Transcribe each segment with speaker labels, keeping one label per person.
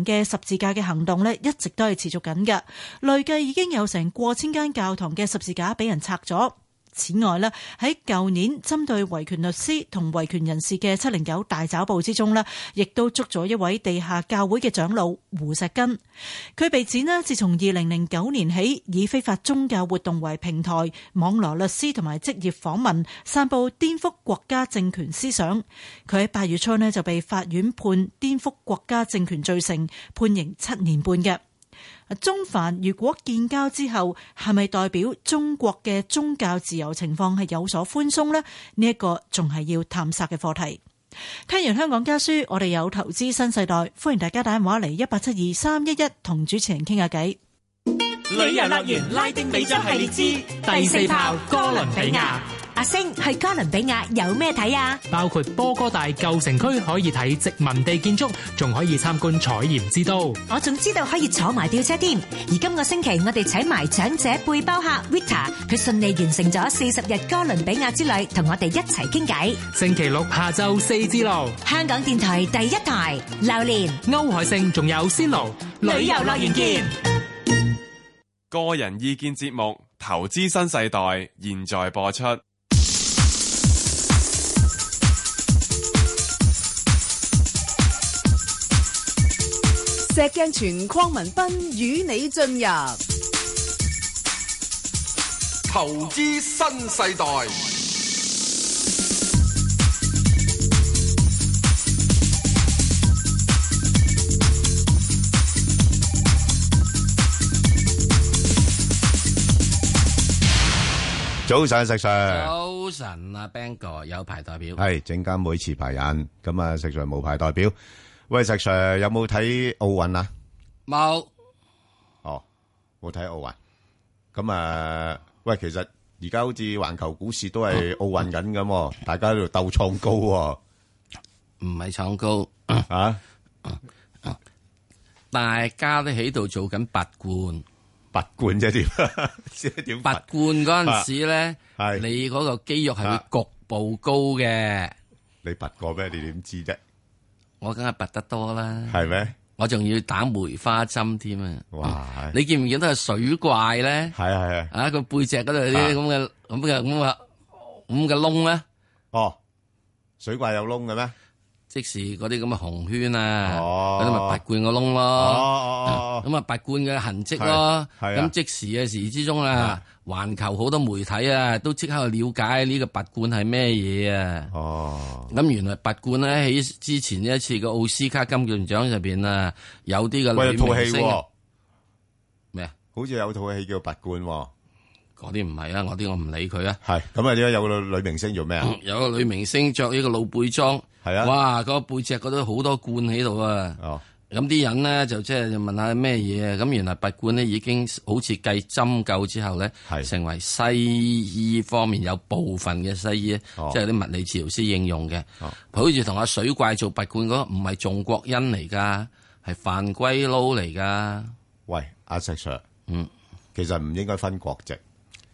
Speaker 1: 嘅十字架嘅行動呢，一直都係持續緊嘅，累計已經有成過千間教堂嘅十字架俾人拆咗。此外呢，喺舊年針對維權律師同維權人士嘅七零九大抓捕之中呢，亦都捉咗一位地下教會嘅長老胡錫根。佢被指呢，自從二零零九年起，以非法宗教活動為平台，網羅律師同埋職業訪問，散佈顛覆國家政權思想。佢喺八月初呢，就被法院判顛覆國家政權罪成，判刑七年半嘅。中梵如果建交之後，係咪代表中國嘅宗教自由情況係有所寬鬆呢？呢一個仲係要探索嘅課題。聽完香港家書，我哋有投資新世代，歡迎大家打電話嚟一八七二三一一同主持人傾下偈。
Speaker 2: 旅遊樂園拉丁美洲系列之第四炮哥倫比亞，
Speaker 3: 阿星去哥倫比亞有咩睇啊？
Speaker 2: 包括波哥大舊城區可以睇殖民地建築，仲可以參觀採鹽之都。
Speaker 3: 我仲知道可以坐埋吊車添。而今個星期我哋請埋長者背包客 Vita，佢順利完成咗四十日哥倫比亞之旅，同我哋一齊傾偈。
Speaker 2: 星期六下晝四至六，
Speaker 3: 香港電台第一台，榴蓮
Speaker 2: 歐海勝仲有仙奴，
Speaker 3: 旅遊樂園見。
Speaker 4: 個人意見節目《投資新世代》現在播出。
Speaker 5: 石鏡泉鄺民彬與你進入
Speaker 6: 投資新世代。
Speaker 7: 早晨，石 Sir，
Speaker 8: 早晨啊，Bang 哥有排代表。
Speaker 7: 哎係證監會持牌人，咁啊，石 Sir 無牌代表。喂，石 Sir 有冇睇奧運啊？
Speaker 8: 冇
Speaker 7: 哦，冇睇奧運。咁啊，喂，其實而家好似環球股市都係奧運緊咁喎，大家喺度鬥創高喎。
Speaker 8: 唔係創高，
Speaker 7: 啊，
Speaker 8: 大家都喺度做緊拔罐。
Speaker 7: 拔罐啫點？啊即係點
Speaker 8: 拔
Speaker 7: 拔？
Speaker 8: 罐嗰陣時咧，
Speaker 7: 係
Speaker 8: 你嗰個肌肉係會局部高嘅。
Speaker 7: 你拔過咩？你點知啫？
Speaker 8: 我梗係拔得多啦，
Speaker 7: 係咩？
Speaker 8: 我仲要打梅花針添啊！
Speaker 7: 哇！
Speaker 8: 你見唔見到係水怪咧？
Speaker 7: 係啊係啊，
Speaker 8: 啊，個背脊嗰度有啲咁嘅咁嘅咁嘅咁嘅窿咧，
Speaker 7: 哦，水怪有窿嘅咩？
Speaker 8: 即是嗰啲咁嘅紅圈啊，
Speaker 7: 哦
Speaker 8: 嗰啲咪拔罐個窿
Speaker 7: 哦
Speaker 8: 咯。
Speaker 7: 哦哦
Speaker 8: 咁啊，拔罐嘅痕跡咯，
Speaker 7: 係係啊
Speaker 8: 咁即時嘅時之中啊，環球好多媒體啊，都即刻去了解呢個拔罐係咩嘢啊！
Speaker 7: 哦哦，
Speaker 8: 咁原來拔罐咧喺之前一次嘅奧斯卡金像獎入邊啊，有啲嘅
Speaker 7: 喂，有
Speaker 8: 女
Speaker 7: 套
Speaker 8: 明
Speaker 7: 戲
Speaker 8: 星啊
Speaker 7: 喎，
Speaker 8: 咩啊？
Speaker 7: 好似有套戲叫拔罐喎。
Speaker 8: 嗰啲唔係啊，我啲我唔理佢啊。
Speaker 7: 系咁啊！點解有個女明星做咩啊？
Speaker 8: 有個女明星着呢個露背裝，
Speaker 7: 係啊
Speaker 8: 哇！個背脊嗰度好多罐喺度啊！
Speaker 7: 哦，
Speaker 8: 咁啲人咧就即係問下咩嘢啊？咁原來拔罐咧已經好似繼針灸之後咧
Speaker 7: 係，
Speaker 8: 成為西醫方面有部分嘅西醫咧，
Speaker 7: 哦
Speaker 8: 即係啲物理治療師應用嘅。
Speaker 7: 哦
Speaker 8: 好似同阿水怪做拔罐嗰個唔係仲國恩嚟㗎，係犯龜佬嚟㗎，
Speaker 7: 喂，阿石 Sir，
Speaker 8: 嗯，
Speaker 7: 其實唔應該分國籍，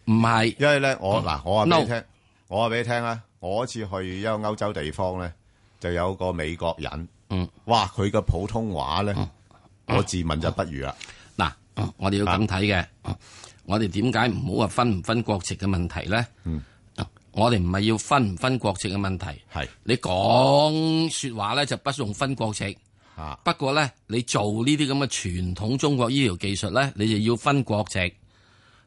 Speaker 8: 唔係嗯
Speaker 7: 因為咧，我嗱，我話俾
Speaker 8: No
Speaker 7: 你聽，我話俾你聽啊，我一次去一個歐洲地方咧，就有個美國人，
Speaker 8: 嗯，
Speaker 7: 哇，佢嘅普通話咧，我自問就不如啦，
Speaker 8: 嗱，哦我哋
Speaker 7: 啊
Speaker 8: 要咁睇嘅。哦我哋點解唔好話分唔分國籍嘅問題咧？
Speaker 7: 嗯
Speaker 8: 我哋唔係要分唔分國籍嘅問題。
Speaker 7: 係
Speaker 8: 你講説話咧就不用分國籍。
Speaker 7: 吓，
Speaker 8: 不過咧，你做呢啲咁嘅傳統中國醫療技術咧，你就要分國籍，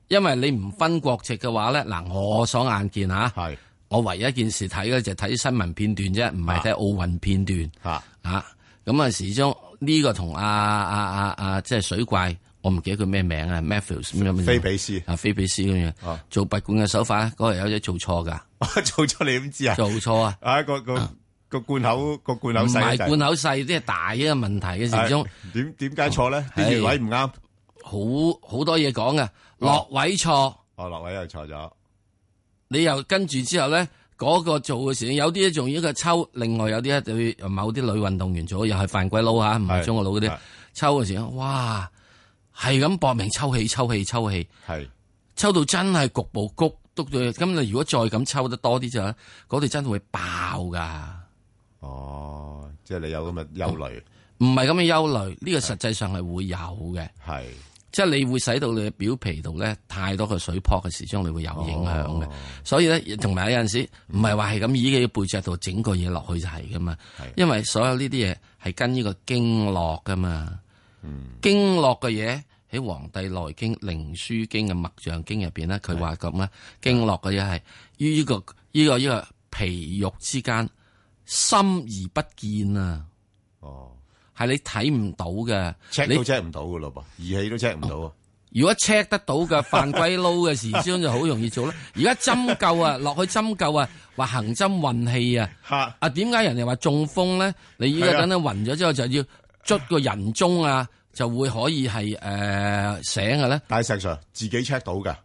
Speaker 8: 因為你唔分國籍嘅話咧，嗱，我所眼見嚇，
Speaker 7: 係
Speaker 8: 我唯一一件事睇嘅就係睇新聞片段啫，
Speaker 7: 啊
Speaker 8: 唔係睇奧運片段
Speaker 7: 吓，
Speaker 8: 啊。咁啊，始終呢個同阿阿阿阿即係水怪，我唔記得佢咩名啊，Matthews 咩咩
Speaker 7: 菲比斯
Speaker 8: 啊，菲比斯咁樣
Speaker 7: 哦
Speaker 8: 做拔罐嘅手法，嗰日有嘢做錯㗎，
Speaker 7: 做咗你點知啊？
Speaker 8: 做錯啊！
Speaker 7: 啊，個個個罐口個罐口
Speaker 8: 唔
Speaker 7: 細啊
Speaker 8: 係
Speaker 7: 一陣
Speaker 8: 罐口細，即係大一個問題嘅
Speaker 7: 係
Speaker 8: 始終。哦
Speaker 7: 點點解錯咧？啲
Speaker 8: 係
Speaker 7: 穴位唔啱，
Speaker 8: 好好多嘢講嘅，落位錯，
Speaker 7: 哦，落位又錯咗，
Speaker 8: 你又跟住之後咧，嗰、個做嘅時候，有啲仲要一個抽，另外有啲一對某啲女運動員做，又係犯鬼佬嚇，唔係
Speaker 7: 係
Speaker 8: 中國佬嗰啲
Speaker 7: 係
Speaker 8: 抽嘅時候，哇，係咁搏命抽氣、抽氣、抽氣，
Speaker 7: 係
Speaker 8: 抽到真係局部谷督到，咁你如果再咁抽得多啲就，嗰度真係會爆噶。
Speaker 7: 哦，即係你有咁嘅憂慮。
Speaker 8: 唔唔係咁嘅憂慮，呢、個實際上係會有嘅，
Speaker 7: 係
Speaker 8: 即係你會使到你嘅表皮度咧太多嘅水泡嘅時鐘，你會有影響嘅。
Speaker 7: 哦
Speaker 8: 所以咧，同埋有陣時唔係話係咁依嘅背脊度整個嘢落去就係噶嘛
Speaker 7: 係，
Speaker 8: 因為所有呢啲嘢係跟呢個經絡噶嘛。經絡嘅嘢喺《黃帝內經》《靈樞經》嘅《脈象經》入邊咧，佢話咁咧，
Speaker 7: 嗯
Speaker 8: 經絡嘅嘢係於呢個呢、個呢、個皮肉之間，深而不見啊，
Speaker 7: 哦
Speaker 8: 係你睇唔到嘅。
Speaker 7: ，check
Speaker 8: 你
Speaker 7: 都 check 唔到噶咯噃，儀器都 check 唔到啊，
Speaker 8: 如果 check 得到嘅犯規撈嘅時鐘就好容 易做啦。而家針灸啊，落去針灸啊，話行針運氣啊。
Speaker 7: 吓
Speaker 8: 啊，點解人哋話中風咧？你依家
Speaker 7: 係啊
Speaker 8: 等等暈咗之後，就要捽個人中啊，就會可以係誒、呃醒嘅咧。
Speaker 7: 但係石 Sir 自己 check 到噶，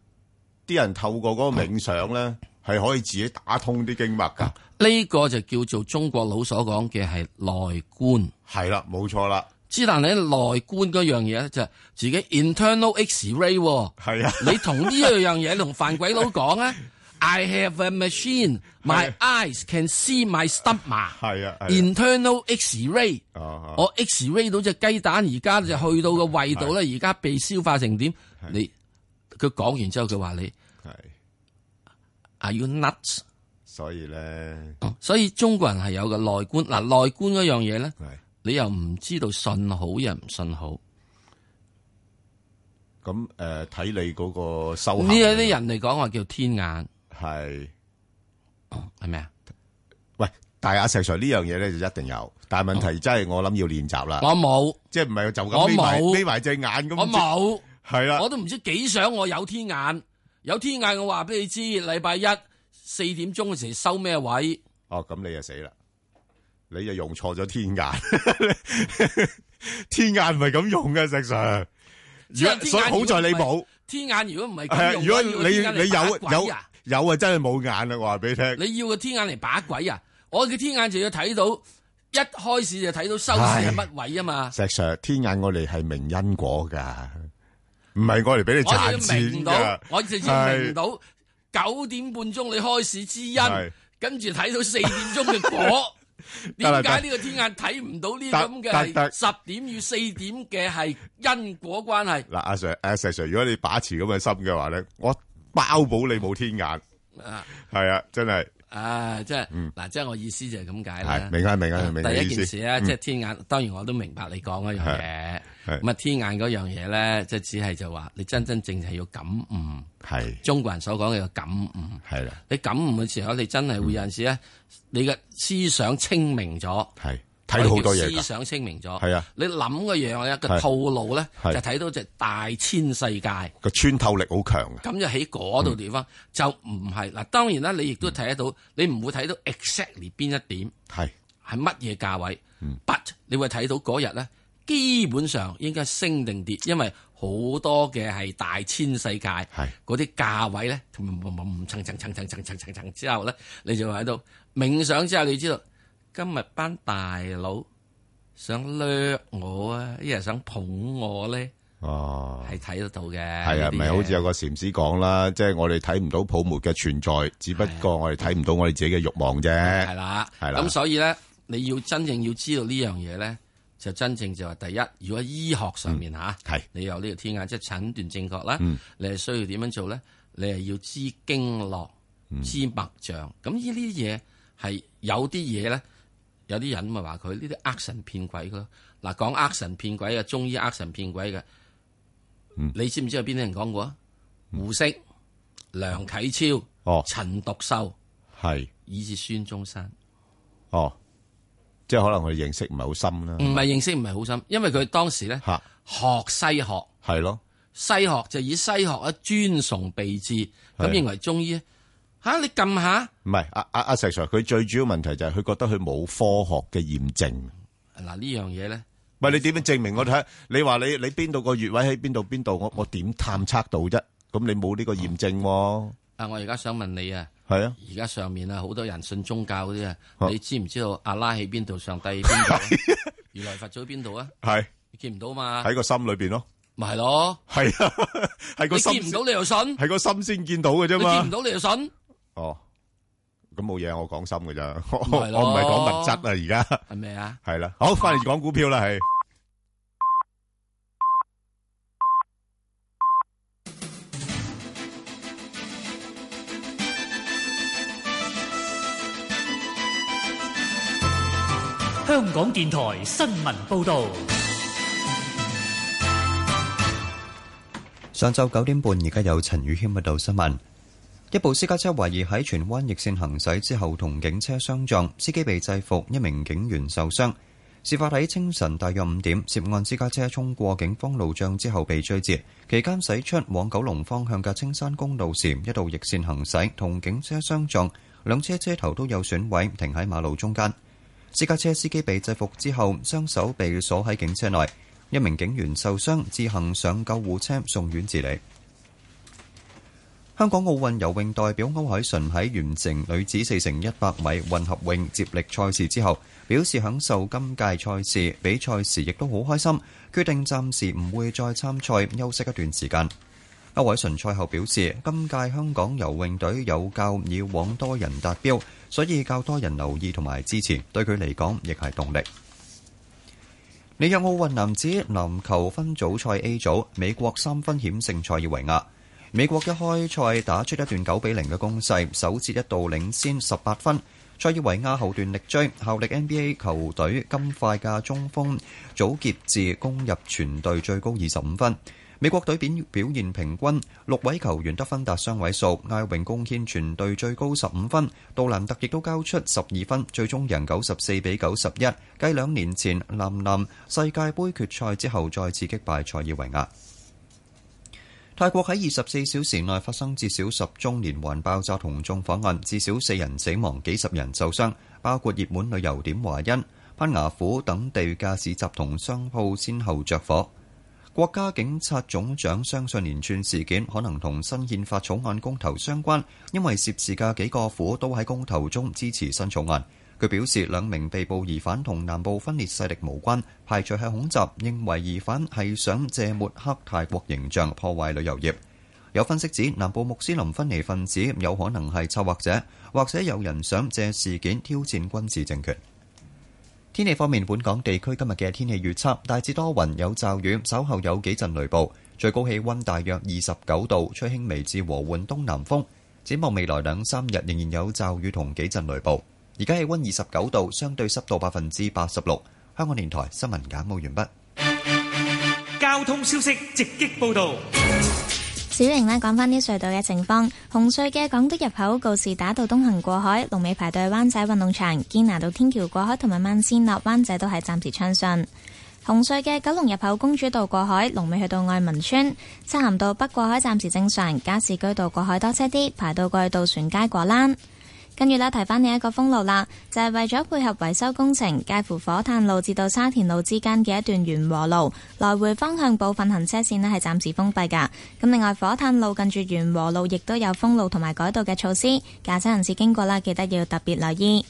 Speaker 7: 啲人透過嗰個冥想咧，係可以自己打通啲經脈噶，
Speaker 8: 嗯呢、個就叫做中國佬所講嘅係內觀。
Speaker 7: 係啦，冇錯啦，
Speaker 8: 之但你內觀嗰樣嘢咧，就係自己 internal X-ray 喎。
Speaker 7: 係啊，
Speaker 8: 你同呢一樣嘢同犯鬼佬講 啊，I have a machine,
Speaker 7: 係
Speaker 8: my eyes can see my stomach,
Speaker 7: 係啊，係啊
Speaker 8: internal X-ray。
Speaker 7: 哦
Speaker 8: 我
Speaker 7: 哦
Speaker 8: X-ray 到只雞蛋，而家就去到個胃度咧，而家被消化成點？你佢講完之後，佢話你
Speaker 7: 係，
Speaker 8: Are you nuts？
Speaker 7: 所以咧
Speaker 8: 所以中國人係有個內觀，嗱內觀嗰樣嘢咧，
Speaker 7: 係。
Speaker 8: 你又唔知道信好又唔信好。
Speaker 7: 咁诶，睇、你嗰個修行
Speaker 8: 呢一啲人嚟講話叫天眼，
Speaker 7: 係
Speaker 8: 係咪啊？
Speaker 7: 喂，但係阿石 Sir 呢樣嘢咧就一定有，但係問題真係我諗要練習啦，
Speaker 8: 我冇，
Speaker 7: 即係唔係就
Speaker 8: 我
Speaker 7: 咁眯埋
Speaker 8: 冇
Speaker 7: 眯埋隻眼咁，
Speaker 8: 我冇，
Speaker 7: 係啦
Speaker 8: 我，都唔知幾想我有天眼，有天眼我話俾你知，禮拜一四點鐘嘅時候收咩位？
Speaker 7: 哦，咁你就死啦，你就用錯咗天眼， 天眼唔係咁用嘅，石 Sir，如
Speaker 8: 即係
Speaker 7: 果
Speaker 8: 天眼
Speaker 7: 所以好在你冇，
Speaker 8: 天眼如果唔係
Speaker 7: 係啊
Speaker 8: 咁用，
Speaker 7: 如果
Speaker 8: 我要個天眼
Speaker 7: 你
Speaker 8: 嚟
Speaker 7: 你
Speaker 8: 打
Speaker 7: 有
Speaker 8: 鬼
Speaker 7: 有
Speaker 8: 啊
Speaker 7: 有啊，真係冇眼啦，我話俾你聽，
Speaker 8: 你要個天眼嚟把鬼啊！我嘅天眼就要睇到一開始就睇到收市係乜位啊嘛！
Speaker 7: 石 Sir，天眼我哋係明因果㗎，唔係我嚟俾你
Speaker 8: 我哋
Speaker 7: 賺
Speaker 8: 要明
Speaker 7: 錢
Speaker 8: 到
Speaker 7: 㗎，，
Speaker 8: 我哋要明到九點半鐘你開市之
Speaker 7: 係
Speaker 8: 因，跟住睇到四點鐘嘅果。
Speaker 7: 得啦
Speaker 8: 點解呢個天眼睇唔到呢咁
Speaker 7: 得得
Speaker 8: 嘅
Speaker 7: 得
Speaker 8: 係十點與四點嘅係因果關係？
Speaker 7: 嗱，阿 Sir，阿石 Sir，如果你把持咁嘅心嘅話咧，我包保你冇天眼。
Speaker 8: 啊
Speaker 7: 係啊，真係
Speaker 8: 啊，即係嗱，即係我意思就係咁解啦
Speaker 7: 嗯係。明啊明啊
Speaker 8: 啊
Speaker 7: 明
Speaker 8: 第
Speaker 7: 你
Speaker 8: 一
Speaker 7: 意
Speaker 8: 件
Speaker 7: 思
Speaker 8: 事咧，
Speaker 7: 嗯
Speaker 8: 即係天眼，當然我都明白你講嗰樣嘢。
Speaker 7: 係係
Speaker 8: 咁啊，天眼嗰樣嘢咧，即係只係就話你真真正正係要感悟，
Speaker 7: 係
Speaker 8: 中國人所講嘅叫感悟。
Speaker 7: 係啦，
Speaker 8: 你感悟嘅時候，你真係會有陣時咧，你嘅思想清明咗，
Speaker 7: 係睇到好多嘢
Speaker 8: 思
Speaker 7: 㗎，
Speaker 8: 想清明咗。
Speaker 7: 係啊，
Speaker 8: 你諗嘅樣咧，個
Speaker 7: 係
Speaker 8: 套路咧，就
Speaker 7: 係
Speaker 8: 睇到隻大千世界。
Speaker 7: 個穿透力好強嘅。
Speaker 8: 咁就喺嗰度地方就唔係嗱，當然啦，你亦都睇得到，你唔會睇到 exactly 邊一點。
Speaker 7: 係
Speaker 8: 係乜嘢價位、b u t 你會睇到嗰日咧，基本上應該升定跌，因為好多嘅係大千世界，嗰啲價位咧，同埋唔蹭蹭蹭蹭蹭蹭蹭蹭之後咧，你就會喺度冥想之後，你知道今日班大佬想掠我啊，一係想捧我咧，
Speaker 7: 哦，
Speaker 8: 係睇得到嘅。
Speaker 7: 係啊，
Speaker 8: 呢啲嘢
Speaker 7: 咪好似有個禪師講啦，即係我哋睇唔到泡沫嘅存在，只不過我哋睇唔到我哋自己嘅慾望
Speaker 8: 係
Speaker 7: 啫。
Speaker 8: 啦，
Speaker 7: 係啦
Speaker 8: 咁所以咧，你要真正要知道呢樣嘢咧，就真正就話第一，如果醫學上面吓，
Speaker 7: 嗯係
Speaker 8: 你有呢個天眼，即係診斷正確啦，
Speaker 7: 嗯
Speaker 8: 你係需要點樣做咧？你係要知經絡、
Speaker 7: 嗯
Speaker 8: 知脈象，咁呢啲嘢係有啲嘢咧。有啲人咪話佢呢啲呃神騙鬼咯，嗱講呃神騙鬼嘅中醫呃神騙鬼嘅，
Speaker 7: 嗯
Speaker 8: 你知唔知有邊啲人講過啊？胡適、梁啟超、
Speaker 7: 哦
Speaker 8: 陳獨秀，
Speaker 7: 係
Speaker 8: 以至孫中山。
Speaker 7: 哦，即係可能我哋認識唔係好深啦。
Speaker 8: 唔係認識唔係好深，因為佢當時咧
Speaker 7: 嗯嚇
Speaker 8: 學西學，
Speaker 7: 係咯，
Speaker 8: 西學就以西學啊尊崇備至，咁
Speaker 7: 係
Speaker 8: 認為中醫咧嚇你撳下
Speaker 7: 唔係阿阿阿石 Sir，佢最主要問題就係佢覺得佢冇科學嘅驗證。
Speaker 8: 嗱呢樣嘢咧，
Speaker 7: 喂，你點樣證明我睇？你話你你邊度個穴位喺邊度邊度？我我點探測到啫？咁你冇呢個驗證喎，
Speaker 8: 啊我而家想問你啊，
Speaker 7: 係啊，
Speaker 8: 而家上面啊好多人信宗教嗰啲啊，
Speaker 7: 啊
Speaker 8: 你知唔知道阿拉喺邊度，上帝喺邊度啊，如來佛祖喺邊度啊？
Speaker 7: 係
Speaker 8: 你見唔到嘛？
Speaker 7: 喺個心裏邊咯，
Speaker 8: 咪係咯，
Speaker 7: 係啊，喺個
Speaker 8: 你
Speaker 7: 心
Speaker 8: 見唔到你又信，
Speaker 7: 係個心先見到嘅啫
Speaker 8: 你見唔
Speaker 7: 嘛。
Speaker 8: 到你又信，
Speaker 7: 哦，咁冇嘢，我講心嘅咋， 我
Speaker 8: 咪係咯
Speaker 7: 我唔係講物質啊，而家
Speaker 8: 係咪啊？
Speaker 7: 係啦，好，翻嚟講股票啦，係。
Speaker 9: 香港電台新聞報導，
Speaker 10: 上晝九點半，而家有陳宇軒報道新聞。一部私家車懷疑喺荃灣逆線行駛之後同警車相撞，司機被制服，一名警員受傷。事發喺清晨大約五點，涉案私家車衝過警方路障之後被追截，期間駛出往九龍方向嘅青山公路時，一度逆線行駛，同警車相撞，兩車車頭都有損毀，停喺馬路中間。私家車司機被制服之後，雙手被鎖喺警車內，一名警員受傷，自行上救護車送院治理。香港奧運游泳代表歐鎧淳喺完成女子四乘一百米混合泳接力賽事之後，表示享受今屆賽事，比賽時亦都好開心，決定暫時唔會再參賽，休息一段時間。歐偉純賽後表示，今屆香港游泳隊有較以往多人達標，所以較多人留意同埋支持，對佢嚟講亦係動力。里約奧運男子籃球分組賽 A 組，美國三分險勝塞爾維亞。美國一開賽打出一段九比零嘅攻勢，首節一度領先十八分。塞爾維亞後段力追，效力 NBA 球隊金塊嘅中鋒祖傑治攻入全隊最高二十五分。美國隊表表現平均，六位球員得分達雙位數，艾榮貢獻全隊最高十五分，杜蘭特亦都交出十二分，最終贏九十四比九十一，繼兩年前男籃世界盃決賽之後再次擊敗塞爾維亞。泰國喺二十四小時內發生至少十宗連環爆炸同縱火案，至少四人死亡，幾十人受傷，包括熱門旅遊點華欣、攀牙府等地嘅市集同商鋪先後着火。國家警察總長相信連串事件可能同新憲法草案公投相關，因為涉事嘅幾個府都喺公投中支持新草案。佢表示，兩名被捕疑犯同南部分裂勢力無關，排除係恐襲，認為疑犯係想借抹黑泰國形象，破壞旅遊業。有分析指，南部穆斯林分離分子有可能係策劃者，或者有人想借事件挑戰軍事政權。天氣方面，本港地區今日嘅天氣預測大致多雲有驟雨，稍後有幾陣雷暴，最高氣温大約二十九度，吹輕微至和緩東南風。展望未來兩三日仍然有驟雨同幾陣雷暴。而家氣温二十九度，相對濕度百分之八十六。香港電台新聞簡報完畢。
Speaker 9: 交通消息直擊報導。
Speaker 11: 小瑩呢，講返啲隧道嘅情況。紅隧嘅港島入口告士打道東行過海，龍尾排隊灣仔運動場；堅拿道天橋過海同埋慢線落灣仔都係暫時暢順。紅隧嘅九龍入口公主道過海，龍尾去到愛民村；漆咸道北過海暫時正常，加士居道過海多車啲，排到過去渡船街果欄。跟住呢，提翻你一個封路啦，就係、為咗配合維修工程，介乎火炭路至到沙田路之間嘅一段元和路來回方向部分行車線呢係暫時封閉㗎。咁另外火炭路近住元和路亦都有封路同埋改道嘅措施，駕車人士經過啦，記得要特別留意。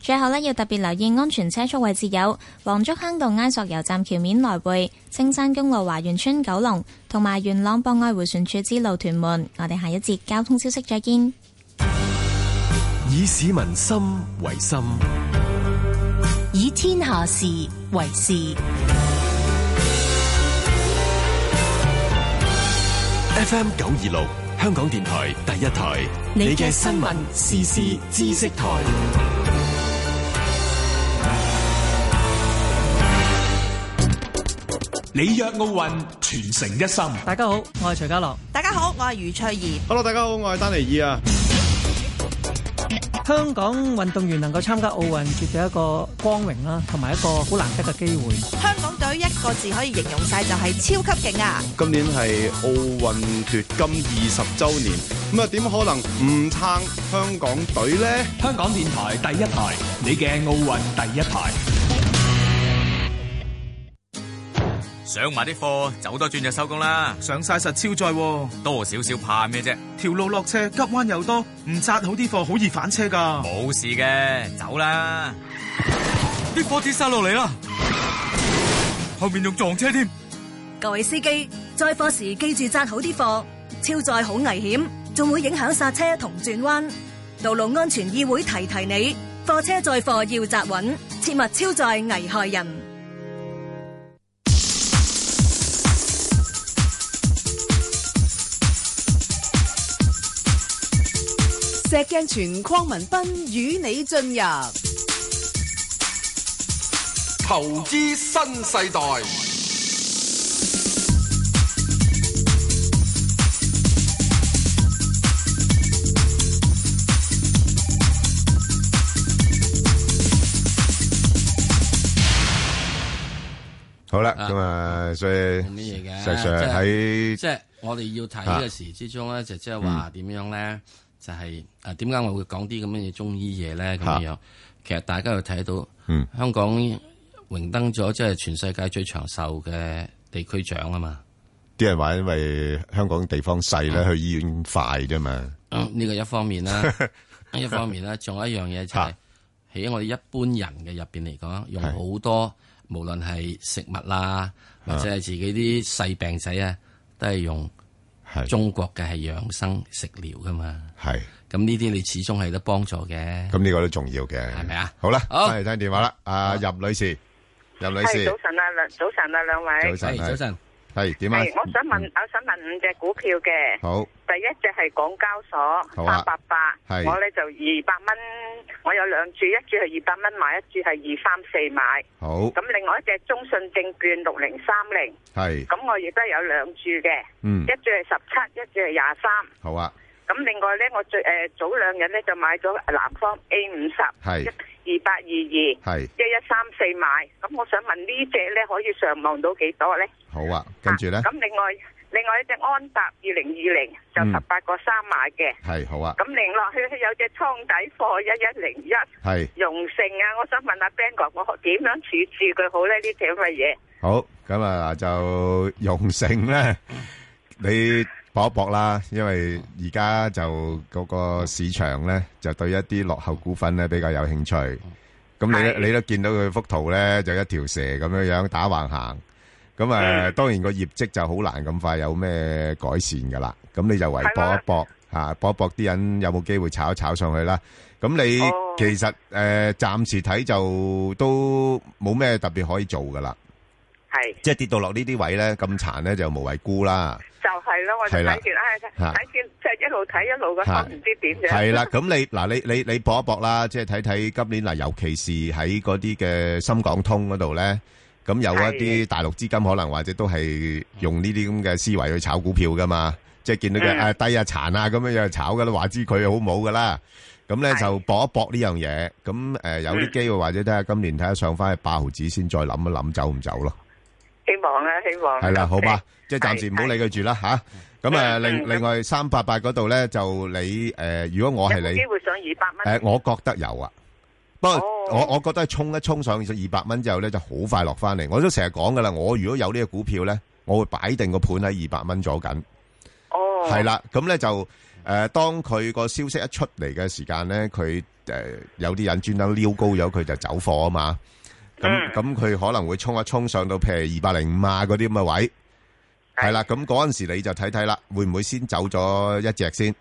Speaker 11: 最後呢，要特別留意安全車速位置有黃竹坑道埃索油站橋面來回、青山公路華園村九龍同埋元朗博愛回旋處之路屯門。我哋下一節交通消息再見。
Speaker 12: 以市民心為心，
Speaker 13: 以天下事為事。
Speaker 12: FM 九二六，香港電台第一台，你嘅新聞、時事、知識台。
Speaker 14: 里約奧運全城一心。
Speaker 15: 大家好，我係徐家樂。
Speaker 2: 大家好，我係余翠怡。
Speaker 4: Hello，大家好，我係丹尼爾啊。
Speaker 15: 香港運動員能夠參加奧運，絕對一個光榮啦，同埋一個好難得嘅機會。
Speaker 2: 香港隊一個字可以形容晒，就係超級勁啊！
Speaker 4: 今年係奧運奪金二十週年，咁啊點可能唔撐香港隊呢？
Speaker 14: 香港電台第一台，你嘅奧運第一台。
Speaker 16: 上埋啲貨，走多轉就收工啦。
Speaker 17: 上晒實超載喎、
Speaker 16: 多少少怕咩啫？
Speaker 17: 條路落車急彎又多，唔紮好啲貨好易反車㗎。
Speaker 16: 冇事嘅，走啦。啲火箭殺落嚟啦，後面仲撞車添。
Speaker 18: 各位司機，載貨時記住揸好啲貨，超載好危險，仲會影響剎車同轉彎。道路安全議會提提你，貨車載貨要扎穩，切勿超載危害人。
Speaker 5: 石鏡泉鄺民彬與你進入
Speaker 6: 投資新世代。
Speaker 7: 好啦，
Speaker 8: 啊。
Speaker 7: 咁啊，所以
Speaker 8: 乜嘢嘅，
Speaker 7: 實上
Speaker 8: 即係
Speaker 7: 喺-嗯
Speaker 8: 即係我哋要睇嘅時之中咧，就即係話點樣咧，就係啊點解我會講啲咁嘅嘢中醫嘢咧咁
Speaker 7: 嚇
Speaker 8: 樣？其實大家又睇到
Speaker 7: 嗯
Speaker 8: 香港榮登咗即係全世界最長壽嘅地區獎啊嘛。
Speaker 7: 啲人話因為香港地方細咧，去醫院快啫嘛。
Speaker 8: 嗯呢個一方面 啦，一方面啦，仲有一樣嘢就係喺我哋一般人嘅入邊嚟講，用好多無論係食物啦，或者係自己啲細病仔啊，都係用中國嘅係養生食療噶嘛。
Speaker 7: 係
Speaker 8: 咁呢啲你始終係有得幫助嘅。
Speaker 7: 咁呢個都重要嘅。好啦，
Speaker 8: 好。
Speaker 7: 返嚟聽電話啦，啊，任女士，任女士，
Speaker 19: 係早晨啊，兩早晨啊，兩位。
Speaker 7: 早晨，係。係，點啊？
Speaker 19: 係，我想問，我想問五隻股票嘅。
Speaker 7: 好。
Speaker 19: 第一隻係港交所
Speaker 7: 好
Speaker 19: 八
Speaker 7: 啊
Speaker 19: 八八，
Speaker 7: 係
Speaker 19: 我咧就二百蚊，我有兩注，一注係二百蚊買，一注係二三四買。
Speaker 7: 好
Speaker 19: 咁另外一隻中信證券六零三零，
Speaker 7: 係
Speaker 19: 咁我亦都有兩注嘅，
Speaker 7: 嗯
Speaker 19: 一注係十七，一注係廿三。
Speaker 7: 好啊，
Speaker 19: 咁另外咧，我最誒早兩日咧就買咗南方 A 五十，
Speaker 7: 係
Speaker 19: 二八二二，
Speaker 7: 係
Speaker 19: 一一三四買。咁我想問呢只咧可以上望到幾多咧？
Speaker 7: 好啊，跟住咧？
Speaker 19: 咁另外另外一隻安踏二零二零就
Speaker 7: 嗯
Speaker 19: 十八個三買嘅。
Speaker 7: 係，好啊，
Speaker 19: 咁另落去 有隻倉底貨一一零一
Speaker 7: 係。
Speaker 19: 容盛啊，我想問下 Ben 哥，我點樣處置佢好咧？呢隻咁嘅嘢，
Speaker 7: 好，咁啊就用成咧，你搏一搏啦，因為而家就嗰個市場咧，就對一啲落後股份咧比較有興趣。咁你你都見到佢幅圖咧，就一條蛇咁樣樣打橫行。咁啊，當然個業績就好難咁快有咩改善噶啦。咁你就唯搏一搏嚇，搏一搏啲人有冇機會炒一炒上去啦。咁你其實誒暫時睇就都冇咩特別可以做噶啦。
Speaker 19: 係
Speaker 7: 即係跌到落呢啲位咧，咁殘咧就無謂沽啦。
Speaker 19: 就係咯，我就
Speaker 7: 係啦
Speaker 19: 睇見，唉，
Speaker 7: 嚇
Speaker 19: 睇見即係一路睇一路個心唔知點樣。
Speaker 7: 係啦，咁你嗱你你你搏一搏啦，即係睇睇今年嗱，尤其是喺嗰啲嘅深港通嗰度咧，咁有一啲大陸資金可能或者都係用呢啲咁嘅思維去炒股票噶嘛，即係見到佢
Speaker 12: 嗯
Speaker 7: 啊低啊殘啊咁樣樣就炒噶啦，話知佢好唔好噶啦。咁咧就搏一搏呢樣嘢，咁誒有啲機會或者睇下今年睇下上翻去八毫子先，再諗一諗走唔走咯。
Speaker 19: 希望啦，希望啦
Speaker 7: 係啦，好吧，即係暫時唔好理佢住啦吓。咁啊，另另外三八八嗰度咧，就你诶，如果我係
Speaker 19: 有冇
Speaker 7: 你
Speaker 19: 機，會上二百蚊。哦
Speaker 7: 诶，我覺得有啊。不過我我覺得衝一衝上二百蚊之後咧，就好快落翻嚟。我都成日講噶啦，我如果有呢個股票咧，我會擺定個盤喺二百蚊左緊。
Speaker 19: 哦，
Speaker 7: 係啦，咁咧就诶，當佢個消息一出嚟嘅時間咧，佢诶有啲人專登撩高咗佢就走貨啊嘛。咁
Speaker 19: 嗯
Speaker 7: 咁佢可能會衝一衝上到譬如二百零五啊嗰啲咁嘅位。系啦，咁嗰阵时你就睇睇啦，會唔會先走咗一隻先？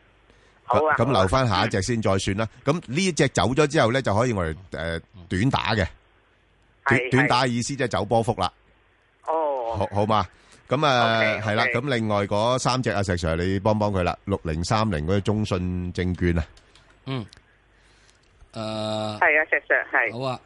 Speaker 12: 好啊
Speaker 7: 咁
Speaker 12: 好啊
Speaker 7: 留翻 下一隻先再算啦。咁呢只走咗之後咧，就可以我哋诶短打嘅，短
Speaker 12: 係
Speaker 7: 短打嘅意思即係走波幅啦。
Speaker 19: 哦，
Speaker 7: 好好嘛。咁啊，係啦。咁另外嗰三隻啊，石 Sir 你幫幫佢啦，六零三零嗰個中信證券啊，
Speaker 8: 嗯，诶，
Speaker 19: 係啊，石 Sir 係。
Speaker 8: 呃好啊，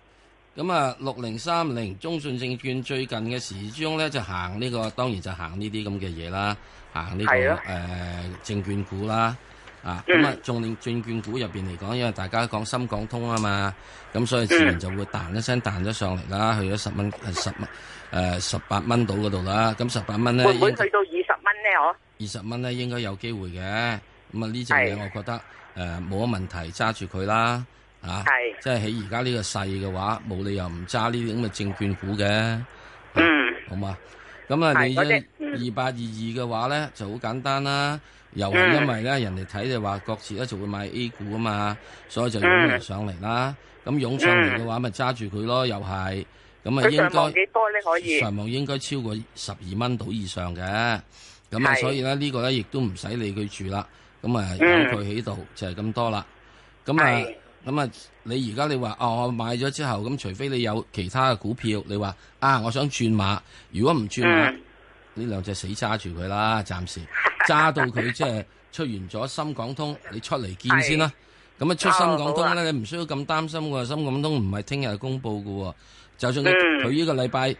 Speaker 8: 咁啊，六零三零中信證券最近嘅時鐘咧就行呢、個，當然就行呢啲咁嘅嘢啦，行呢、個
Speaker 19: 係
Speaker 8: 誒、
Speaker 19: 啊
Speaker 8: 證券股啦。啊，
Speaker 19: 嗯
Speaker 8: 咁啊，仲令證券股入邊嚟講，因為大家講深港通啊嘛，咁所以自然就會彈一聲彈咗上嚟啦，去咗十蚊誒十蚊誒十八蚊到嗰度啦，咁十八蚊咧
Speaker 19: 會唔會
Speaker 8: 應
Speaker 19: 去到二十蚊咧？我
Speaker 8: 二十蚊咧應該有機會嘅。咁啊呢只嘢我覺得誒冇乜問題，揸住佢啦啊！即係喺而家呢個勢嘅話，冇理由唔揸呢啲咁嘅證券股嘅。
Speaker 19: 嗯，
Speaker 8: 好嘛。咁啊，
Speaker 12: 係
Speaker 8: 你
Speaker 12: 嗰隻
Speaker 8: 二八二二嘅話咧就好簡單啦。又係
Speaker 12: 嗯
Speaker 8: 因為咧，人哋睇就話各自咧就會買 A 股啊嘛，所以就
Speaker 19: 嗯
Speaker 8: 湧完上嚟啦。咁湧上嚟嘅話，咪揸住佢咯，又係。咁啊，
Speaker 19: 佢
Speaker 8: 應
Speaker 19: 上
Speaker 8: 該。
Speaker 19: 望幾多咧？可以。
Speaker 8: 上望應該超過十二蚊到以上嘅，咁啊，
Speaker 19: 係
Speaker 8: 所以咧呢個咧亦都唔使理佢住啦，咁啊
Speaker 19: 嗯
Speaker 8: 有佢喺度就係咁多啦。咁啊，咁啊，你而家你話哦，我買咗之後，咁除非你有其他嘅股票，你話啊，我想轉馬，如果唔轉馬，
Speaker 19: 嗯
Speaker 8: 呢、兩隻死揸住佢啦，暫時揸到佢即係出完咗深港通，你出嚟見先啦。咁啊，出深港
Speaker 19: 哦
Speaker 8: 通咧，你唔需要咁擔心喎。深港通唔係聽日公佈嘅喎，就算佢
Speaker 16: 嗯
Speaker 8: 佢呢個禮拜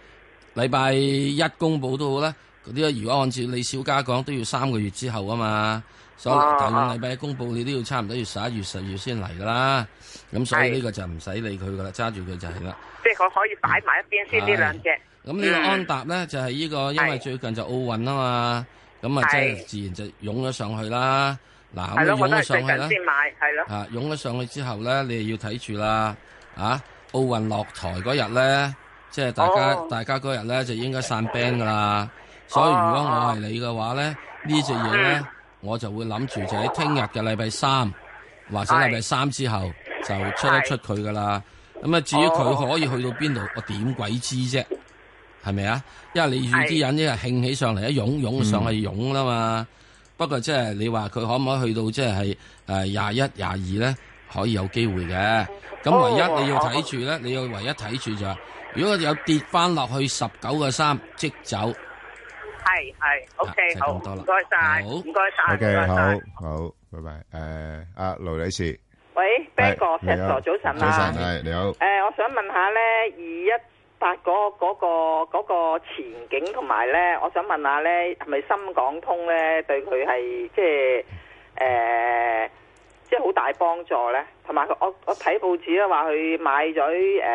Speaker 8: 禮拜一公佈都好啦。嗰啲啊如果按照李小加講，都要三個月之後啊嘛。所以
Speaker 19: 啊
Speaker 16: 哦
Speaker 8: 第五禮拜一公佈，你都要差唔多要十一月、十月先嚟噶啦。咁所以呢個就唔使理佢噶啦，揸住佢就係啦。
Speaker 19: 即係我可以擺埋一邊先呢
Speaker 8: 係
Speaker 19: 兩隻。
Speaker 8: 啊咁呢個
Speaker 19: 嗯
Speaker 8: 安踏咧就係呢個，因為最近就奧運啊嘛，咁啊即係
Speaker 19: 係
Speaker 8: 自然就湧咗上去啦。嗱，
Speaker 19: 係
Speaker 8: 咁
Speaker 19: 咯
Speaker 8: 啊，
Speaker 19: 我
Speaker 8: 湧咗
Speaker 19: 都係最
Speaker 8: 上去
Speaker 19: 近
Speaker 8: 啦。
Speaker 19: 先買，係咯。
Speaker 8: 啊，湧咗上去之後咧，你又要睇住啦。啊，奧運落台嗰日咧，即係大家、
Speaker 19: 哦
Speaker 8: 大家嗰日咧就應該散 band 噶啦。所以如果我係你嘅話咧，呢隻嘢咧
Speaker 19: 嗯，
Speaker 8: 我就會諗住就喺聽日嘅禮拜三，或者
Speaker 19: 係
Speaker 8: 禮拜三之後就出一出佢噶啦。咁啊，至於
Speaker 19: 哦
Speaker 8: 佢可以去到邊度，我點鬼知啫？係咪啊？因為你與啲人一日興起上嚟，一湧湧上去湧啦嘛。不過即係你話佢可唔可以去到即係誒廿一、廿二咧？可以有機會嘅。咁
Speaker 20: 哦
Speaker 8: 唯一你要睇住咧，你要唯一睇住就係，如果有跌翻落去十九個三，即走。
Speaker 19: 係係，OK，
Speaker 7: 啊
Speaker 8: 就係
Speaker 19: 好，
Speaker 8: 咁多啦
Speaker 19: 唔該晒，
Speaker 8: 好
Speaker 19: 唔該晒，唔
Speaker 7: OK，
Speaker 19: 該
Speaker 7: 好，
Speaker 19: 晒。
Speaker 7: 好，拜拜。誒，阿盧女士，
Speaker 20: 喂，Ben 哥
Speaker 7: 係，
Speaker 20: 石 Sir
Speaker 7: 你好。
Speaker 20: 早晨啊！
Speaker 7: 早晨，係，你好。
Speaker 20: 诶，我想問下咧，二一八嗰嗰個嗰個前景同埋咧，我想問下咧，係咪深港通咧對佢係即係诶，即係好大幫助咧？同埋佢我我睇報紙咧話佢買咗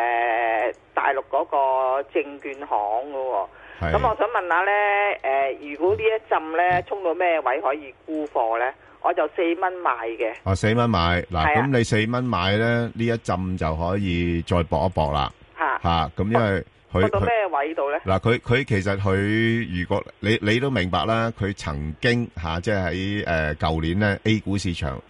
Speaker 20: 诶大陸嗰個證券行噶喎。咁我想問下咧，誒、如果呢一浸
Speaker 7: 嗯
Speaker 20: 咧衝到咩位可以沽貨咧？我就四蚊買嘅。
Speaker 7: 哦，4蚊買。嗱，
Speaker 20: 係啊。
Speaker 7: 咁你4蚊買呢，呢一浸就可以再搏一搏啦。
Speaker 20: 嚇。
Speaker 7: 嚇，咁因為佢-
Speaker 20: 去到
Speaker 7: 佢-
Speaker 20: 咩位度咧？
Speaker 7: 嗱，佢-佢其實佢如果-你-你都明白啦，佢曾經，嚇，即係喺，誒，舊年呢，A 股市場，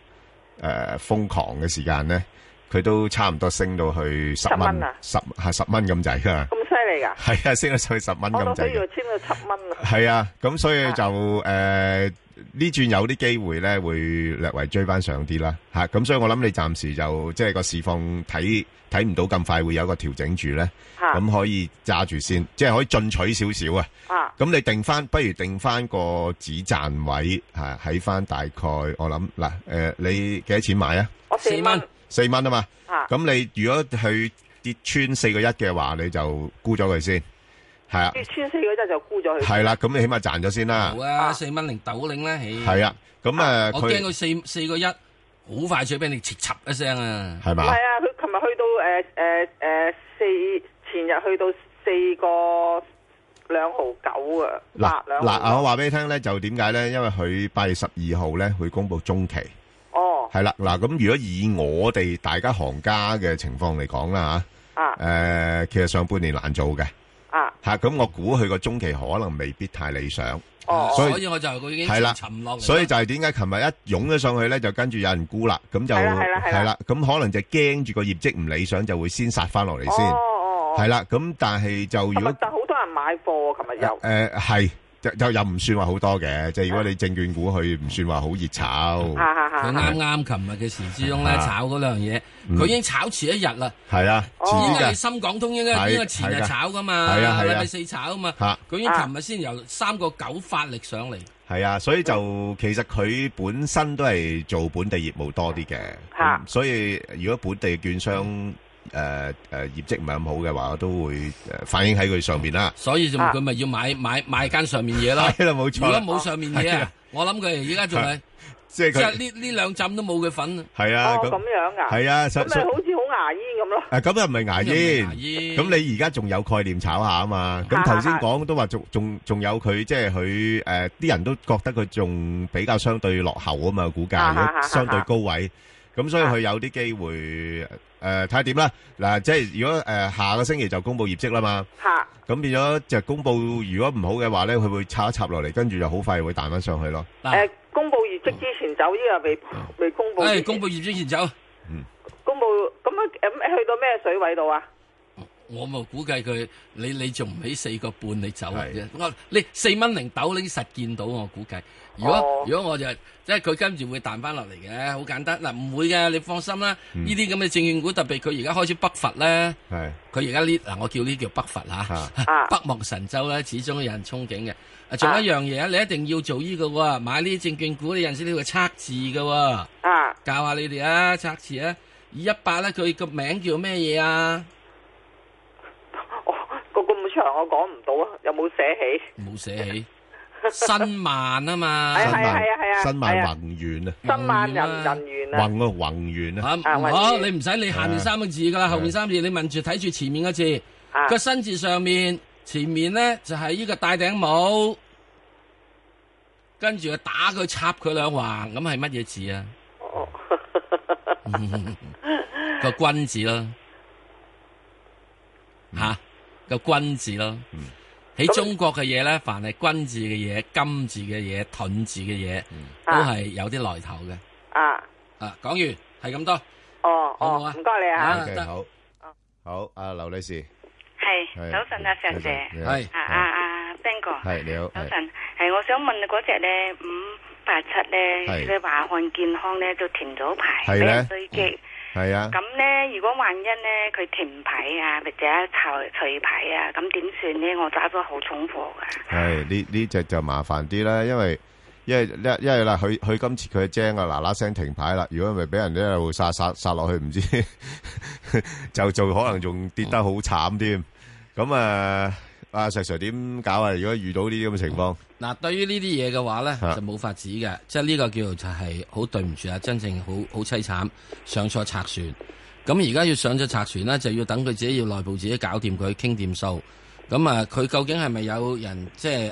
Speaker 7: 誒，瘋狂嘅時間呢，佢都差唔多升到去10
Speaker 20: 10蚊
Speaker 7: 蚊，
Speaker 20: 啊？
Speaker 7: 10嚇，10蚊咁滯㗎。
Speaker 20: 咁犀利㗎！
Speaker 7: 系啊，升咗上去十蚊
Speaker 20: 我都
Speaker 7: 咁
Speaker 20: 需
Speaker 7: 滯
Speaker 20: 要
Speaker 7: 嘅。
Speaker 20: 簽到七蚊啊！
Speaker 7: 系啊，咁所以就诶呢轉有啲機會咧，會略為追翻上啲啦，吓、咁所以我諗你暫時就即係個市況睇睇唔到咁快會有一個調整住咧，
Speaker 20: 嚇
Speaker 7: 咁、可以揸住先，即係可以進取少少啊。
Speaker 20: 啊，
Speaker 7: 咁你定翻，不如定翻個止賺位吓，喺、翻大概我諗嗱诶，你幾多錢買啊？
Speaker 20: 我四蚊
Speaker 7: 四蚊啊嘛。
Speaker 20: 啊
Speaker 7: 咁你如果去跌穿四個一嘅話，你就沽咗佢先，係啊。
Speaker 20: 跌穿四嗰陣就沽咗佢。
Speaker 7: 系啦，咁你起碼賺咗先啦
Speaker 8: 好。啊，四蚊零豆領咧，唉
Speaker 7: 係啊，咁啊，
Speaker 8: 我驚
Speaker 7: 佢
Speaker 8: 佢四四個一，好快脆俾你切插一聲啊！
Speaker 7: 係
Speaker 20: 唔係啊，佢琴日去到誒誒誒四，前日去到四個兩毫九啊，
Speaker 7: 嗱
Speaker 20: 八兩毫
Speaker 7: 嗱，我話俾你聽咧，就點解咧？因為佢八月十二號咧會公布中期。
Speaker 20: 哦，
Speaker 7: 係啦，嗱，咁如果以我哋大家行家嘅情況嚟講啦吓，
Speaker 20: 啊
Speaker 7: 诶，其實上半年難做嘅
Speaker 20: 啊，
Speaker 7: 吓，咁我估佢個中期可能未必太理想。
Speaker 20: 哦
Speaker 8: 所以我就佢已經
Speaker 7: 係啦
Speaker 8: 沉落嚟啦。
Speaker 7: 所以就係點解琴日一湧咗上去咧，就跟住有人沽啦，咁就
Speaker 20: 係啦係啦係啦
Speaker 7: 係啦，咁可能就驚住個業績唔理想，就會先殺翻落嚟先，
Speaker 20: 哦
Speaker 7: 係啦，咁但係就如
Speaker 20: 琴
Speaker 7: 果
Speaker 20: 日但好多人買貨啊，琴日又
Speaker 7: 誒係就就又唔算話好多嘅，即係如果你證券股佢唔算話好熱炒，
Speaker 20: 啊
Speaker 8: 佢啱啱琴日嘅時之中咧
Speaker 7: 啊
Speaker 8: 炒嗰兩樣嘢，
Speaker 7: 嗯
Speaker 8: 佢已經炒遲一日啦。
Speaker 7: 係啊，
Speaker 20: 哦
Speaker 7: 遲
Speaker 8: 應
Speaker 7: 啲
Speaker 8: 該係
Speaker 7: 㗎，
Speaker 8: 深港通應該
Speaker 7: 係
Speaker 8: 應該前日
Speaker 7: 係㗎
Speaker 8: 炒噶嘛，
Speaker 7: 係啊係啊
Speaker 8: 禮拜四炒啊嘛
Speaker 7: 嚇，
Speaker 8: 佢已經琴日先由三個九發力上嚟，
Speaker 7: 係啊，所以就其實佢本身都係做本地業務多啲嘅，咁所以如果本地券商誒誒業績唔係咁好嘅話，都會誒反映喺佢上面啦。
Speaker 8: 所以就
Speaker 20: 啊
Speaker 8: 佢咪要買買買間上面嘢咯。
Speaker 7: 係啦冇錯啦
Speaker 8: 如果冇上面嘢
Speaker 7: 係
Speaker 8: 啊
Speaker 7: 啊，
Speaker 8: 我諗佢而家仲係
Speaker 7: 即係
Speaker 8: 即係
Speaker 7: 佢
Speaker 8: 呢呢兩浸都冇佢份。
Speaker 7: 係啊，
Speaker 20: 哦咁樣㗎，
Speaker 7: 係啊，所
Speaker 20: 咁咪
Speaker 7: 所
Speaker 20: 好似好牙煙咁咯。
Speaker 7: 啊，咁又唔係牙煙。
Speaker 20: 咁又唔係牙煙。
Speaker 7: 咁你而家仲有概念炒下啊嘛。咁
Speaker 20: 係，
Speaker 7: 頭先
Speaker 20: 係，係。
Speaker 7: 講都話仲-仲-仲有佢，即係佢，誒，啲人都覺得佢仲比較相對落後啊嘛，股價，如
Speaker 20: 係，係，
Speaker 7: 果
Speaker 20: 係，係，
Speaker 7: 相對高位。咁所以佢有啲機會，誒，睇下點啦。嗱，即係如果，誒，下個星期就公佈業績啦嘛。
Speaker 20: 嚇
Speaker 7: 咁變咗就公佈，如果唔好嘅話呢，佢會插一插落嚟，跟住就好快會彈返上去咯。
Speaker 20: 誒，公佈業績之前走，依個未
Speaker 7: 嗯
Speaker 20: 未公佈。
Speaker 8: 哎誒，公佈業績前走。
Speaker 20: 公佈咁樣咁去到咩水位度啊？
Speaker 8: 我咪估計佢，你你仲唔起四個半你走嘅啫。我你四蚊零豆你實見到我估計。如果、
Speaker 16: 哦
Speaker 8: 如果我就即係佢跟住會彈翻落嚟嘅，好簡單。嗱唔會嘅，你放心啦。
Speaker 16: 嗯
Speaker 8: 呢啲咁嘅證券股，特別佢而家開始北伐咧，佢而家呢嗱我叫呢叫北伐嚇， 北望神州咧，始終有人憧憬嘅。啊仲有一樣嘢，你一定要做呢個喎，買呢啲證券股，你有陣時呢個測字嘅喎。
Speaker 20: 啊，
Speaker 8: 教下你哋啊，測字啊，二一八咧，佢個名叫咩嘢啊？
Speaker 20: 個咁長我講唔到啊，有冇寫起？
Speaker 8: 冇寫起，新萬啊嘛，
Speaker 20: 係係係啊係啊，
Speaker 8: 新
Speaker 20: 係
Speaker 8: 萬
Speaker 20: 啊
Speaker 8: 宏
Speaker 7: 源啊，
Speaker 20: 新萬人人員啊，
Speaker 7: 啊，宏源
Speaker 8: 啊，
Speaker 20: 啊宏
Speaker 8: 好，
Speaker 20: 源
Speaker 8: 你唔使理下面三個字噶啦，後面三個字你問住睇住前面個字，
Speaker 20: 啊
Speaker 8: 個新字上面前面咧就係呢個戴頂帽，跟住打佢插佢兩橫，咁係乜嘢字啊？
Speaker 20: 哦
Speaker 8: 個君字啦，吓個君字咯。喺中國嘅嘢咧，凡係君字嘅嘢、金字嘅嘢、盾字嘅嘢，都係有啲來頭嘅。
Speaker 20: 啊，
Speaker 8: 啊，講完係咁多。
Speaker 20: 哦
Speaker 8: 好唔好
Speaker 20: 哦
Speaker 8: 啊，
Speaker 20: 唔該你啊。
Speaker 8: 啊
Speaker 7: OK，
Speaker 8: 得
Speaker 7: 好，好，阿劉女士，係
Speaker 21: 係早晨啊，石姐，
Speaker 7: 你好係
Speaker 21: 啊啊啊，Ben 哥，
Speaker 7: 係你好，
Speaker 21: 早
Speaker 7: 係
Speaker 21: 晨，係我想問你嗰只咧五八七咧，
Speaker 7: 係
Speaker 21: 佢華漢健康咧就停咗牌，
Speaker 7: 係
Speaker 21: 俾
Speaker 7: 咧
Speaker 21: 人追擊。
Speaker 7: 係啊，
Speaker 21: 咁咧，如果萬一咧佢停牌啊，或者除除牌啊，咁點算咧？我揸咗好重貨噶，
Speaker 7: 係呢呢只就麻煩啲啦，因為因為因為因為啦，佢佢今次佢精啊嗱嗱聲停牌啦，如果咪俾人一路殺殺殺落去，唔知 就就可能仲跌得好慘添。咁啊，阿石 Sir 點搞啊？如果遇到呢啲咁嘅情況，
Speaker 8: 嗱，對於呢啲嘢嘅話咧，就冇法子嘅，即係呢個叫做就係好對唔住啊，真正好好凄慘，上錯拆船。咁而家要上咗拆船咧，就要等佢自己要內部自己搞掂佢，傾掂數。咁啊，佢究竟係咪有人即係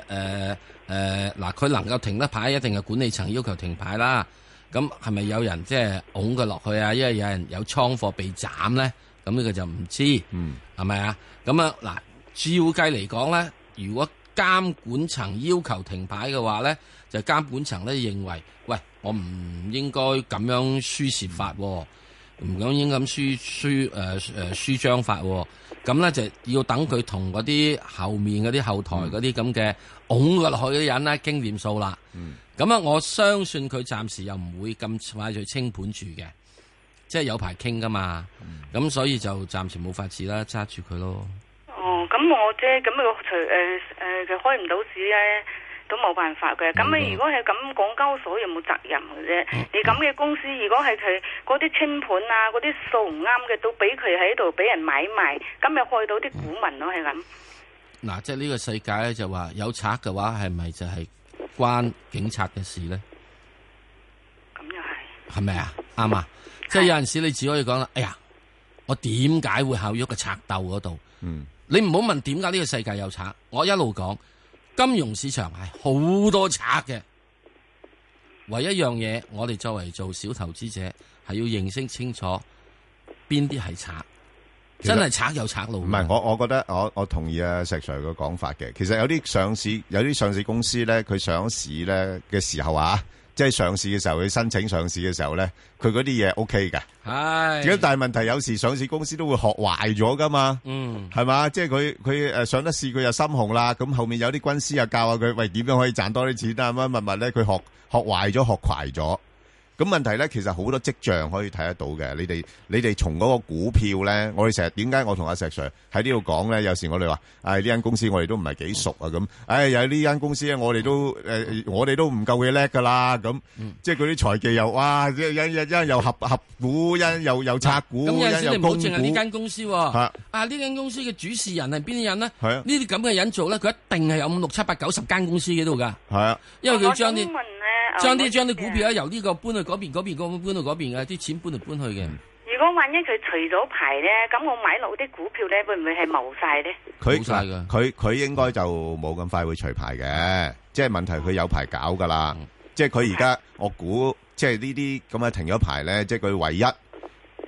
Speaker 8: 誒誒嗱？佢、能夠停得牌，一定係管理層要求停牌啦。咁係咪有人即係拱佢落去啊？因為有人有倉貨被斬咧，咁呢個就唔知，
Speaker 7: 嗯，
Speaker 8: 係咪啊？咁啊嗱，照計嚟講咧，如果監管層要求停牌嘅話咧，就監管層咧認為，喂，我唔應該咁樣輸蝕法喎、唔咁應咁輸輸呃誒誒輸張法喎、咁咧就要等佢同嗰啲後面嗰啲後台嗰啲咁嘅拱佢落去嘅人咧傾掂數啦。咁啊，我相信佢暫時又唔會咁快就清盤住嘅，即係有排傾噶嘛。咁、所以就暫時冇法子啦，揸住佢咯。
Speaker 21: 哦，咁我啫，咁佢除誒誒，佢開唔到市咧，都冇辦法嘅。咁你如果係咁，港交所有冇責任嘅啫？你咁嘅公司，如果係佢嗰啲清盤啊，嗰啲數唔啱嘅，都俾佢喺度俾人買賣，咁咪害到啲股民咯，係咁。
Speaker 8: 嗱，即係呢個世界咧就話有賊嘅話，係咪就係關警察嘅事咧？咁又係，係咪啊？啱啊！即係有陣時你只可以講啦，哎呀，我點解會考咗個賊鬥嗰度？
Speaker 7: 嗯，
Speaker 8: 你唔好問點解呢個世界有賊，我一路講金融市場係好多賊嘅。唯一一樣嘢，我哋作為做小投資者，係要認識清楚邊啲係賊，真係賊有賊路。
Speaker 7: 唔係，我我覺得我我同意啊阿石 Sir 嘅講法嘅。其實有啲上市有啲上市公司咧，佢上市咧嘅時候啊，即係上市嘅時候，佢申請上市嘅時候咧，佢嗰啲嘢 O K 㗎。
Speaker 8: 唉，
Speaker 7: 咁但係問題有時上市公司都會學壞咗噶嘛，
Speaker 8: 嗯，
Speaker 7: 係嘛？即係佢佢誒上得市佢又心紅啦，咁後面有啲軍師又教下佢，喂點樣可以賺多啲錢啊？乜乜乜咧，佢學學壞咗，學壞咗。咁問題咧，其實好多跡象可以睇得到嘅。你哋你哋從嗰個股票咧，我哋成日點解我同阿石 Sir 喺呢度講咧？有時我哋話，唉呢間公司我哋都唔係幾熟啊咁。唉有呢間公司咧，我哋都誒我哋都唔夠佢叻㗎啦咁。即係嗰啲財技又哇，即係一一一又合合股，一又又拆股，
Speaker 8: 咁有陣
Speaker 7: 一
Speaker 8: 時
Speaker 7: 又
Speaker 8: 你唔好
Speaker 7: 供
Speaker 8: 淨係呢
Speaker 7: 股。
Speaker 8: 間公司喎，
Speaker 7: 係
Speaker 8: 啊呢間公司嘅主事人係邊啲人呢？
Speaker 7: 係啊
Speaker 8: 呢啲咁嘅人做咧，佢一定係有五六七八九十間公司喺度噶，
Speaker 7: 係啊，
Speaker 8: 因為佢將啲
Speaker 21: 我想問咧
Speaker 8: 將啲將啲股票咧由呢個搬去嗰邊，嗰邊嗰邊搬到嗰邊嘅，啲錢搬嚟搬去嘅。
Speaker 21: 如果萬一佢除咗牌咧，咁我買落啲股票咧，會唔會係冇晒咧？
Speaker 7: 佢佢佢應該就冇咁快會除牌嘅，即係問題佢有排搞㗎啦。
Speaker 21: 嗯
Speaker 7: 即係佢而家我估，即係呢啲咁嘅停咗牌咧，即係佢唯一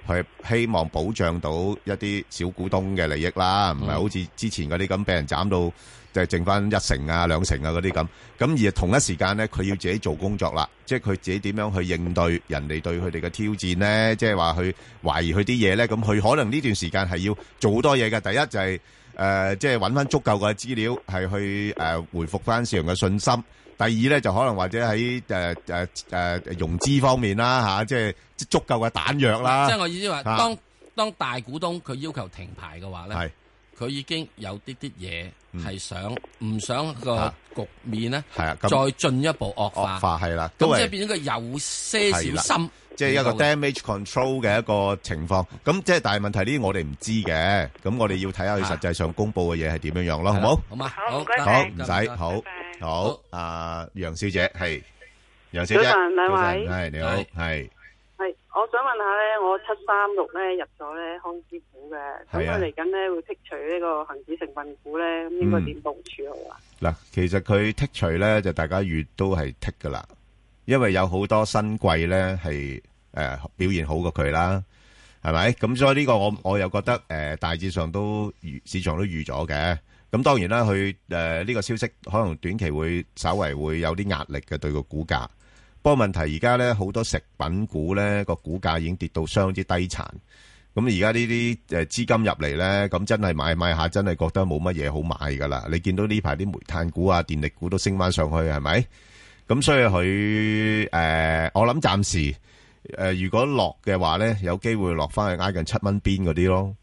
Speaker 7: 係希望保障到一啲小股東嘅利益啦，唔係好似之前嗰啲咁俾人斬到就係剩翻一成啊、兩成啊嗰啲咁。咁而同一時間咧，佢要自己做工作啦，即係佢自己點樣去應對人哋對佢哋嘅挑戰咧，即係話佢懷疑佢啲嘢咧，咁佢可能呢段時間係要做好多嘢嘅。第一就係、誒、即係揾翻足夠嘅資料，係去誒、呃回復翻市場嘅信心。第二咧就可能或者喺誒誒誒融資方面啦嚇、即係足夠嘅彈藥啦。
Speaker 8: 即係我意思話，
Speaker 7: 啊
Speaker 8: 當當大股東佢要求停牌嘅話
Speaker 7: 係
Speaker 8: 咧，佢已經有啲啲嘢係想唔想個局面咧，
Speaker 7: 係啊，咁
Speaker 8: 再進一步惡化。
Speaker 7: 惡化係啦，都
Speaker 8: 咁即
Speaker 7: 係
Speaker 8: 係變咗個有些
Speaker 7: 係
Speaker 8: 少
Speaker 7: 啦
Speaker 8: 心，
Speaker 7: 即係一個 damage control 嘅一個情況。咁即係但係問題呢啲我哋唔知嘅，咁我哋要睇下佢實際上公佈嘅嘢係點樣樣咯，好冇？
Speaker 8: 啊好嘛？
Speaker 3: 好唔該
Speaker 7: 好，
Speaker 3: 晒
Speaker 7: 唔使，好，好，阿楊小姐係，楊小姐，
Speaker 3: 早晨兩位
Speaker 7: 係你好，係
Speaker 3: 系，我想問下咧，我七三六咧入咗咧康師傅嘅，咁
Speaker 7: 係啊
Speaker 3: 佢嚟緊咧會剔除呢個恒指成分股咧，咁應該點部署好啊？
Speaker 7: 嗱，其實佢剔除咧就大家預都係剔噶啦，因為有好多新貴咧係誒表現好過佢啦，係咪？咁所以呢個我我又覺得誒、呃大致上都預市場都預咗嘅。咁當然啦，佢誒呢個消息可能短期會稍為會有啲壓力嘅對個股價。不過問題而家咧好多食品股咧個股價已經跌到相當之低殘。咁而家呢啲誒資金入嚟咧，咁真係買買下，真係覺得冇乜嘢好買噶啦。你見到呢排啲煤炭股啊、電力股都升翻上去，係咪？咁所以佢誒、呃我諗暫時誒、呃如果落嘅話咧，有機會落翻去挨近七蚊邊嗰啲咯。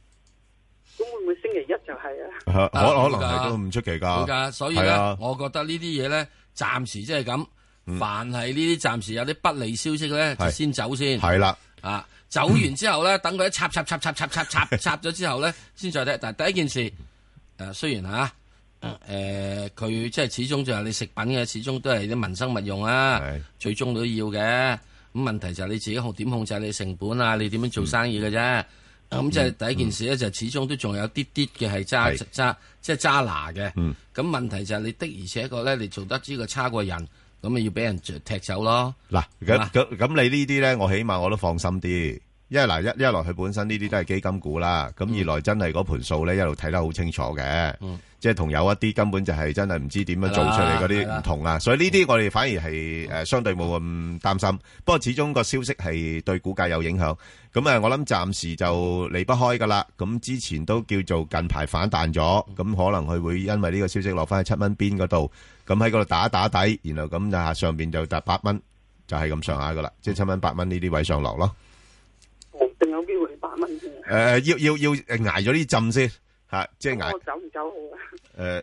Speaker 3: 咁會唔會星期一就係啊？
Speaker 7: 可可
Speaker 8: 啊
Speaker 7: 能係都唔出奇
Speaker 8: 好
Speaker 7: 㗎。
Speaker 8: 噶，所以
Speaker 7: 係
Speaker 8: 咧
Speaker 7: 啊，嗯
Speaker 8: 我覺得呢啲嘢咧，暫時即係咁。凡係呢啲暫時有啲不利消息咧，就
Speaker 7: 係
Speaker 8: 先走先。
Speaker 7: 係啦，
Speaker 8: 啊，走完之後咧， 等佢一插插插插插插插插咗之後咧，先再睇。但係第一件事，誒雖然嚇。誒佢即係始終就係你食品嘅，始終都係啲民生物用啊，最終都要嘅。咁問題就係你自己控點控制你成本啊，你點
Speaker 7: 嗯
Speaker 8: 樣做生意嘅啫。咁即係第一件事咧，就始終都仲有啲啲嘅係揸揸即係揸拿嘅。咁問題就係你的而且確咧，你做得呢個差過人，咁咪要俾人踢走咯。
Speaker 7: 嗱，咁咁咁你呢啲咧，我起碼我都放心啲，因為嗱一一來佢本身呢啲都係基金股啦，
Speaker 22: 嗯
Speaker 7: 咁二來真係嗰盤數咧一路睇得好清楚嘅，即係同有一啲根本就係真係唔知點樣做出嚟嗰
Speaker 22: 係
Speaker 7: 啲
Speaker 22: 啦
Speaker 7: 唔同啊，所以呢啲我哋反而係誒相對冇咁擔心，不過始終個消息係對股價有影響，咁啊我諗暫時就離不開噶啦，咁之前都叫做近排反彈咗，咁可能佢會因為呢個消息落翻去七蚊邊嗰度，咁喺嗰度打一打底，然後咁就下上邊就達八蚊。就係咁上下噶啦，即係七蚊八蚊呢啲位上落咯。
Speaker 3: 定有機會八蚊嘅？
Speaker 7: 誒、要要要捱咗呢浸先嚇、即係捱
Speaker 3: 我走唔走好啊？
Speaker 7: 誒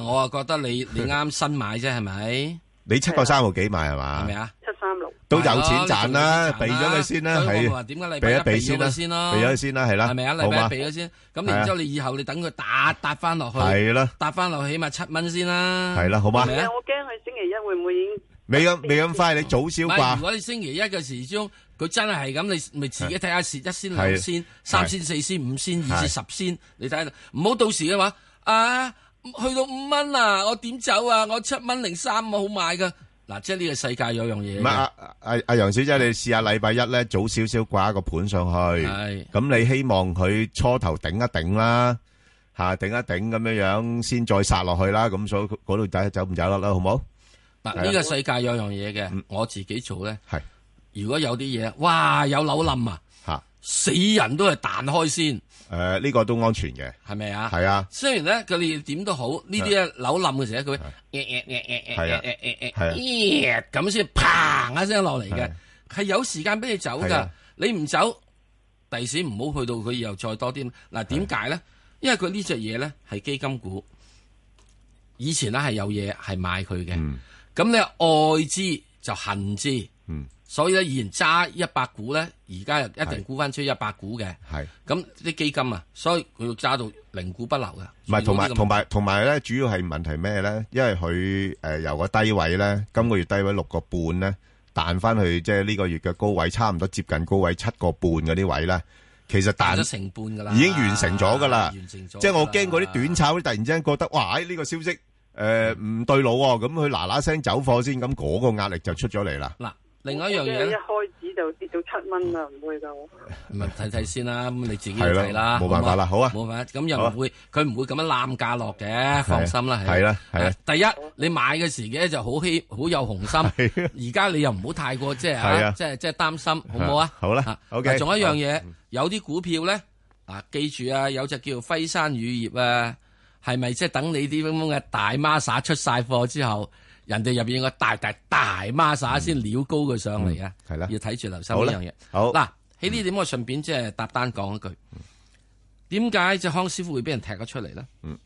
Speaker 8: 誒、我啊覺得你你啱新買啫，係咪？
Speaker 7: 你七個三毫幾買係嘛？
Speaker 8: 係咪啊？
Speaker 3: 七三六
Speaker 7: 都有錢賺啦，避咗佢先啦，
Speaker 8: 所以我咪話
Speaker 7: 係
Speaker 8: 點解禮拜一
Speaker 7: 避一避
Speaker 8: 避咗
Speaker 7: 先啦
Speaker 8: 佢先咯？
Speaker 7: 避咗佢先啦係啦
Speaker 8: 係咪啊？
Speaker 7: 好
Speaker 8: 禮拜
Speaker 7: 嘛
Speaker 8: 一避咗先，咁
Speaker 7: 係啊
Speaker 8: 然之後你以後你等佢打打翻落去，
Speaker 7: 係啦，
Speaker 8: 打翻落去起碼七蚊先啦，
Speaker 7: 係啦好嘛
Speaker 8: 係咪啊
Speaker 3: 我驚佢星期一會唔會已經
Speaker 7: 未咁未咁快，你早少
Speaker 8: 唔係如
Speaker 7: 啩？
Speaker 8: 果你星期一嘅時鐘，佢真係係咁，你咪自己睇下蝕一先、兩
Speaker 7: 係
Speaker 8: 先
Speaker 7: 係、
Speaker 8: 三先、四先、五先、二
Speaker 7: 係
Speaker 8: 至十先，你睇下，唔好到時嘅話啊，去到五蚊啊，我點走啊？我七蚊零三我好買噶。嗱，即係呢個世界有樣嘢
Speaker 7: 唔
Speaker 8: 嘅。
Speaker 7: 係啊阿阿阿楊小姐，你試下禮拜一咧早少少掛一個盤上去，咁你希望佢初頭頂一頂啦，嚇、頂一頂咁樣樣先再殺落去啦，咁所以嗰度睇下走唔走得啦，好冇？
Speaker 8: 嗱，
Speaker 7: 係啊嗯
Speaker 8: 呢個世界有樣嘢嘅，我自己做咧。係如果有啲嘢，哇，有樓冧啊，
Speaker 7: 嚇
Speaker 8: 死人都係彈開先。
Speaker 7: 誒，呢個都安全嘅，
Speaker 8: 係咪啊？
Speaker 7: 係啊。
Speaker 8: 雖然咧，佢哋點都好，呢啲咧樓冧嘅時候，佢會誒誒誒誒誒誒
Speaker 7: 係啊
Speaker 8: 誒咁先砰一聲落嚟嘅
Speaker 7: 係，
Speaker 8: 係有時間俾你走
Speaker 7: 係
Speaker 8: 㗎
Speaker 7: 啊。
Speaker 8: 你唔走，第時唔好去到佢又再多啲。嗱，點解咧？因為佢呢只嘢咧係基金股，以前咧係有嘢係買佢嘅，
Speaker 7: 嗯
Speaker 8: 咁你愛之就恨之。
Speaker 7: 嗯
Speaker 8: 所以咧，以前揸一百股咧，而家又一定估翻出一百股嘅。
Speaker 7: 係
Speaker 8: 咁啲基金啊，所以佢要揸到零股不留嘅。
Speaker 7: 唔係，同埋同埋同埋咧，主要係問題咩咧？因為佢誒、呃由個低位咧，今個月低位六個半咧，彈翻去即係呢個月嘅高位，差唔多接近高位七個半嗰啲位咧，其實
Speaker 8: 彈
Speaker 7: 彈
Speaker 8: 咗成半㗎啦，
Speaker 7: 已經完成咗㗎啦。
Speaker 8: 完成咗㗎啦。
Speaker 7: 即係我驚嗰啲短炒咧，突然之間覺得哇！哎呢、個消息誒唔、對路喎、咁佢嗱嗱聲走貨先，咁嗰個壓力就出咗嚟啦。
Speaker 8: 嗱，另外一樣嘢
Speaker 3: 一
Speaker 8: 咧，
Speaker 3: 開始就跌到七蚊啦，唔會噶。
Speaker 8: 咪 睇睇先啦，咁你自己
Speaker 7: 係啦
Speaker 8: 睇啦，
Speaker 7: 冇辦法啦
Speaker 8: 嘛
Speaker 7: 好啊
Speaker 8: 冇辦法，咁又
Speaker 7: 好啊
Speaker 8: 唔會，佢唔會咁樣攬價落嘅，放心啦，
Speaker 7: 係啦係啦
Speaker 8: 第一，你買嘅時嘅就好希好有雄 心，而家你又唔好太過即係
Speaker 7: 啊係啊
Speaker 8: 啊，即係即係擔心，好唔好啊？
Speaker 7: 好啦嗯
Speaker 8: 啊
Speaker 7: OK，
Speaker 8: 仲有一樣嘢，有啲股票咧，啊，記住啊，有隻叫做輝山乳業啊，係咪即係等你啲咁樣嘅大孖撒出晒貨之後，人哋入邊個大大大孖撒先撩高佢上嚟啊？
Speaker 7: 嗯係啦，
Speaker 8: 要睇住留心
Speaker 7: 好
Speaker 8: 呢
Speaker 7: 啦
Speaker 8: 樣嘢。
Speaker 7: 好嗯
Speaker 8: 嗱，喺呢點我順便即係搭單講一句，點解只康師傅會俾人踢咗出嚟咧？
Speaker 7: 嗯，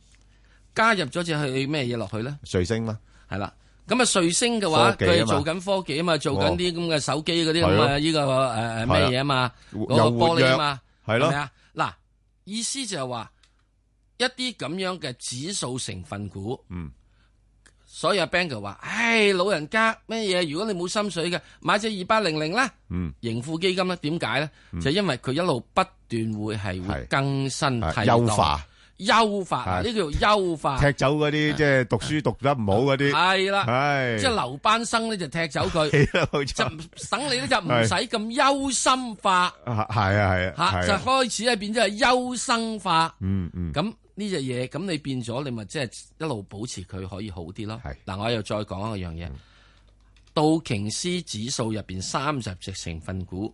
Speaker 8: 加入咗只去咩嘢落去咧？
Speaker 7: 瑞星啦，
Speaker 8: 系啦。咁啊，瑞星嘅話，
Speaker 7: 科技
Speaker 8: 佢
Speaker 7: 啊
Speaker 8: 係
Speaker 7: 嘛
Speaker 8: 做緊科技啊嘛，做緊啲咁嘅手機嗰啲
Speaker 7: 係
Speaker 8: 咁
Speaker 7: 咯
Speaker 8: 嘅呢個誒誒咩嘢啊嘛，
Speaker 7: 係啊
Speaker 8: 嗰個
Speaker 7: 又活
Speaker 8: 玻璃啊嘛，
Speaker 7: 躍係咯
Speaker 8: 係咪啊？嗱，意思就係話一啲咁樣嘅指數成分股，
Speaker 7: 嗯，
Speaker 8: 所以阿 Bang 話：，唉，老人家咩嘢？如果你冇心水嘅，買只二八零零啦，
Speaker 12: Ừ.
Speaker 7: 嗯，
Speaker 8: 盈富基金啦，點解咧？就因為佢一路不斷會係會更新替代
Speaker 7: 優化、
Speaker 8: 優化，
Speaker 7: 係
Speaker 8: 嗱呢叫做優化，
Speaker 7: 踢走嗰啲即係讀書讀得唔好嗰啲，
Speaker 8: 系啦，
Speaker 7: 唉
Speaker 8: 即系留班生咧就踢走 佢，
Speaker 7: 係啦冇錯
Speaker 8: 就唔省你咧就唔使咁憂心化
Speaker 7: 啊係啊係啊，
Speaker 8: 吓，
Speaker 7: 係
Speaker 8: 就
Speaker 7: 啊，
Speaker 8: 開始咧變咗係憂生化。
Speaker 7: 嗯嗯，
Speaker 8: 咁呢只嘢，咁你變咗，你咪即係一路保持佢可以好啲咯。嗱，我又再講一樣
Speaker 7: 嗯
Speaker 8: 嘢，道瓊斯指數入边三十隻成分股，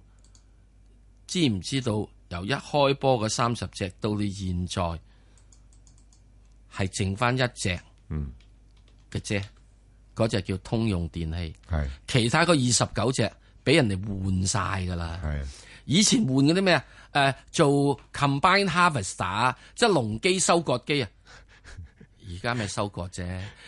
Speaker 8: 知唔知道由一開波嗰三十隻到你現在係剩翻一隻
Speaker 7: 嗯
Speaker 8: 嘅啫，嗰只叫通用電器。
Speaker 7: 係
Speaker 8: 其他嗰二十九隻俾人哋換晒噶啦。以前換嗰啲咩啊？誒、做 combine harvester 啊，即係農機收割機啊。而家咪收割啫，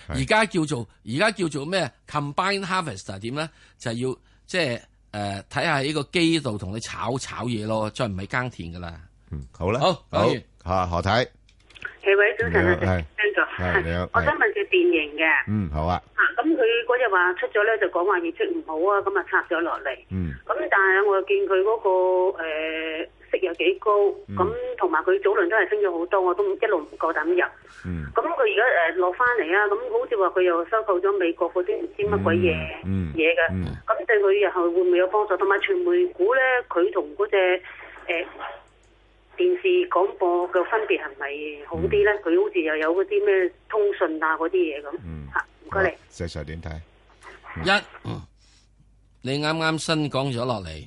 Speaker 8: 而家叫做而家叫做咩？combine harvester 點咧？就係要即係誒睇下呢個機度同你炒炒嘢咯，再唔係耕田噶啦。
Speaker 7: 嗯好啦，
Speaker 8: 好講
Speaker 7: 好
Speaker 8: 完
Speaker 7: 吓何太，
Speaker 23: 係位早晨啊，
Speaker 7: 你好係
Speaker 23: 聽咗
Speaker 7: 係 你好
Speaker 23: 我想問隻電型嘅，
Speaker 7: 嗯好啊，
Speaker 23: 啊咁佢嗰日話出咗咧，就講話業績唔好啊，咁啊拆咗落嚟。
Speaker 7: 嗯
Speaker 23: 咁但係我見佢嗰、個、呃、息有幾高，
Speaker 7: 嗯
Speaker 23: 咁同埋佢早輪都係升咗好多，我都一路唔夠膽入。咁
Speaker 7: 嗯
Speaker 23: 佢而家誒落翻嚟啊，咁好似話佢又收購咗美國嗰啲唔知乜鬼嘢
Speaker 7: 嗯
Speaker 23: 嘢嘅，咁、對佢日後會唔會有幫助？同埋傳媒股咧，佢同嗰隻誒電視廣播嘅分別係咪好啲
Speaker 7: 嗯
Speaker 23: 咧？佢、好似又有嗰啲咩通訊啊嗰啲嘢咁
Speaker 7: 嗯
Speaker 23: 嚇，唔該、你。
Speaker 7: 石 Sir 點睇？
Speaker 8: 嗯一，你啱啱新講咗落嚟，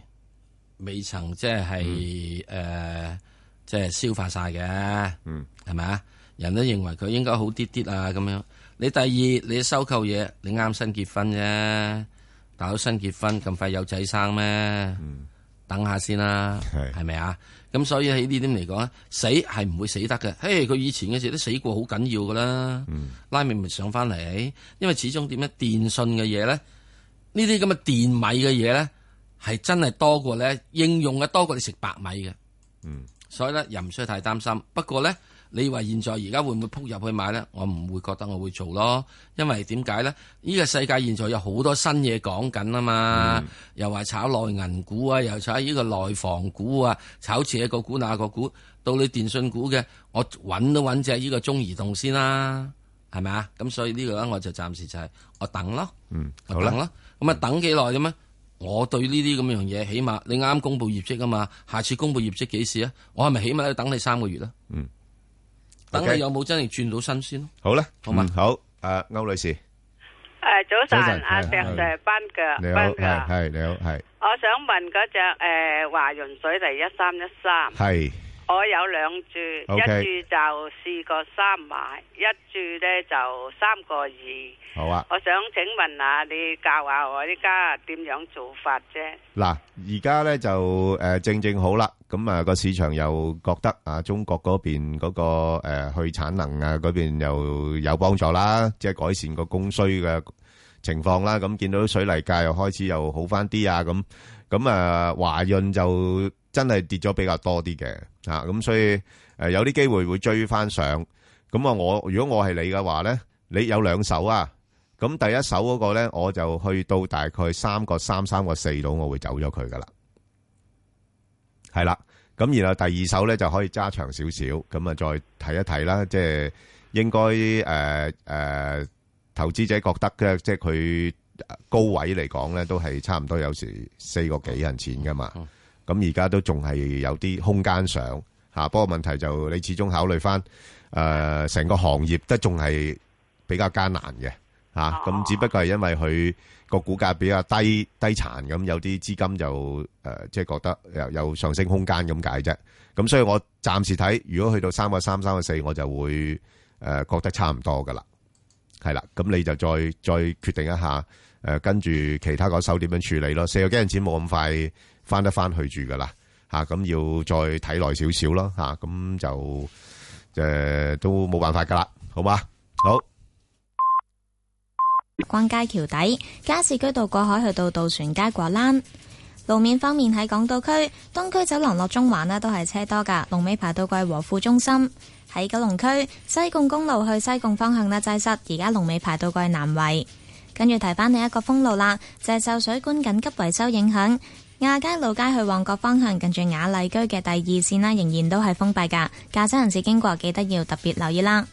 Speaker 8: 未曾即係诶，即係消化晒嘅，
Speaker 7: 嗯，
Speaker 8: 系咪啊？人都認為佢應該好啲啲啊，咁樣。你第二，你收購嘢，你啱新結婚啫，大佬新結婚咁快有仔生咩？
Speaker 7: 嗯
Speaker 8: 等下先啦，係咪啊？咁所以喺呢點嚟講咧，死係唔會死得嘅。嘿，佢以前嘅時都死過好緊要噶啦，
Speaker 7: 嗯
Speaker 8: 拉面咪上翻嚟，因為始終點咧，電信嘅嘢咧，呢啲咁嘅電米嘅嘢咧，係真係多過咧應用嘅多過你食白米嘅。
Speaker 7: 嗯，
Speaker 8: 所以咧又唔需要太擔心。不過咧，你話現在而家會唔會撲入去買咧？我唔會覺得我會做咯，因為點解咧？呢、個世界現在有好多新嘢講緊啊嘛，又話炒內銀股啊，又炒呢個內房股啊，炒這個股那個股，到你電信股嘅，我揾都揾只呢個中移動先啦，係咪啊？咁所以呢個咧，我就暫時就係我等咯。
Speaker 7: 嗯
Speaker 8: 我等啦。咁啊，等幾耐嘅咩？我對呢啲咁樣嘢，起碼你啱公布業績啊嘛，下次公布業績幾時啊？我係咪起碼要等你三個月啦？啊
Speaker 7: 嗯，
Speaker 8: 等
Speaker 7: OK
Speaker 8: 你有冇真係轉到身先咯？
Speaker 7: 好啦，
Speaker 8: 好嘛
Speaker 7: 嗯好，诶歐女士，
Speaker 22: 诶，呃早
Speaker 7: 早晨
Speaker 22: 晨，阿
Speaker 7: 係
Speaker 22: 石
Speaker 7: 係
Speaker 22: Sir 班嘅
Speaker 7: 你好，
Speaker 22: 班
Speaker 7: 係
Speaker 22: 嘅，
Speaker 7: 係你好，係
Speaker 22: 我想問嗰只诶華潤水泥一三一三，
Speaker 7: 係
Speaker 22: 我有兩注，一
Speaker 7: OK
Speaker 22: 注就試過三買，一注咧就三個二。
Speaker 7: 好啊。
Speaker 22: 我想請問下你教下我依家點樣做法啫？
Speaker 7: 嗱，而家咧就诶、呃正正好啦，咁啊個市場又覺得啊中國嗰邊嗰、個、呃、去產能啊嗰邊又有幫助啦，即係改善個供需嘅情況啦。咁見到水泥價又開始又好翻啲啊，咁咁啊華潤就真係跌咗比較多啲嘅啊，咁所以诶、呃有啲機會會追翻上。咁啊，我如果我係你嘅話咧，你有兩手啊。咁第一手嗰個咧，我就去到大概三個三、三個四度，我會走咗佢噶啦。係啦，咁然後第二手咧就可以揸長少少，咁啊再睇一睇啦，呃即係應該誒誒投資者覺得嘅，即係佢呃高位嚟講咧，都係差唔多有時四個幾銀錢噶嘛。咁而家都仲係有啲空間上嚇、啊不過問題就你始終考慮翻誒成個行業都仲係比較艱難嘅嚇。咁、只不過係因為佢個股價比較低低殘，咁有啲資金就誒、呃即係覺得有有上升空間咁解啫。咁所以我暫時睇，如果去到三個三、三個四，我就會誒、呃、覺得差唔多噶啦。系啦，咁你就再再決定一下，诶、跟住其他嗰手點樣處理咯。四個幾銀錢冇咁快翻得翻去住噶啦，吓、咁要再睇耐少少咯，吓、咁就诶、都冇辦法噶啦，好嘛？好，
Speaker 11: 關街橋底、加士居道過海去到渡船街果欄。路面方面喺港島區東區走廊落中環呢都係車多噶，龍尾排到貴和富中心。喺九龍區西貢公路去西貢方向呢擠塞，而家龍尾排到過去南圍。跟住提翻你一個封路啦，就係受水管緊急維修影響，亞皆老街去旺角方向近住雅麗居嘅第二線啦，仍然都係封閉噶，駕駛人士經過記得要特別留意啦。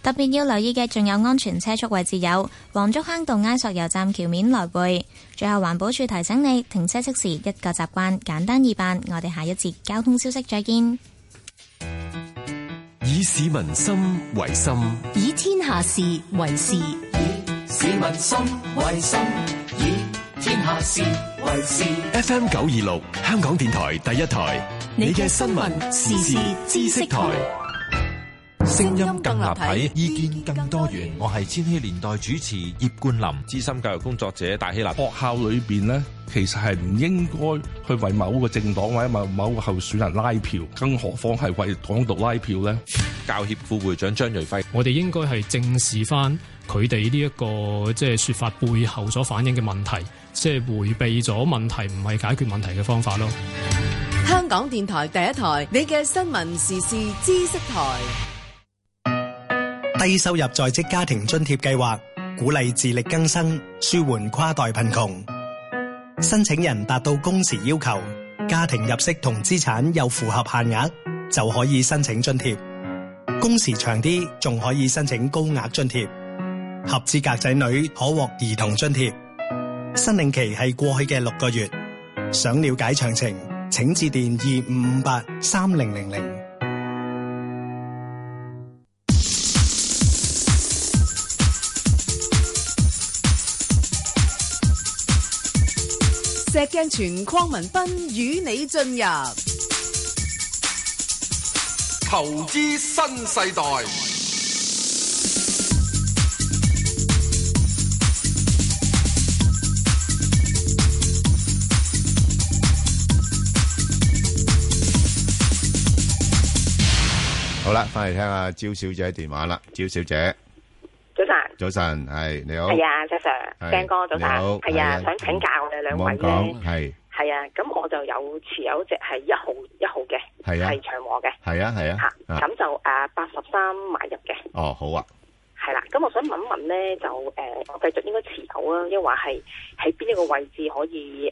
Speaker 11: 特別要留意嘅仲有安全車速位置有黃竹坑道埃索油站橋面來回。最後環保署提醒你停車熄匙一個習慣，簡單易辦。我哋下一節交通消息再見。
Speaker 12: 以市民心為心，
Speaker 13: 以天下事為事，以市民心為心，以天下事為事。
Speaker 12: FM 九二六，香港電台第一台，你嘅新聞時事知識台，
Speaker 9: 聲音更立體，意見更多元。我係千禧年代主持葉冠霖，資深教育工作者戴希立。
Speaker 10: 學校裏邊呢，其實係唔應該去為某個政黨或者某某個候選人拉票，更何況係為港獨拉票呢？
Speaker 9: 教協副會長張瑞輝，
Speaker 24: 我哋應該係正視翻佢哋呢一個即係説法背後所反映嘅問題，即係迴避咗問題，唔係解決問題嘅方法咯。
Speaker 25: 香港電台第一台，你嘅新聞時事知識台，
Speaker 26: 低收入在職家庭津貼計劃，鼓勵自力更生，舒緩跨代貧窮。申請人達到工時要求，家庭入息同資產又符合限額，就可以申請津貼。工時長啲，仲可以申請高額津貼。合資格仔女可獲兒童津貼。申領期係過去嘅六個月。想了解詳情，請致電二五五八三零零零。
Speaker 5: 石鏡泉匡文斌與你進入
Speaker 6: 投資新世代，
Speaker 7: 好啦，翻嚟聽下招小姐電話啦，招小姐，
Speaker 27: 早晨，
Speaker 7: 早晨，係你好，
Speaker 27: 係啊石 Sir，
Speaker 7: 係
Speaker 27: Ben 哥早晨
Speaker 7: 你好，
Speaker 27: 係
Speaker 7: 係啊
Speaker 27: 啊，想請教你
Speaker 7: 唔
Speaker 27: 兩
Speaker 7: 好
Speaker 27: 位
Speaker 7: 咁
Speaker 27: 咧
Speaker 7: 講，，係
Speaker 27: 係啊，咁我就有持有只係一號一號嘅，
Speaker 7: 係啊
Speaker 27: 係長和嘅，
Speaker 7: 係啊係啊，啊
Speaker 27: 咁就誒八十三買入嘅，
Speaker 7: 哦好啊，
Speaker 27: 係啦，咁我想問一問咧，就誒我繼續應該持有啊，抑或係喺邊一個位置可以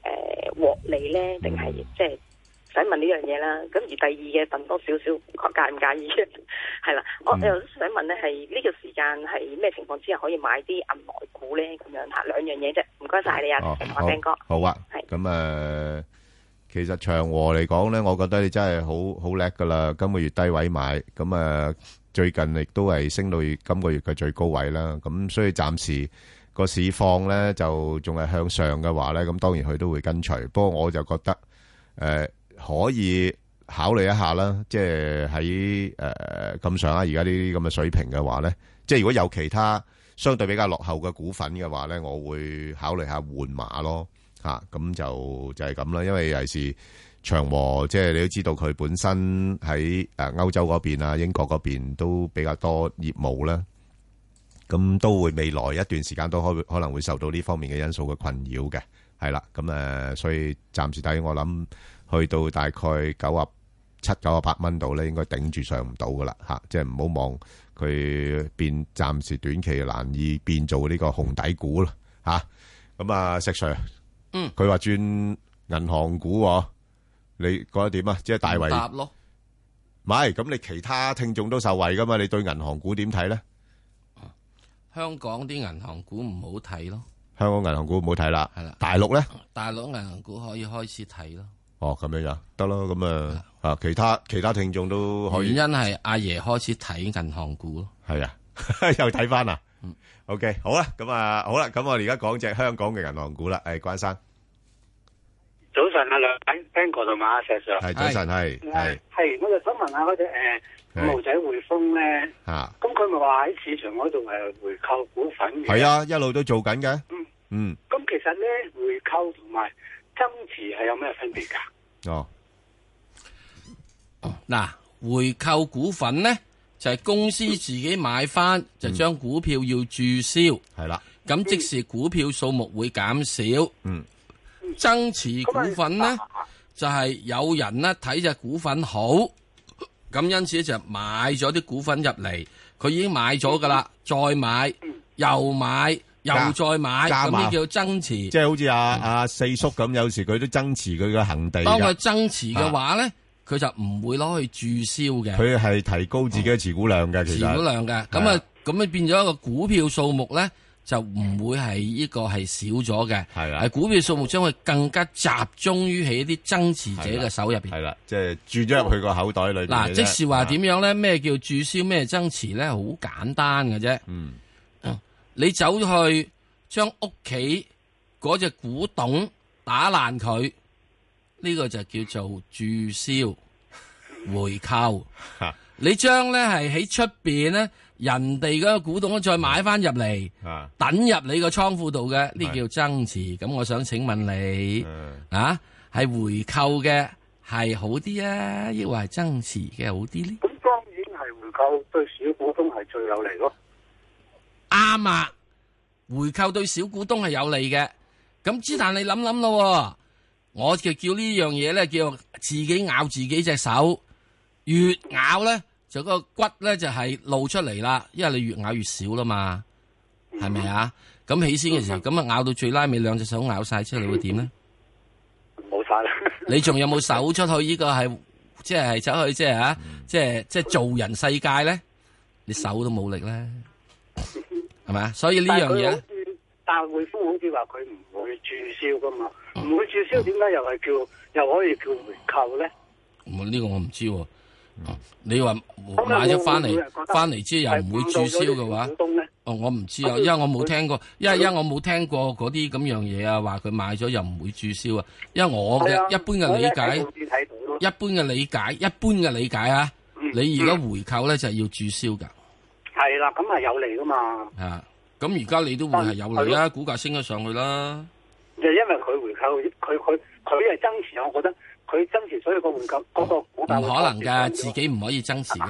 Speaker 27: 誒獲利咧，
Speaker 7: 嗯
Speaker 27: 定係即係？想問呢樣嘢啦，咁而第二嘅問多少少介唔介意？ 係啦，我
Speaker 7: 嗯
Speaker 27: 又想問咧，係呢個時間係咩情況之下可以買啲銀內股咧？咁樣嚇兩樣嘢啫，唔該晒你啊，
Speaker 7: 哦
Speaker 27: 同阿
Speaker 7: 好
Speaker 27: Ben 哥。
Speaker 7: 好啊，咁诶，其實長和嚟講咧，我覺得你真係好好叻噶啦，今個月低位買，咁啊最近亦都係升到今個月嘅最高位啦，咁所以暫時個市況咧就仲係向上嘅話咧，咁當然佢都會跟隨，不過我就覺得。誒、呃可以考慮一下啦，即係喺誒咁上下而家呢啲咁嘅水平嘅話咧，即係如果有其他相對比較落後嘅股份嘅話咧，我會考慮下換馬咯嚇，咁、就就係咁啦，因為尤其是長和，即係你都知道佢本身喺誒歐洲嗰邊啊、英國嗰邊都比較多業務啦。咁都會未來一段時間都可可能會受到呢方面嘅因素嘅困擾嘅，係啦，咁誒、呃所以暫時睇我諗去到大概九啊七九啊八蚊度咧，應該頂住上唔到噶啦嚇，即係唔好望佢變，暫時短期難以變做呢個紅底股啦嚇。咁啊，石 Sir，
Speaker 8: 嗯
Speaker 7: 佢話轉銀行股喎，你覺得點啊？即係大圍
Speaker 8: 答咯，
Speaker 7: 唔係咁，你其他聽眾都受惠噶嘛？你對銀行股點睇咧？
Speaker 8: 香港啲銀行股唔好睇咯，
Speaker 7: 香港銀行股唔好睇啦。大陸咧，
Speaker 8: 大陸銀行股可以開始睇咯。
Speaker 7: 哦咁樣樣得咯，咁啊啊其他其他聽眾都可以
Speaker 8: 原因係阿爺開始睇銀行股咯。
Speaker 7: 係啊， 又睇翻啦。OK，好
Speaker 8: 嗯
Speaker 7: 啦，咁啊好啦，咁我哋而家講只香港嘅銀行股啦。誒，關生
Speaker 14: 早晨啊，兩位 Ben 哥同埋阿石 Sir。
Speaker 7: 係早晨，係係
Speaker 14: 係，我就想問下嗰只誒五號仔匯豐咧，
Speaker 7: 啊，
Speaker 14: 咁佢咪話喺市場嗰度誒回購股份嘅？
Speaker 7: 係啊，一路都做緊嘅。
Speaker 14: 嗯
Speaker 7: 嗯，
Speaker 14: 咁其實咧回購同埋增持係有咩分別㗎？
Speaker 7: 哦，
Speaker 8: 嗱，回購股份呢，就係、公司自己買翻，就將股票要註銷。
Speaker 7: 系啦，
Speaker 8: 咁即時股票數目會減少。
Speaker 7: 嗯，
Speaker 8: 增持股份呢，就係、有人呢睇只股份好，咁因此就買咗啲股份入嚟，佢已經買咗噶啦，再買又買又
Speaker 7: 加
Speaker 8: 再買，
Speaker 7: 加
Speaker 8: 咁
Speaker 7: 碼
Speaker 8: 呢叫增持。
Speaker 7: 即係好似阿阿四叔咁，有時佢都增持佢嘅恒地㗎。啊
Speaker 8: 當佢增持嘅話咧，佢就唔會攞去註銷嘅，
Speaker 7: 佢係提高自己嘅持股量嘅，其
Speaker 8: 持
Speaker 7: 實
Speaker 8: 股量嘅。咁
Speaker 7: 係
Speaker 8: 啊，咁啊變咗一個股票數目咧，就唔會係呢個係少咗嘅。
Speaker 7: 係啊啦
Speaker 8: 係股票數目將會更加集中於喺啲增持者嘅手入邊。
Speaker 7: 係啦，即係注咗入去個口袋裏邊嘅啫
Speaker 8: 嗱，
Speaker 7: 啊
Speaker 8: 即是話點樣咧？咩叫註銷？咩增持咧？好簡單嘅啫。
Speaker 7: 嗯，
Speaker 8: 你走去將屋企嗰只古董打爛佢，呢、個就叫做註銷回購。你將咧係喺出邊咧人哋嗰個古董再買翻入嚟，
Speaker 7: 啊
Speaker 8: 等入你個倉庫度嘅，呢
Speaker 7: 係嗯
Speaker 8: 叫增持。咁我想請問你啊，係回購嘅係好啲啊，抑或係增持嘅好啲呢？
Speaker 14: 咁當然係回購對小股東係最有利咯。
Speaker 8: 啱啊！回購對小股東係有利嘅。咁之但你諗諗咯喎，我就叫呢樣嘢咧，叫自己咬自己隻手，越咬咧就嗰個骨咧就係露出嚟啦，因為你越咬越少啦嘛，係咪啊？咁起先嘅時候，咁啊咬到最拉尾兩隻手咬晒之後，你會點咧？
Speaker 14: 冇晒啦。
Speaker 8: 你仲有冇手出去？呢個係即係走去即係啊，即係即係做人世界咧，你手都冇力咧，係咪啊？所以呢樣嘢呢。
Speaker 14: 但係佢好似但係匯豐好似話佢唔會註銷噶嘛，
Speaker 8: 哦
Speaker 14: 唔會註銷點解又係叫又可以叫回購咧？
Speaker 8: 我呢個我唔知喎。啊你話買咗翻
Speaker 14: 嗯我會
Speaker 8: 嚟，
Speaker 14: 唔會係覺得
Speaker 8: 翻嚟之後又唔會註銷嘅話
Speaker 14: 係誤導咗啲小股東呢，
Speaker 8: 哦，我唔知啊，因為我冇聽過，因為因為我冇聽過嗰啲咁樣嘢啊，話佢買咗又唔會註銷啊。因為我嘅
Speaker 14: 係啊
Speaker 8: 一般嘅理解，
Speaker 14: 我咧喺報紙睇到咯
Speaker 8: 一般嘅理解，一般嘅理解啊，
Speaker 14: 嗯
Speaker 8: 你而家回購咧就係要註銷㗎。
Speaker 14: 係啦，咁係有利噶嘛，
Speaker 8: 啊，咁而家你都會係有利啊啦，股價升咗上去啦。
Speaker 14: 就因為佢回購，佢佢佢係增持，我覺得佢增持，所以個回購嗰個股
Speaker 8: 哦唔可
Speaker 14: 價會
Speaker 8: 能㗎，
Speaker 14: 增
Speaker 8: 自
Speaker 14: 持
Speaker 8: 己唔可以增持嘅，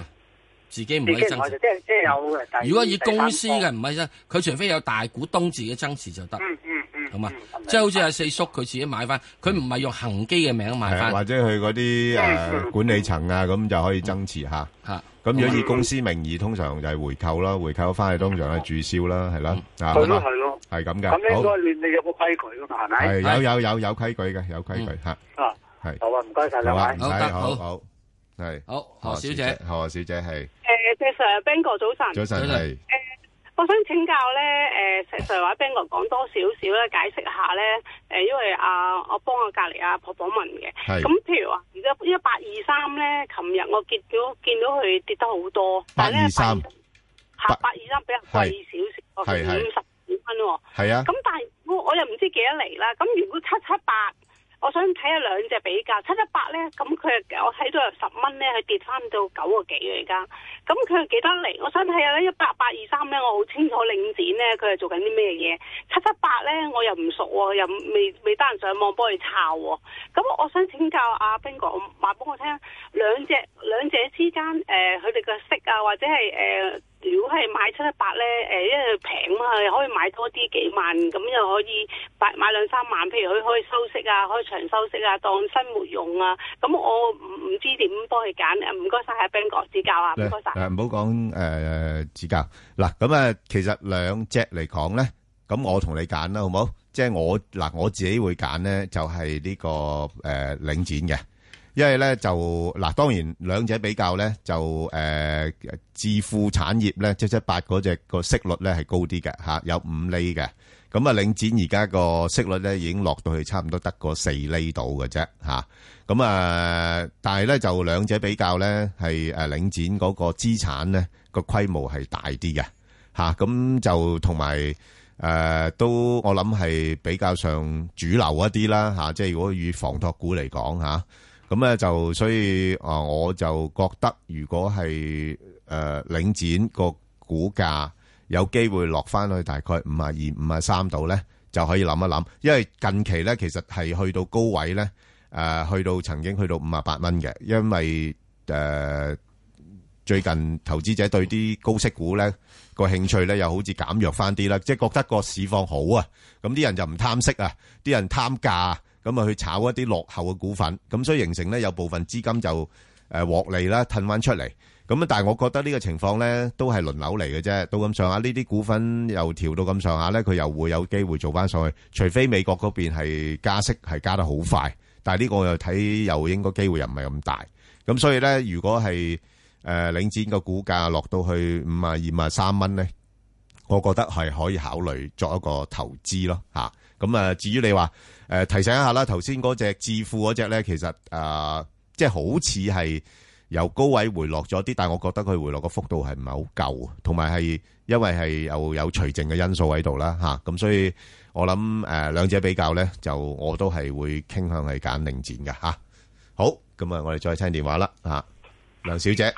Speaker 8: 自己唔
Speaker 14: 自
Speaker 8: 可
Speaker 14: 己
Speaker 8: 以
Speaker 14: 唔
Speaker 8: 增
Speaker 14: 可以
Speaker 8: 持
Speaker 14: 即。係即係有嘅。第
Speaker 8: 如果以公司嘅唔係啫，佢除非有大股東自己增持就得，
Speaker 14: 嗯
Speaker 8: 好嘛？即係好似阿四叔佢自己買翻，佢唔係用恒基嘅名買
Speaker 7: 係啊
Speaker 8: 翻，
Speaker 7: 或者佢嗰啲誒管理層啊，咁就可以增持下。
Speaker 8: 嚇，
Speaker 7: 咁如果以公司名義，通常就係回購啦，回購翻去通常係註銷啦，係啦，啊，
Speaker 14: 係
Speaker 7: 好
Speaker 14: 咯
Speaker 7: 嘛
Speaker 14: 係咯，
Speaker 7: 係咁嘅，
Speaker 14: 咁應
Speaker 7: 好
Speaker 14: 該你你有個規矩㗎嘛，係咪？
Speaker 7: 係有有有有規矩嘅，有規矩嚇，
Speaker 14: 啊，
Speaker 7: 係
Speaker 14: 好啊，唔該晒
Speaker 7: 好
Speaker 14: 兩
Speaker 7: 啊，
Speaker 14: 位
Speaker 7: 唔。使，
Speaker 14: 好得
Speaker 7: 好
Speaker 14: 好
Speaker 7: 好係。
Speaker 8: 好，
Speaker 7: 何小姐，何小姐係
Speaker 15: 誒，呃石 Sir、Ben 哥早晨。
Speaker 7: 早晨係
Speaker 15: 我想請教咧，誒、石 Sir 或者 Ben 哥講多少少咧，解釋下咧，誒、因為啊，我幫我隔離阿婆婆問嘅。
Speaker 7: 係
Speaker 15: 咁譬如話，而家一八二三咧，琴日我見到見到佢跌得好多，
Speaker 7: 八
Speaker 15: 但係咧
Speaker 7: 二三，
Speaker 15: 八八二三比較貴少少，
Speaker 7: 係係
Speaker 15: 五十五蚊喎。
Speaker 7: 係啊
Speaker 15: 咁但係我我又唔知幾多嚟啦。咁如果七七八，我想睇下兩隻比較。七七八咧，咁佢我睇到有十蚊咧，佢跌翻到九個幾嘅而家。咁佢係幾多嚟？我想睇下咧，一八八二三咧，我好清楚領展咧，佢係做緊啲咩嘢。七七八咧，我又唔熟喎，又未未得閒上網幫佢抄喎。咁我想請教阿 Ben 哥，話幫我聽兩隻兩者之間誒，佢哋嘅息啊，或者係誒、呃如果係買七一八咧，誒、因為平嘛，可以買多啲幾萬，咁又可以買買兩三萬，譬如佢可以收息啊，可以長收息啊，當生活用啊。咁我唔唔知點幫佢揀，誒唔該晒阿 Ben 哥指教啊，唔該晒。
Speaker 7: 誒唔好講誒指教嗱，咁啊，其實兩隻嚟講咧，咁我同你揀啦，好冇？即係我嗱，我自己會揀咧，就係呢個誒領展嘅，因為咧就嗱，當然兩者比較咧，就誒置富產業咧，即係八嗰只個息率咧係高啲嘅嚇，有五厘嘅。咁咁啊，領展而家個息率咧已經落到去差唔多得個四厘度嘅啫嚇。咁啊，但係咧就兩者比較咧，係誒領展嗰個資產咧個規模係大啲嘅嚇。咁、就同埋誒都我諗係比較上主流一啲啦嚇、即係如果以房託股嚟講嚇。咁咧就呃所以啊，我就覺得如果係誒、呃、領展個股價有機會落翻去大概五啊二、五啊三度咧，就可以諗一諗，因為近期咧其實係去到高位咧，誒、去到曾經去到五啊八蚊嘅，因為誒、呃最近投資者對啲高息股咧個興趣咧又好似減弱翻啲啦，即係覺得個市況好啊，咁啲人就唔貪息啊，啲人貪價啊咁啊去炒一啲落後嘅股份，咁所以形成咧有部分資金就誒獲利啦，褪翻出嚟。咁啊，但係我覺得呢個情況咧都係輪流嚟嘅啫，到咁上下呢啲股份又調到咁上下咧，佢又會有機會做翻上去，除非美國嗰邊係加息係加得好快，但係呢個我又睇又應該機會又唔係咁大。咁所以咧，如果係誒、呃領展個股價落到去五啊二啊三蚊咧，我覺得係可以考慮作一個投資咯嚇。咁啊，至於你話誒、呃提醒一下啦，頭先嗰只置富嗰只咧，其實誒、呃即係好似係由高位回落咗啲，但係我覺得佢回落個幅度係唔係好夠，同埋係因為係又有除淨嘅因素喺度啦嚇。咁、所以我諗誒、呃、兩者比較咧，就我都係會傾向係揀領展嘅嚇、好，咁啊，我哋再聽電話啦嚇、梁小姐。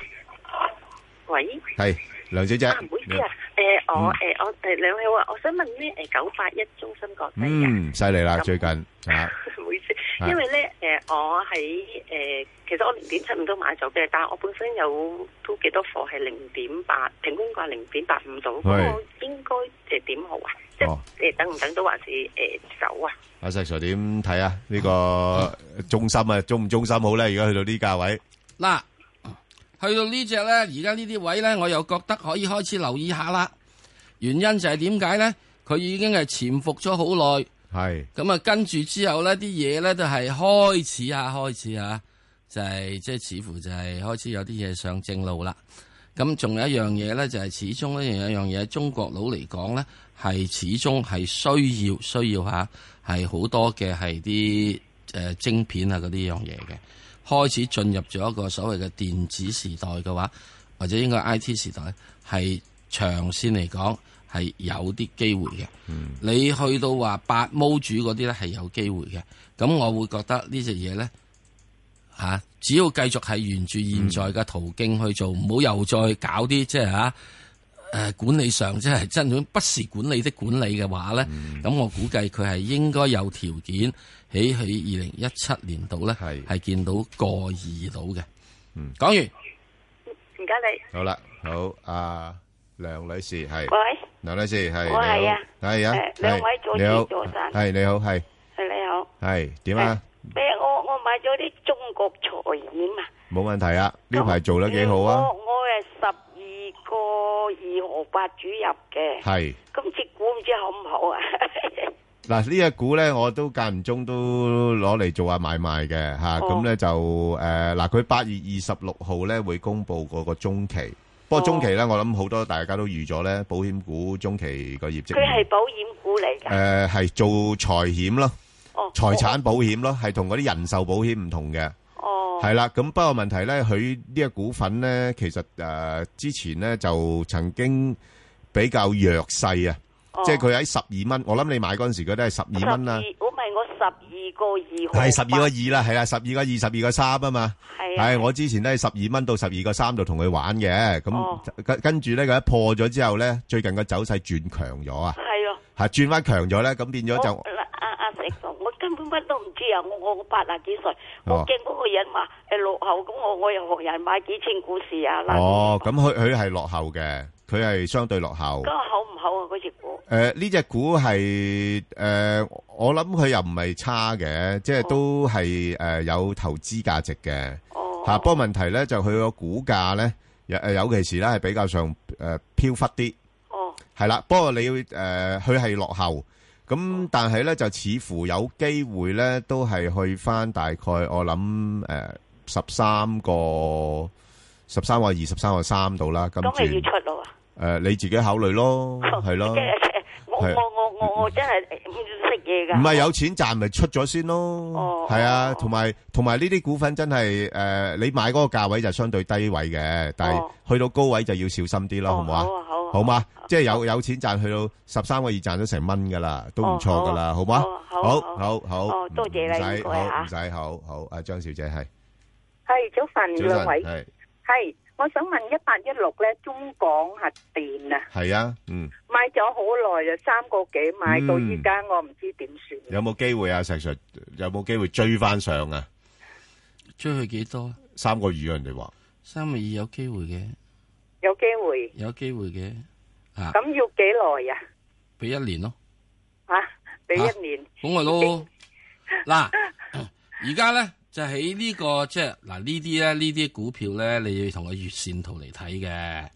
Speaker 2: 喂，
Speaker 7: 系梁小姐，
Speaker 27: À,
Speaker 2: 啊，唔好意思啊，诶、我诶、我诶两位好啊，我想問咧诶九八一中心國際啊，
Speaker 7: 嗯，犀利啦，最近啊，
Speaker 2: 唔好意思，因為咧诶、我喺诶、其實我零點七五都買咗嘅，但系我本身有都幾多貨係零點八，平均價零點八
Speaker 27: ừ,
Speaker 2: 五度，咁
Speaker 7: 係
Speaker 2: 我應該诶點好
Speaker 27: à?
Speaker 2: 啊？即係
Speaker 7: 哦
Speaker 2: 诶等唔等到還是诶、走啊？
Speaker 7: 阿石 Sir 點睇啊？呢個中心啊，中唔中心好咧？而家去到呢價位，
Speaker 8: 嗱，去到呢只咧，而家呢啲位咧，我又覺得可以開始留意下啦。原因就係點解咧？佢已經係潛伏咗好耐，
Speaker 7: 係
Speaker 8: 咁啊，跟住之後咧，啲嘢咧都係開始啊，開始啊，就係即係似乎就係開始有啲嘢上正路啦。咁仲有一樣嘢咧，就係、始終咧，有一樣嘢，中國佬嚟講咧，係始終係需要需要嚇，係好多嘅係啲誒晶片啊嗰啲樣嘢嘅。開始進入咗一個所謂嘅電子時代嘅話，或者應該 I T 時代，係長線嚟講係有啲機會嘅。你去到話八毛主嗰啲咧係有機會嘅，咁我會覺得呢只嘢咧嚇，只要繼續係沿住現在嘅途徑去做，唔好、又再搞啲即係嚇。誒、管理上即係真係不是管理的管理嘅話咧，咁、我估計佢係應該有條件喺喺二零一七年度咧係見到過二度嘅。
Speaker 7: 嗯，
Speaker 8: 講完
Speaker 2: 唔該你，
Speaker 7: 好啦，好，阿梁女士係，
Speaker 4: 喂，
Speaker 7: 梁女士係，
Speaker 4: 我係啊
Speaker 7: 你好係啊
Speaker 4: 誒，兩位
Speaker 7: 係
Speaker 4: 早晨
Speaker 7: 你好
Speaker 4: 早晨
Speaker 7: 係你好，係
Speaker 4: 係你好，
Speaker 7: 係點啊？
Speaker 4: 咩？我我買咗啲中國財險啊，
Speaker 7: 冇問題啊，呢排做得幾好啊
Speaker 4: 我，我係十二個二毫八主入嘅，
Speaker 7: 係。
Speaker 4: 今次股唔知好唔好 啊？
Speaker 7: 嗱，呢只股咧，我都間唔中都攞嚟做下買賣嘅吓，
Speaker 4: 哦
Speaker 7: 咁咧、就誒嗱，佢、八月二十六號咧會公布嗰個中期，不過中期咧、我諗好多大家都預咗咧，保險股中期個業績
Speaker 4: 佢係保險股嚟㗎，
Speaker 7: 誒係做財險咯，
Speaker 4: 哦
Speaker 7: 財產保險咯，係同嗰啲人壽保險唔同嘅。
Speaker 4: 哦，
Speaker 7: 係啦，咁不過問題咧，佢呢個股份咧，其實诶、呃之前咧就曾經比較弱勢啊，即係佢喺十二蚊，我諗你買嗰阵时佢都係十二蚊啦。
Speaker 4: 12我咪我十二個二毫八，
Speaker 7: 係12個二啦，係啦，12個2 12個3啊嘛。
Speaker 4: 係啊。
Speaker 7: 係，我之前都係12蚊到12個3度同佢玩嘅，咁跟-跟住呢，佢一破咗之後呢，最近個走勢轉強咗啊。
Speaker 4: 係啊。
Speaker 7: 係，轉返強咗呢，咁變咗就-
Speaker 4: 我嗱阿阿石哥，我根本乜都唔知啊！我我我八啊幾歲，
Speaker 7: 哦
Speaker 4: 我驚嗰個人話誒落後，咁我我又學人買幾千股市啊嗱，
Speaker 7: 哦，咁佢-佢係落後嘅，佢係相對落後。
Speaker 4: 咁好唔好啊？嗰只股？
Speaker 7: 呃誒，呢隻股係，誒，我諗佢又唔係差嘅，即係呃都係，誒，有投資價值嘅。
Speaker 4: 哦
Speaker 7: 嚇，不過問題呢，就佢個股價呢，尤-呃誒，尤其是呢，係比較上，誒，飄忽啲。
Speaker 4: 哦
Speaker 7: 系啦，不過你要诶，佢、係落後，
Speaker 4: 哦
Speaker 7: 咁但係咧就似乎有機會咧，都係去翻大概我諗诶十三個十三個二十三個三度啦，跟
Speaker 4: 咁
Speaker 7: 住呃
Speaker 4: 咪要出咯啊！
Speaker 7: 诶你自己考慮咯，係咯
Speaker 4: 即，係我
Speaker 7: 哦係
Speaker 4: 我我我我我真係唔識嘢㗎。
Speaker 7: 唔係有錢賺咪出咗先咯，係啊，同埋同埋呢啲股份真係诶，你買嗰個價位就相對低位嘅，但係去到高位就要小心啲咯，哦好唔好啊？好嘛，即係有有錢賺去到十三個二賺咗成蚊噶啦，都唔錯噶啦，好嘛？哦好啊好好
Speaker 4: 哦，，多謝
Speaker 7: 唔啊
Speaker 4: 你，
Speaker 7: 使
Speaker 4: 應該
Speaker 7: 好
Speaker 4: 嚇
Speaker 7: 唔。使好好，阿張小姐係
Speaker 20: 系早晨，
Speaker 7: 早
Speaker 20: 兩
Speaker 7: 晨
Speaker 20: 位
Speaker 7: 係
Speaker 20: 係，我想問一八一六咧，中港核電啊，
Speaker 7: 係啊，嗯，
Speaker 20: 買咗好耐啊，三個幾買到
Speaker 7: 嗯
Speaker 20: 依家，我唔知點算。
Speaker 7: 有冇機會啊？石 Sir 有冇機會追翻上啊？
Speaker 8: 追去幾多？
Speaker 7: 三個月啊，人哋話
Speaker 8: 三二二有機會嘅，
Speaker 20: 有機會，
Speaker 8: 有機會嘅，啊，
Speaker 20: 咁要幾耐啊？
Speaker 8: 俾一年咯，啊
Speaker 20: 吓，俾一年。
Speaker 8: 咁咪咯。嗱，而家咧就喺呢、個即係嗱呢啲咧呢啲股票咧，你要同個月線圖嚟睇嘅，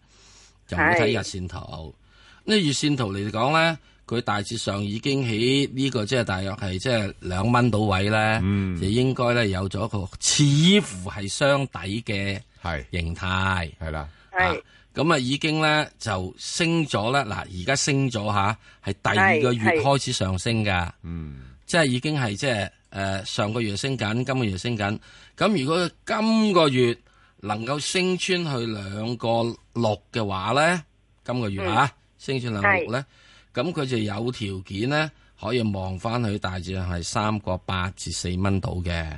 Speaker 8: 就唔好睇
Speaker 21: 係
Speaker 8: 日線圖。呢月線圖嚟講咧，佢大致上已經喺呢、個即係大約係即係兩蚊到位咧，
Speaker 7: 嗯
Speaker 8: 就應該咧有咗一個似乎係雙底嘅形態，
Speaker 7: 係啦，
Speaker 8: 係。咁啊，已經咧就升咗啦。嗱，而家升咗吓，係第二個月
Speaker 16: 係係
Speaker 8: 開始上升㗎。
Speaker 7: 嗯，
Speaker 8: 即係已經係即係誒上個月升緊，今個月升緊。咁如果今個月能夠升穿去兩個六嘅話咧，今個月
Speaker 21: 嗯
Speaker 8: 啊升穿兩個六咧，咁佢就有條件咧可以望翻去大致係三個八至四蚊度嘅。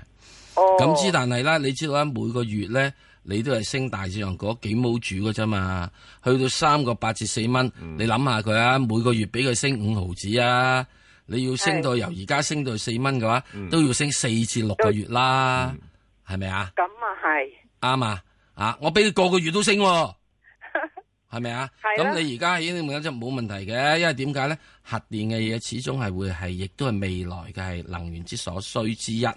Speaker 8: 咁之但係啦，你知道啦，每個月咧。你都係升大致上嗰幾毛主嘅啫嘛，去到三個八至四蚊，你諗下佢啊，每個月俾佢升五毫子啊，你要升到由而家升到四蚊嘅話，都要升四至六個月啦，係咪啊？
Speaker 20: 咁啊係，
Speaker 8: 啱啊！啊，我俾你個個月都升、喎， 係咪啊？
Speaker 20: 係啦
Speaker 8: 咁你而家已經咁就冇問題嘅，因為點解咧？核電嘅嘢始終係會係，亦都係未來嘅係能源之所需之一。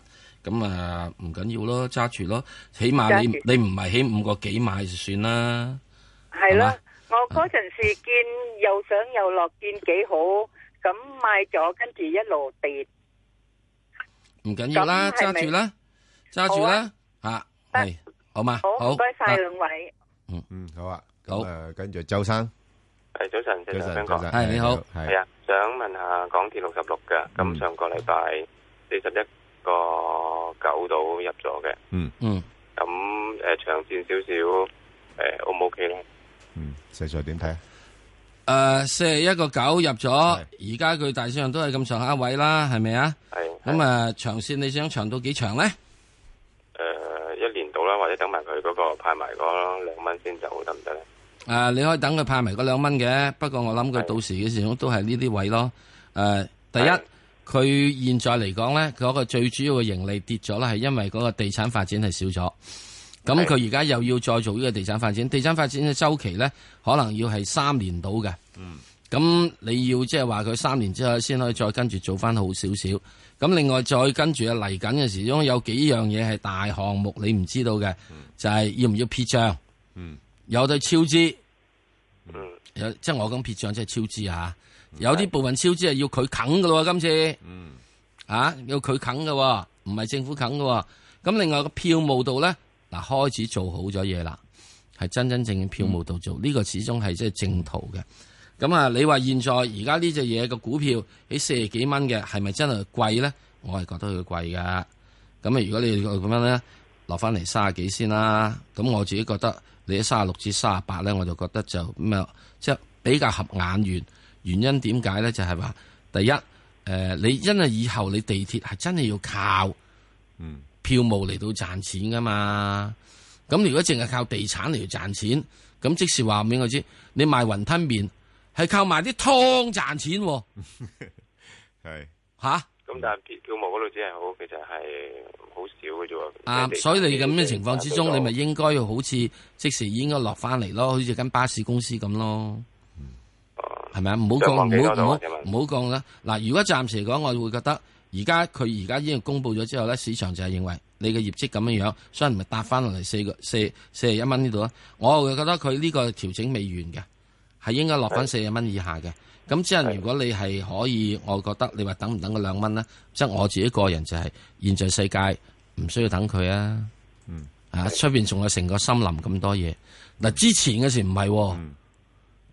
Speaker 8: 咁啊，唔緊要咯，揸住咯，起碼你
Speaker 20: 揸住
Speaker 8: 你唔係起五個幾買就算啦。
Speaker 20: 係
Speaker 8: 係嘛
Speaker 20: 啦。我嗰陣時見又上又落，見幾好，咁買咗，跟住一路跌。
Speaker 8: 唔緊要啦，
Speaker 20: 咁係
Speaker 8: 揸
Speaker 20: 咪
Speaker 8: 住啦，揸住啦，啊，係好嘛？好，啊
Speaker 20: 唔該晒
Speaker 8: 得
Speaker 20: 兩位。
Speaker 7: 嗯嗯，好啊，好誒，跟住周生
Speaker 17: 系早晨，
Speaker 7: 早晨
Speaker 17: 晨，
Speaker 7: 早晨係你好係
Speaker 17: 系啊，想問下港鐵六十六嘅，
Speaker 7: 嗯
Speaker 17: 咁上個禮拜四十一個九度入咗嘅，
Speaker 7: 嗯
Speaker 8: 嗯，
Speaker 17: 咁诶长線少少，诶 O 唔 OK 咧？
Speaker 7: 石 Sir 點睇啊？
Speaker 8: 诶，四十呃一個九入咗，而家佢大致上都係咁上下位啦，係咪啊？
Speaker 17: 係
Speaker 8: 咁啊，長線你想長到幾長咧？
Speaker 17: 诶呃一年到啦，或者等埋佢嗰個派埋嗰兩蚊先走得唔得咧？
Speaker 8: 诶、呃你可以等佢派埋嗰兩蚊嘅，不過我諗佢到時嘅時候都係呢啲位咯。诶、第一，佢現在嚟講咧，嗰、個最主要嘅盈利跌咗啦，係因為嗰個地產發展係少咗。咁佢而家又要再做呢個地產發展，地產發展嘅周期咧，可能要係三年到嘅。
Speaker 21: 嗯，
Speaker 8: 咁你要即係話佢三年之後先可以再跟住做翻好少少。咁另外再跟住啊嚟緊嘅時鐘有幾樣嘢係大項目你唔知道嘅，就係要唔要撇帳？
Speaker 7: 嗯，
Speaker 8: 有對超支，
Speaker 17: 嗯，
Speaker 8: 有即係我講撇帳即係超支啊。有啲部分超支係要佢啃噶咯喎，今次，
Speaker 7: 嗯，
Speaker 8: 啊要佢啃嘅喎，唔係政府啃嘅喎。咁另外個票務度咧，嗱開始做好咗嘢啦，係真真正正票務度做，呢、個始終係即係正途嘅。咁啊，你話現在而家呢只嘢嘅股票喺四十幾蚊嘅，係咪真係貴咧？我係覺得佢貴噶。咁啊，如果你咁樣咧，落翻嚟三十幾先啦。咁我自己覺得你喺三十六至三十八咧，我就覺得就咁啊，即係比較合眼緣。原因點解咧？就係、話第一，誒、呃你因為以後你地鐵係真係要靠
Speaker 7: 嗯
Speaker 8: 票務嚟到賺錢噶嘛。咁如果淨係靠地產嚟到賺錢，咁即是話俾我知，你賣雲吞麵係靠賣啲湯賺錢喎、
Speaker 7: 係
Speaker 8: 嚇、
Speaker 17: 咁但係票務嗰度只係好，其實係好少嘅啫喎。
Speaker 8: 啊
Speaker 17: 即，係
Speaker 8: 所以你咁嘅情況之中，
Speaker 17: 啊地
Speaker 8: 你咪應該要好似即時應該落翻嚟咯，好似間巴士公司咁咯，係咪啊？唔好
Speaker 17: 上
Speaker 8: 講，
Speaker 17: 網幾
Speaker 8: 唔
Speaker 17: 多
Speaker 8: 好
Speaker 17: 度
Speaker 8: 唔
Speaker 17: 啊
Speaker 8: 好
Speaker 17: 請問
Speaker 8: 唔好講啦。嗱，如果暫時嚟講，我會覺得而家佢而家已經公布咗之後咧，市場就係認為你嘅業績咁樣樣，所以咪搭翻落嚟四個四四十一蚊呢度啦。啊我會覺得佢呢個調整未完嘅。係應該落翻四十蚊以下嘅。咁之後，如果你係可以，我覺得你話等唔等個兩蚊咧？即係我自己個人就係、現在世界唔需要等佢啊。
Speaker 7: 嗯。
Speaker 17: 嗯
Speaker 8: 啊，出邊仲有成個森林咁多嘢。嗱，之前嘅時唔係喎，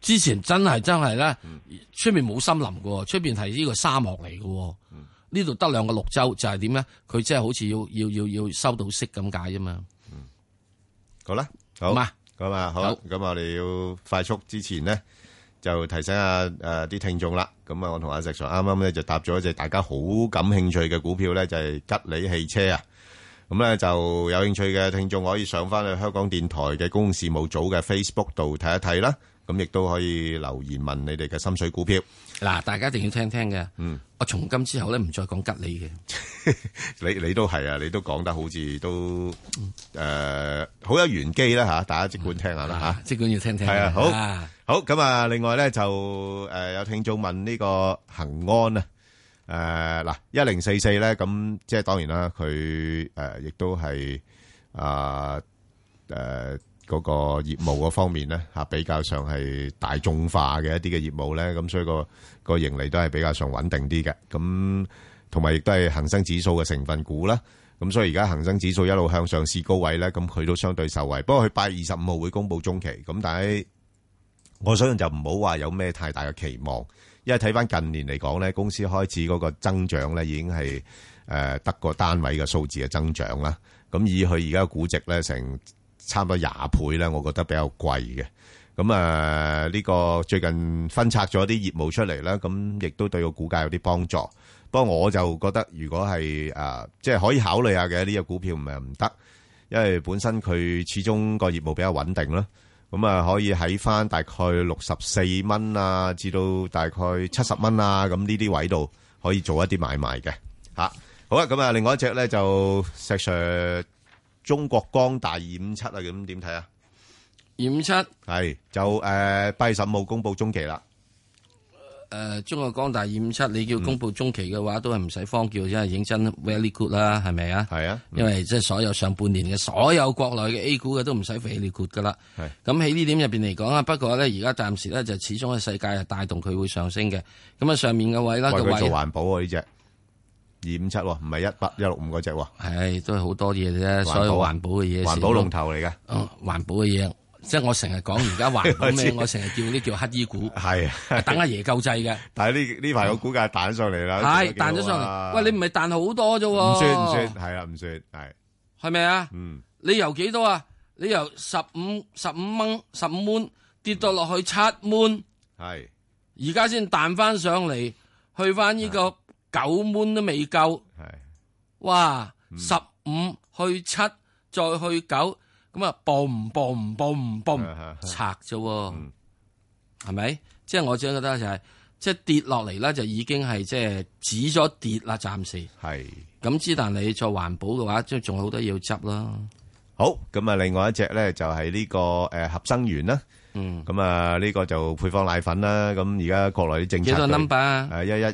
Speaker 8: 之前真係真係咧，
Speaker 7: 嗯
Speaker 8: 出面冇森林嘅喎，出面係呢個沙漠嚟嘅喎。
Speaker 7: 嗯
Speaker 8: 呢度得兩個綠洲，就係點咧？佢真係好似要要要要收到息咁解啫嘛。
Speaker 7: 好啦，好
Speaker 8: 嘛，
Speaker 7: 咁啊，好，咁我哋要快速之前呢，就提醒下诶啲聽眾啦。咁啊，我同阿石 Sir 啱啱咧就搭咗一隻大家好感興趣嘅股票咧，就係、吉利汽車啊。咁咧就有興趣嘅聽眾可以上翻去香港電台嘅公共事務組嘅 Facebook 度睇一睇啦。咁亦都可以留言問你哋嘅心水股票。
Speaker 8: 嗱，大家一定要聽聽嘅。
Speaker 7: Ừ.
Speaker 8: 嗯，我從今之後咧唔再講吉利嘅。
Speaker 7: 你 你都係啊，你都講得好似都誒好有玄機啦嚇，大家即管聽下啦嚇，
Speaker 8: 嗯即管要聽聽
Speaker 7: 係啊，好
Speaker 8: 啊
Speaker 7: 好咁啊，另外咧就誒有聽眾問呢個恒安啊。誒嗱，一零四四咧，咁即係當然啦，佢誒亦都係啊誒呃嗰個業務嗰方面咧嚇，比較上係大眾化嘅一啲嘅業務咧，咁所以個個盈利都係比較上穩定啲嘅，咁同埋亦都係恒生指數嘅成分股啦。咁所以而家恒生指數一路向上試高位咧，咁佢都相對受惠。不過佢八月二十五號會公布中期，咁但係我相信就唔好話有咩太大嘅期望，因為睇翻近年嚟講咧，公司開始嗰個增長咧已經係誒、呃得個單位嘅數字嘅增長啦。咁以佢而家嘅估值咧，成差唔多廿倍咧，我覺得比較貴嘅。咁啊，呢個最近分拆咗啲業務出嚟啦，咁亦都對個股價有啲幫助。不過我就覺得，如果係啊，即係可以考慮下嘅呢、個股票唔係唔得，因為本身佢始終個業務比較穩定啦。咁啊，可以喺翻大概六十四蚊啊，至到大概七十蚊啊，咁呢啲位度可以做一啲買賣嘅吓、好啦，咁啊，另外一隻咧就石 Sir 中國光大二五七啊，咁點睇啊？
Speaker 8: 二五七
Speaker 7: 系就诶八月十五號公布中期啦。
Speaker 8: 誒，中國光大二五七，你叫公佈中期嘅
Speaker 7: 嗯
Speaker 8: 話，都係唔使慌叫，真係認真 very good 啦，係咪啊？
Speaker 7: 係啊，
Speaker 8: 因為即係所有上半年嘅所有國內嘅 A 股嘅都唔使 very good 噶啦。
Speaker 7: 係
Speaker 8: 咁喺呢點入邊嚟講啊，不過咧而家暫時咧就始終嘅世界係帶動佢會上升嘅。咁啊上面嘅位啦，
Speaker 7: 喂
Speaker 8: 個位
Speaker 7: 佢做環保啊喎呢只二五七，唔係一八一六五嗰只喎。
Speaker 8: 係都係好多嘢啫，所有環保嘅嘢。
Speaker 7: 環保龍頭嚟嘅。
Speaker 8: 嗯，環保嘅嘢，即係我成日講而家環保
Speaker 7: 我
Speaker 8: 咩，
Speaker 7: 知
Speaker 8: 我成日叫呢叫乞衣股，
Speaker 7: 係啊
Speaker 8: 等阿爺救濟嘅。
Speaker 7: 但係呢呢排個股價彈上嚟啦，
Speaker 8: 係
Speaker 7: 做
Speaker 8: 彈
Speaker 7: 得幾
Speaker 8: 咗
Speaker 7: 好
Speaker 8: 上
Speaker 7: 啊
Speaker 8: 嚟，喂你唔係彈好多啫喎？
Speaker 7: 唔算唔算，係啦，唔算係。
Speaker 8: 係咪啊？
Speaker 7: 嗯，
Speaker 8: 你由幾多啊？你由十五十五蚊十五蚊跌到落去七蚊，
Speaker 7: 係
Speaker 8: 而家先彈翻上嚟，去翻呢個九蚊都未夠。
Speaker 7: 啊係嗯
Speaker 8: 哇，十五去七再去九，咁啊，爆唔爆唔爆唔爆唔
Speaker 7: 啊
Speaker 8: 拆啫喎，
Speaker 7: 嗯
Speaker 8: 係咪？即係我自己覺得就係、即係跌落嚟咧，就已經係即係止咗跌啦，暫時。
Speaker 7: 係。
Speaker 8: 咁之，但你做環保嘅話，即係仲有好多嘢要執啦。
Speaker 7: 好，咁啊，另外一隻咧就係呢個诶合生元啦。
Speaker 8: 嗯，
Speaker 7: 咁啊呢個就配方奶粉啦。咁而家國內啲政策
Speaker 8: 幾多
Speaker 7: 對
Speaker 8: number 啊
Speaker 7: 誒一一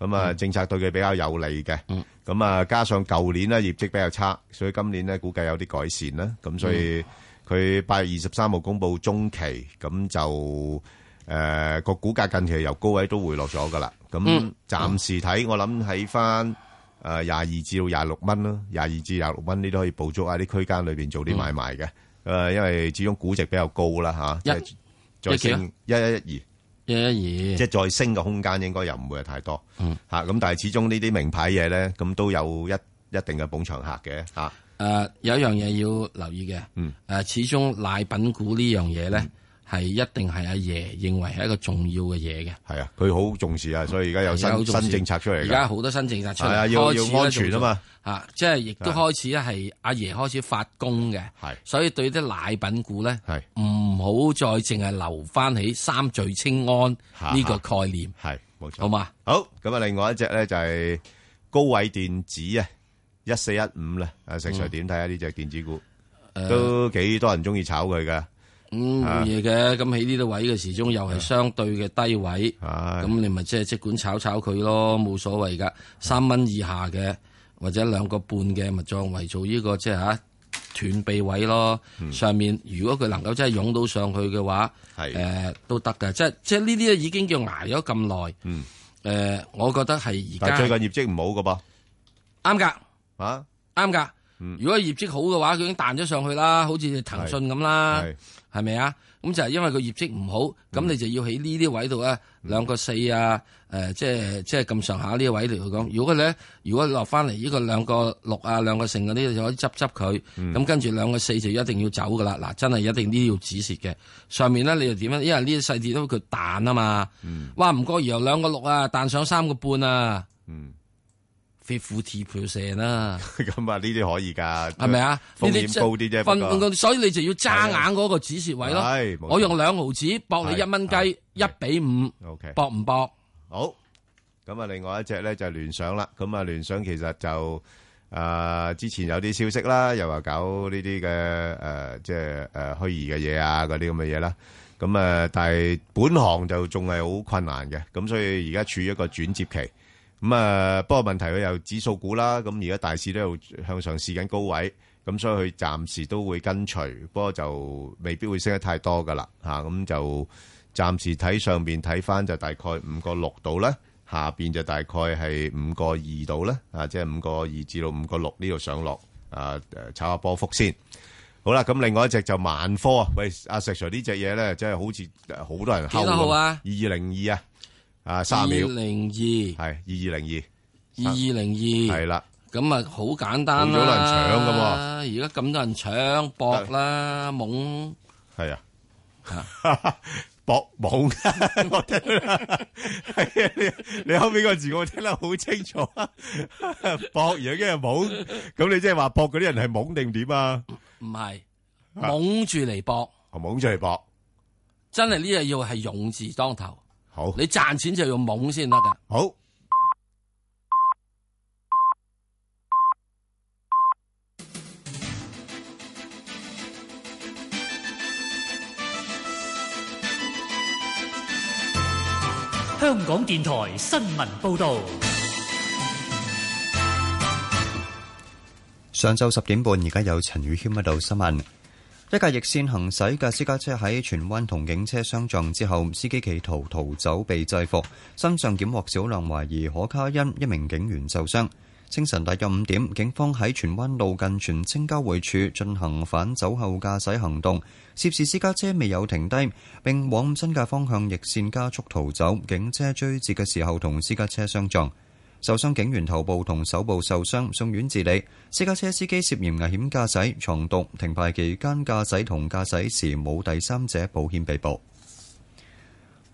Speaker 7: 二，咁啊政策對佢比較有利嘅。咁啊加上舊年咧業績比較差，所以今年咧估計有啲改善啦。咁所以佢八月二十三號公布中期，咁就誒個股價近期由高位都回落咗噶啦。咁
Speaker 8: 嗯
Speaker 7: 暫時睇，我諗喺翻。誒廿二至到廿六蚊啦，廿二至廿六蚊呢都可以捕捉喺啲區間裏邊
Speaker 8: 嗯
Speaker 7: 做啲買賣嘅。誒、呃因為始終估值比較高啦嚇，即係再
Speaker 8: 一幾啊
Speaker 7: 升一一一二。
Speaker 8: 一一二，
Speaker 7: 即係再升嘅空間應該又唔會係太多嚇。咁、但係始終呢啲名牌嘢咧，咁都有一一定嘅捧場客嘅嗯嚇。
Speaker 8: 誒、呃有一樣嘢要留意嘅，誒、呃始終奶品股呢樣嘢
Speaker 7: 嗯
Speaker 8: 咧，係一定係阿爺認為係一個重要嘅嘢嘅。
Speaker 7: 係啊，佢好重視啊，所以而家有
Speaker 8: 而家好
Speaker 7: 新
Speaker 8: 重視
Speaker 7: 新政策出嚟㗎。
Speaker 8: 而家好多新政策出嚟，
Speaker 7: 係啊要
Speaker 8: 開始
Speaker 7: 要安全啊嘛
Speaker 8: 咧仲做，嚇，即係亦都開始咧係阿爺開始發功嘅，所以對啲奶品股咧，唔好再淨係留翻起三聚氰胺呢個概念，
Speaker 7: 係冇錯，
Speaker 8: 好嘛？
Speaker 7: 好，咁啊，另外一隻咧就係高偉電子啊，一四一五啦。啊，石 Sir
Speaker 8: 嗯
Speaker 7: 點睇啊？呢只電子股
Speaker 8: 誒
Speaker 7: 都幾多人中意炒佢㗎。
Speaker 8: 咁冇嘢嘅，咁喺呢啲位嘅時鐘又係相對嘅低位，咁你咪即係即管炒炒佢咯，冇所謂噶。三蚊以下嘅或者兩個半嘅，咪作為做呢、個即係嚇斷臂位咯。
Speaker 7: 嗯
Speaker 8: 上面如果佢能夠真係湧到上去嘅話，
Speaker 7: 誒、
Speaker 8: 都得嘅。即係即係呢啲已經叫捱咗咁耐。
Speaker 7: 嗯
Speaker 8: 誒、我覺得係而
Speaker 7: 但
Speaker 8: 家
Speaker 7: 係最近業績唔好㗎噃。
Speaker 8: 啱噶，
Speaker 7: 啊，
Speaker 8: 嗯啱噶。如果業績好嘅話，佢已經彈咗上去啦，好似騰訊咁啦，係嗯咪啊？咁就係因為個業績唔好，咁你就要喺呢啲位度啊，兩個四啊，誒，即係即係咁上下呢啲位嚟講。如果咧，如果落翻嚟呢個兩個六啊，兩個成嗰啲就可以執執佢。
Speaker 7: 嗯
Speaker 8: 咁跟住兩個四就一定要走噶啦。嗱，真係一定呢啲要止蝕嘅。上面咧你又點咧？因為呢啲細節都佢彈啊嘛。
Speaker 7: 嗯
Speaker 8: 哇，唔覺意由兩個六啊彈上三個半啊。fifty percent 啦，
Speaker 7: 咁啊呢啲可以噶，
Speaker 8: 係咪啊？
Speaker 7: 風
Speaker 8: 呢啲
Speaker 7: 險
Speaker 8: 即
Speaker 7: 高啲啫，
Speaker 8: 分
Speaker 7: 不過啊
Speaker 8: 所以你就要揸硬嗰個止蝕位
Speaker 7: 係
Speaker 8: 咯
Speaker 7: 冇。錯
Speaker 8: 我用兩毫子博你一蚊雞，一比五，
Speaker 7: OK
Speaker 8: 博唔博？
Speaker 7: 好，咁啊，另外一隻咧就係聯想啦。咁啊，聯想其實就诶、呃之前有啲消息啦，又話搞呢啲嘅诶，即係诶虛擬嘅嘢啊，嗰啲咁嘅嘢啦。咁啊，呃但係本行就仲係好困難嘅，咁所以而家處於一個轉接期。咁啊，不過問題佢又指數股啦，咁而家大市都有向上試緊高位，咁所以佢暫時都會跟隨，不過就未必會升得太多噶啦嚇，咁、就暫時睇上邊睇翻就大概五個六度啦，下邊就大概係五個二度啦，啊，即係五個二至到五個六呢度上落，啊誒炒下波幅先。好啦，咁另外一隻就萬科啊，喂，阿石 Sir 呢只嘢咧，真係好似呃好多人
Speaker 8: 幾多
Speaker 7: 睺
Speaker 8: 號啊
Speaker 7: 咁？二零二啊，啊三秒，
Speaker 8: 零二係
Speaker 7: 二二零二。
Speaker 8: 二二零二
Speaker 7: 係啦，
Speaker 8: 咁啊好簡單啦。
Speaker 7: 好多人搶㗎喎
Speaker 8: 啊而家咁多人搶博啦，懵
Speaker 7: 係啊， 博懵， 我聽到係啊你你後面個字我聽得好清楚， 博完跟住懵，咁你即係話博嗰啲人係懵定點啊？
Speaker 8: 唔係懵住嚟博，
Speaker 7: 懵哦住嚟博，
Speaker 8: 真係呢樣要係勇字當頭。
Speaker 7: 好，
Speaker 8: 你賺錢就用懵先得㗎。
Speaker 7: 好。
Speaker 2: 香港電台新聞報導，
Speaker 10: 上晝十點半，而家有陳宇軒喺度新聞。一架逆線行駛嘅私家車喺荃灣同警車相撞之後，司機企圖逃走被制服，身上檢獲少量懷疑可卡因，一名警員受傷。清晨大約五點，警方喺荃灣路近荃青交匯處進行反酒後駕駛行動，涉事私家車未有停低，並往新界方向逆線加速逃走，警車追截嘅時候同私家車相撞。受傷警員頭部同手部受傷，送院治理。私家車司機涉嫌危險駕駛、藏毒、停牌期間駕駛同駕駛時冇第三者保險被捕。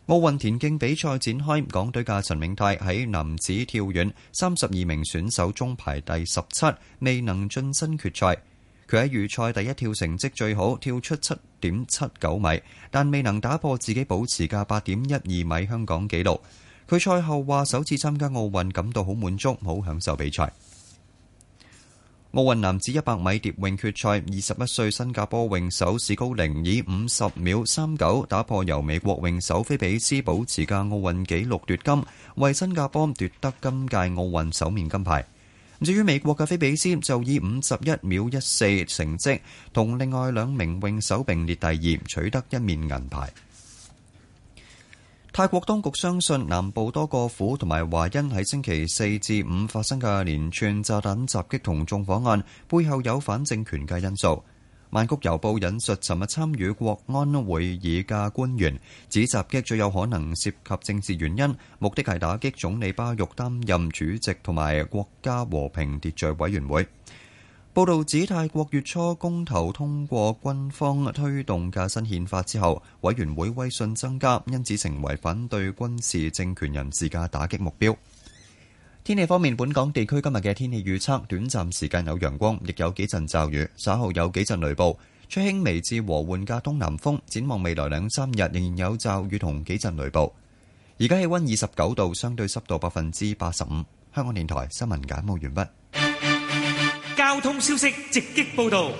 Speaker 10: 奧運田徑比賽展開，港隊嘅陳銘泰喺男子跳遠三十二名選手中排第十七，未能晉身決賽。佢喺預賽第一跳成績最好，跳出七點七九米，但未能打破自己保持嘅八點一二米香港紀錄。佢賽後話：首次參加奧運感到好滿足，好享受比賽。奧運男子一百米蝶泳決賽，二十一歲新加坡泳手史高寧以五十秒三九打破由美國泳手菲比斯保持嘅奧運紀錄奪金，為新加坡奪得今屆奧運首面金牌。至於美國嘅菲比斯就以五十一秒一四成績，同另外兩名泳手並列第二，取得一面銀牌。泰國當局相信南部多個府同埋華欣喺星期四至五發生嘅連串炸彈襲擊同縱火案，背後有反政權嘅因素。曼谷郵報引述尋日參與國安會議嘅官員指襲擊最有可能涉及政治原因，目的係打擊總理巴育擔任主席同埋國家和平秩序委員會。報道指泰國月初公投通過軍方推動嘅新憲法之後，委員會威信增加，因此成為反對軍事政權人士嘅打擊目標。天氣方面，本港地區今日嘅天氣預測，短暫時間有陽光，亦有幾陣驟雨，稍後有幾陣雷暴，吹輕微至和緩嘅東南風。展望未來兩三日仍然有驟雨同幾陣雷暴。而家氣温二十九度，相對濕度百分之八十五。香港電台新聞簡報完畢。
Speaker 2: 交通消息直擊報導。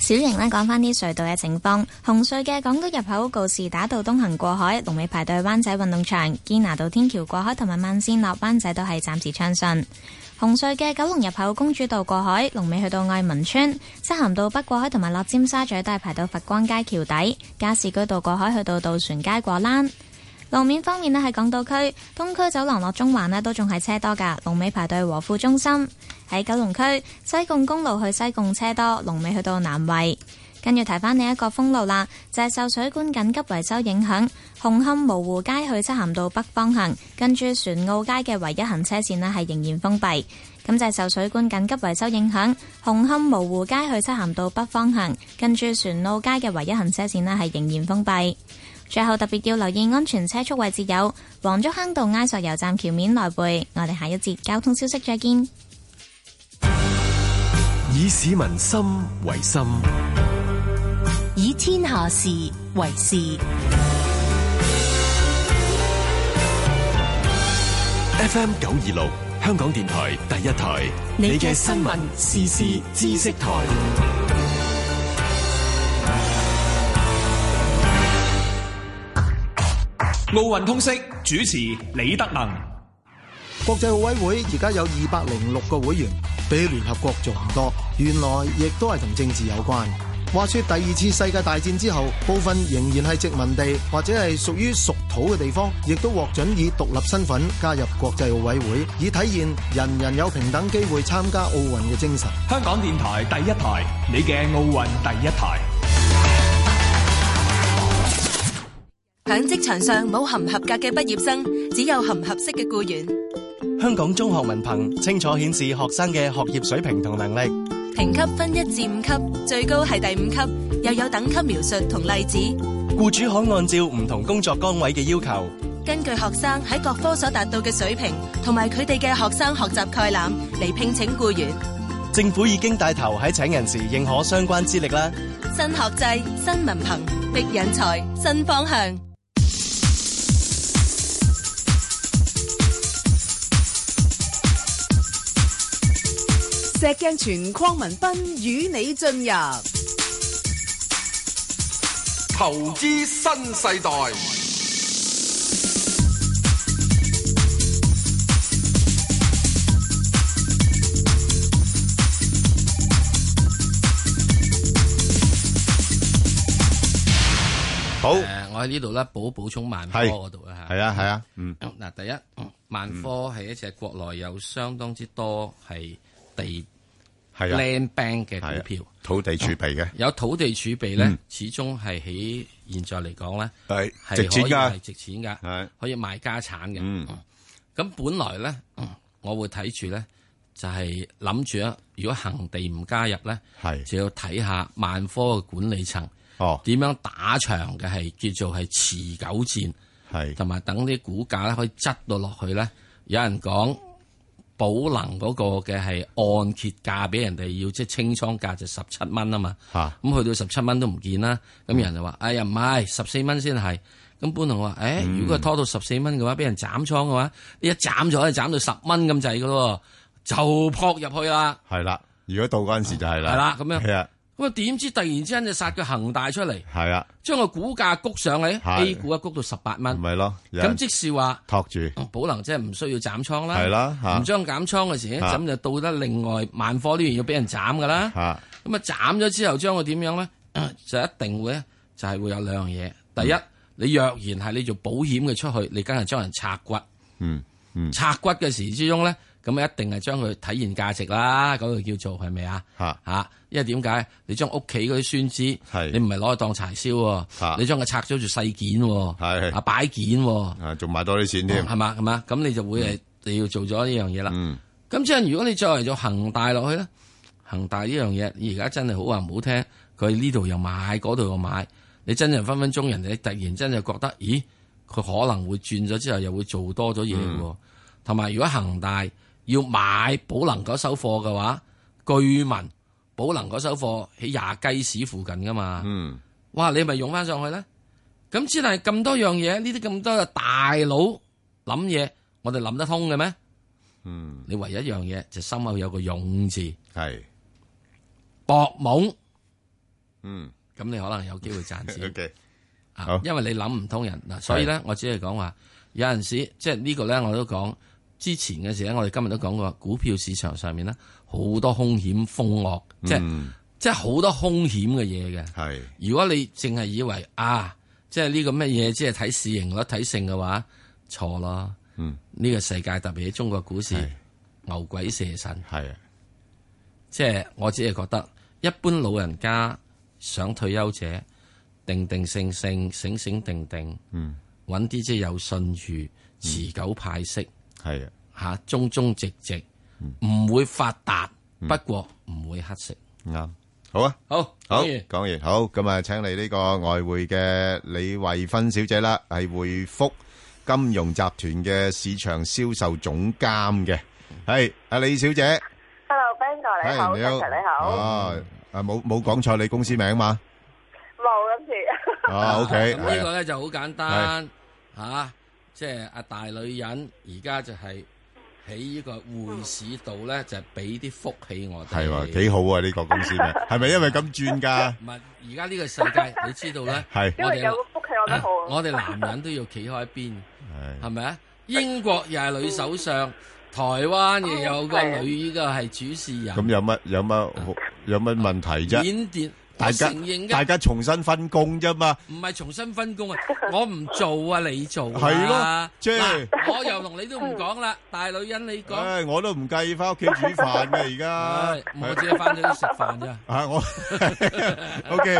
Speaker 11: 小瑩呢，講翻啲隧道嘅情況。紅隧嘅港島入口告士打道東行過海，龍尾排隊灣仔運動場；堅拿道天橋過海同埋慢線落灣仔都係暫時暢順。紅隧嘅九龍入口公主道過海，龍尾去到愛民村；漆咸道北過海同埋落尖沙咀都係排到佛光街橋底；加士居道過海去到渡船街過欄。路面方面呢，喺港島區東區走廊落中環呢，都仲係車多㗎，龍尾排隊和富中心。喺九龍區西貢公路去西貢車多，龍尾去到南圍。跟住提翻你一個封路啦，就係、受水管緊急維修影響，紅磡蕪湖街去漆咸道北方行，跟住船澳街嘅唯一行車線呢係仍然封閉。咁就係受水管緊急維修影響，紅磡蕪湖街去漆咸道北方行，跟住船澳街嘅唯一行車線呢係仍然封閉。最後特別要留意安全車速位置有黃竹坑道埃索油站橋面來回。我哋下一節交通消息再見。
Speaker 12: 以市民心為心，
Speaker 23: 以天下事為事。
Speaker 12: FM 九二六香港電台第一台，你嘅新聞時事知識台，
Speaker 13: 奧運通識主持李德能。
Speaker 16: 國際奧委會而家有二百零六個會員，比起聯合國仲多。原來亦都係同政治有關。話說第二次世界大戰之後，部分仍然係殖民地或者係屬於屬土嘅地方，亦都獲准以獨立身份加入國際奧委會，以體現人人有平等機會參加奧運嘅精神。
Speaker 13: 香港電台第一台，你嘅奧運第一台。
Speaker 18: 喺職場上冇含合格嘅畢業生，只有含合適嘅僱員。
Speaker 19: 香港中學文憑清楚顯示學生嘅學業水平同能力。
Speaker 18: 評級分一至五級，最高係第五級，又有等級描述同例子。
Speaker 19: 僱主可按照唔同工作崗位嘅要求，
Speaker 18: 根據學生喺各科所達到嘅水平，同埋佢哋嘅學生學習概覽嚟聘請僱員。
Speaker 19: 政府已經帶頭喺請人時認可相關資歷啦。
Speaker 18: 新學制、新文憑、逼引才、新方向。
Speaker 5: 石鏡泉鄺民彬與你進入
Speaker 6: 投資新世代，
Speaker 7: 好
Speaker 8: 誒我喺呢度咧補補充萬科
Speaker 7: 係
Speaker 8: 嗰度啦嚇。
Speaker 7: 係啊係啊嗯
Speaker 8: 嗱，第一萬科係一隻國內有相當之多係地
Speaker 7: 係啊啊
Speaker 8: land bank 嘅股票，嗯
Speaker 7: 土地儲備嘅，
Speaker 8: 有土地儲備咧
Speaker 7: 嗯，
Speaker 8: 始終係喺現在嚟講咧
Speaker 7: 係
Speaker 8: 係
Speaker 7: 值錢
Speaker 8: 可以
Speaker 7: 㗎嗯
Speaker 8: 係值錢㗎，可以賣家產嘅。嗯咁本來咧，我會睇住咧，就係諗住啊，如果恒地唔加入咧，就要睇下萬科嘅管理層
Speaker 7: 哦
Speaker 8: 點樣打場嘅係叫做係持久戰，
Speaker 7: 係
Speaker 8: 同埋等啲股價咧可以質到落去咧。有人講寶能嗰個嘅係按揭價俾人哋要即係清倉價就十七蚊啊嘛，
Speaker 7: 嚇
Speaker 8: 咁去到十七蚊都唔見啦。咁有人就話：哎呀唔係，十四蚊先係。咁本來我話：誒、哎
Speaker 7: 嗯
Speaker 8: 如果係拖到十四蚊嘅話，俾人斬倉嘅話，一斬咗就斬到十蚊咁滯嘅咯，就撲入去啦。
Speaker 7: 係啦。如果到嗰陣時就係啦，
Speaker 8: 係啦咁樣
Speaker 7: 係啊，
Speaker 8: 咁啊點知突然之間就殺個恒大出嚟，
Speaker 7: 係啊，
Speaker 8: 將個股價谷上嚟
Speaker 7: 係
Speaker 8: ，A 股啊谷到十八蚊。
Speaker 7: 咪咯，有人
Speaker 8: 咁即是話。
Speaker 7: 托住，
Speaker 8: 保能即係唔需要斬倉啦，
Speaker 7: 係啦嚇
Speaker 8: 唔將減倉嘅時咧，
Speaker 7: 嚇
Speaker 8: 咁就到得另外萬科呢樣要俾人斬噶啦，咁
Speaker 7: 嚇
Speaker 8: 啊斬咗之後將佢點樣咧，就一定會咧就係會有兩樣嘢，第一
Speaker 7: 嗯
Speaker 8: 你若然係你做保險嘅出去，你梗係將人拆骨，
Speaker 7: 嗯嗯，
Speaker 8: 拆骨嘅時之中咧，咁一定係將佢體現價值啦，嗰個叫做係咪啊？
Speaker 7: 嚇
Speaker 8: 嚇，因為點解你將屋企嗰啲酸枝，你唔係攞去當柴燒
Speaker 7: 嚇
Speaker 8: 喎，你將佢拆咗做細件喎，啊擺件喎。哦
Speaker 7: 啊，仲買多啲錢添，嗯
Speaker 8: 係嘛係嘛，咁你就會係你要做咗呢樣嘢啦。咁即係如果你作為咗恒大落去咧，恒大呢樣嘢而家真係好話唔好聽，佢呢度又買，嗰度又買，你真係分分鐘人哋突然真係覺得，咦，佢可能會轉咗之後又會做多咗嘢喎。同埋、如果恒大要買寶能嗰手貨嘅話，據聞寶能嗰手貨喺廿雞市附近噶嘛，
Speaker 7: 嗯，
Speaker 8: 哇，你咪用翻上去咧。咁之但係咁多樣嘢，呢啲咁多嘅大佬諗嘢，我哋諗得通嘅咩？
Speaker 7: 嗯，
Speaker 8: 你唯一一樣嘢就心口有個勇字，
Speaker 7: 係
Speaker 8: 搏懵，
Speaker 7: 嗯，
Speaker 8: 咁你可能有機會 賺錢。
Speaker 7: OK，
Speaker 8: 啊
Speaker 7: 好，
Speaker 8: 因為你諗唔通人嗱，所以咧，我只係講話有陣時即係呢個咧，我都講之前嘅時咧，我哋今日都講過，股票市場上面咧好多兇險風惡，
Speaker 7: 嗯
Speaker 8: 即係。即係好多兇險嘅嘢嘅。
Speaker 7: 係，
Speaker 8: 如果你淨係以為啊，即係呢個乜嘢，即係睇市盈率、睇性嘅話，錯咯。
Speaker 7: 嗯，
Speaker 8: 呢個世界特別喺中國股市，牛鬼
Speaker 7: 啊
Speaker 8: 蛇神。
Speaker 7: 係，
Speaker 8: 即係我只係覺得，一般老人家想退休者定定性性醒醒定定，
Speaker 7: 嗯，
Speaker 8: 揾啲即係有信譽、持久派息，
Speaker 7: 係嗯
Speaker 8: 啊，嚇忠忠直直，唔會發達，不過唔會黑色。
Speaker 7: 啱，好啊，
Speaker 8: 好，
Speaker 7: 好，
Speaker 8: 講完
Speaker 7: 講完，好，咁啊，請嚟呢個外匯嘅李慧芬小姐啦，係匯福金融集團嘅市場銷售總監嘅，係阿李小姐，
Speaker 9: Hello，Ben 哥你好，
Speaker 7: 係你好，
Speaker 9: Sir 你好，
Speaker 7: 哦，啊冇冇講錯你公司名嘛？
Speaker 9: 冇今次，
Speaker 8: 哦
Speaker 7: 啊，OK，
Speaker 8: 咁呢
Speaker 7: 係
Speaker 8: 個咧就好簡單嚇，即係阿大女人而家就係喺呢個匯市度咧，就係俾啲福氣我哋。
Speaker 7: 係喎，幾好啊呢個公 司名，係咪因為咁轉㗎？
Speaker 8: 唔係而家呢個世 界，你知道咧，
Speaker 7: 係
Speaker 8: 我
Speaker 9: 因為有
Speaker 8: 哋啊
Speaker 9: 個福氣我都好，啊
Speaker 8: 我哋男人都要企開一邊，係咪啊？英國又係女首相，台灣又有個女嘅係主事人，
Speaker 7: 咁有乜有乜好有乜問題啫？
Speaker 8: 緬甸
Speaker 7: 大家
Speaker 8: 我承認嘅
Speaker 7: 大家重新分工啫嘛。
Speaker 8: 唔係重新分工啊！ 我唔做啊，你做啊
Speaker 7: 係咯即係
Speaker 8: 嗱我又同你都唔講啦，大女人你講。
Speaker 7: 唉，我都唔介意翻屋企煮飯嘅而家
Speaker 8: 唉，我只係翻咗去食飯咋。
Speaker 7: 啊，我 À, OK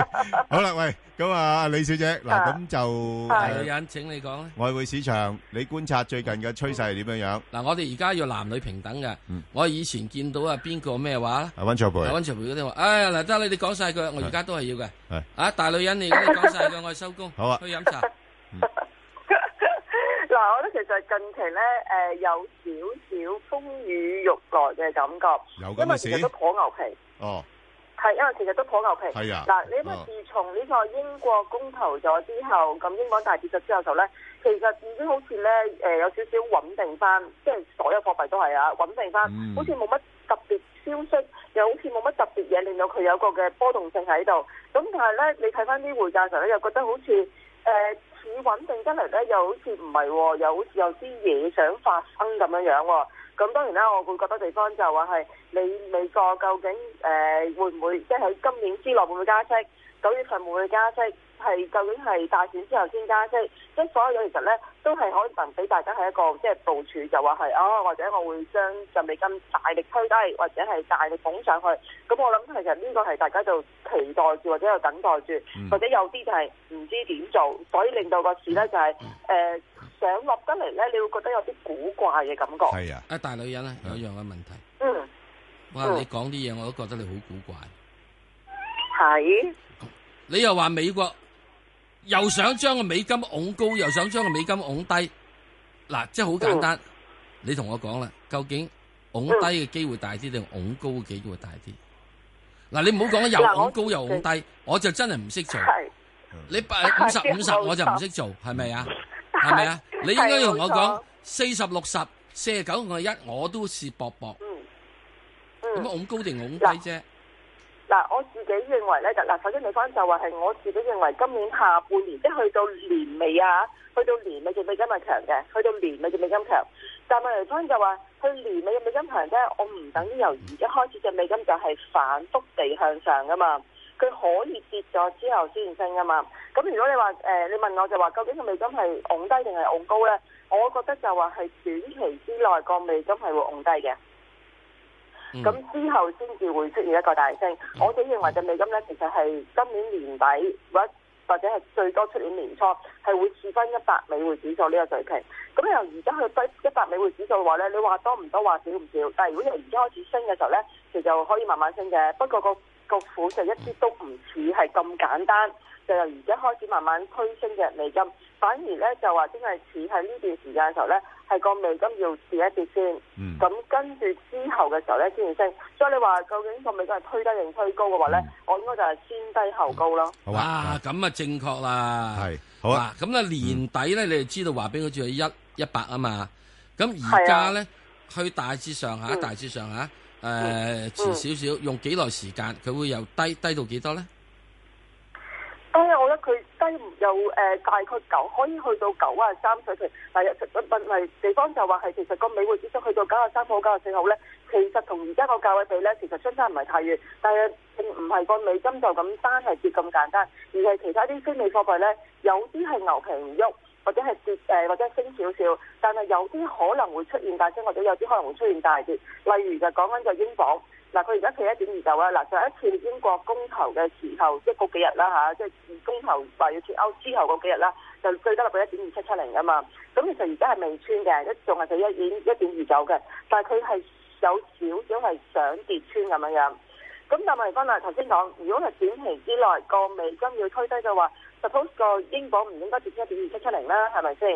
Speaker 7: 好啦，喂，咁啊，李小姐嗱，咁就
Speaker 8: 大女
Speaker 7: 誒
Speaker 8: 人，請你講咧。
Speaker 7: 外匯市場，你觀察最近嘅趨勢係點樣樣？
Speaker 8: 嗱，我哋而家要男女平等嘅。
Speaker 7: Ừ.
Speaker 8: 我以前見到啊，邊個咩話咧？
Speaker 7: 阿温卓培
Speaker 8: 阿温卓培嗰啲話：，唉，嗱得啦，你講晒佢，我而家都係要嘅。
Speaker 7: 係
Speaker 8: 啊，大女人你而家講晒佢，我係收工。
Speaker 7: 好啊
Speaker 8: 去飲茶。
Speaker 9: 嗱，我覺得其實近期咧，誒、有少少風雨欲來嘅感覺，
Speaker 7: 有咁嘅
Speaker 9: 因為其
Speaker 7: 事
Speaker 9: 實都頗牛皮，
Speaker 7: 哦，
Speaker 9: 係因為其實都頗牛皮。
Speaker 7: 係啊
Speaker 9: 嗱，因為
Speaker 7: 哦
Speaker 9: 自從呢個英國公投咗之後，咁英鎊大跌咗之後就咧，其實已經好似咧誒有少少穩定翻，即係所有貨幣都係啊穩定翻，
Speaker 10: 嗯
Speaker 9: 好似冇乜特別消息，又好似冇乜特別嘢令到佢有個嘅波動性喺度。咁但係咧，你睇翻啲匯價嘅時候咧，又覺得好似誒。呃似穩定得嚟咧，又好似唔係喎，又好似有啲嘢想發生咁樣樣喎。咁當然啦，我會覺得地方就話係你美國究竟誒、呃、會唔會即係喺今年之內會唔會加息？九月份會唔會加息？係究竟係大選之後先加息？即係所有嘢其實咧都係可能俾大家係一個即係部署，就話係哦，或者我會將就美金大力推低，或者係大力拱上去。咁我諗其實呢個係大家就期待住，或者又等待住，或者有啲就係唔知點做，所以令到個市咧就係、呃上落得嚟咧，你會覺得有啲古怪嘅感覺。
Speaker 7: 啊。
Speaker 8: 啊，大女人啊，有一樣嘅問題。
Speaker 9: 嗯，
Speaker 8: 哇，
Speaker 9: 嗯
Speaker 8: 你講啲嘢我都覺得你好古怪。
Speaker 9: 係。
Speaker 8: 你又話美國又想將個美金拱高，又想將個美金拱低，嗱，即係好簡單。你同我講啦，究竟拱低嘅機會大啲定拱高嘅機會大啲？嗱，你唔好講又
Speaker 9: 嗱
Speaker 8: 拱高又拱低，我就真係唔識做。你八五十
Speaker 9: 係
Speaker 8: 五十我就唔識做，係咪啊？係咪啊？你應該要同我講四十六十四十九我一，我都是搏搏。咁啊拱高定拱低啫？
Speaker 9: 嗱，我自己認為咧，就嗱，首先地方就話係我自己認為今年下半年，即係去到年尾啊，去到年尾嘅美金係強嘅，去到年尾嘅美金強。但係地方就話，去年尾嘅美金強啫，我唔等於由而家開始嘅美金就係反覆地向上噶嘛。佢可以跌咗之後先升啊嘛。咁如果你話誒、呃你問我就話究竟個美金係拱低定係拱高咧？我覺得就話係短期之內個美金係會拱低嘅。咁、之後先至會出現一個大升。我自己認為嘅美金咧，其實係今年年底或者或者係最多出年年初係會試翻一百美匯指數呢個水平。咁由而家去低一百美匯指數嘅話咧，你話多唔多，話少唔少。但係如果由而家開始升嘅時候咧，其實就可以慢慢升嘅。不過、個個苦就一啲都唔似係咁簡單，就由而家開始慢慢推升嘅美金，反而咧就話真係似喺呢段時間嘅時候咧，係個美金要跌一跌先。
Speaker 22: 嗯
Speaker 9: 咁跟住之後嘅時候咧先至升，所以你話究竟個美金係推低定推高嘅話咧，我應該就係先低後高咯。
Speaker 8: 好啊，咁啊正確啦，係
Speaker 7: 好啊，
Speaker 8: 嗱咁啊年底咧，你就知道話俾佢知係一一百啊嘛，咁而家咧去大致上下，大致上下，誒遲少少，用幾耐時間，佢會由低低到幾多咧？
Speaker 9: 低我覺得佢低唔有誒、呃大概九可以去到九啊三水平，但係問題地方就話係其實個美匯指數去到九啊三好九啊四好咧，其實同而家個價位比咧，其實相差唔係太遠，但係並唔係個美金就咁單係跌咁簡單，而係其他啲非美貨幣咧，有啲係牛皮唔喐。或者係跌誒，或者係升少少，但係有啲可能會出現大升，或者有啲可能會出現大跌。例如就講緊就英鎊，嗱，佢而家企一點二九啊啦。嗱，上一次英國公投嘅時候，即係嗰幾日啦嚇，即係公投話要脱歐之後嗰幾日啦，就最低落到一點二七七零啊嘛。咁其實而家係未穿嘅，一仲係佢一點一點二九嘅，但係佢係有少少係想跌穿咁樣樣。咁但係翻啦，頭先講，如果係短期之內個美金要推低嘅話，suppose 個英鎊唔應該跌穿一點二七七零啦，係咪先？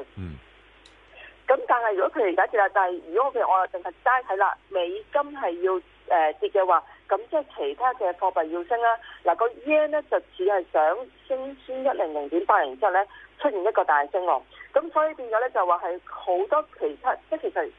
Speaker 9: 咁但係如果佢而家跌啦，但係如果譬如我淨係齋睇啦，美金係要誒、呃跌嘅話，咁即係其他嘅貨幣要升啦。嗱、個 yen 咧就只係想升穿一零零點八零之後咧出現一個大升浪，咁所以變咗咧就話係好多其他即係其實。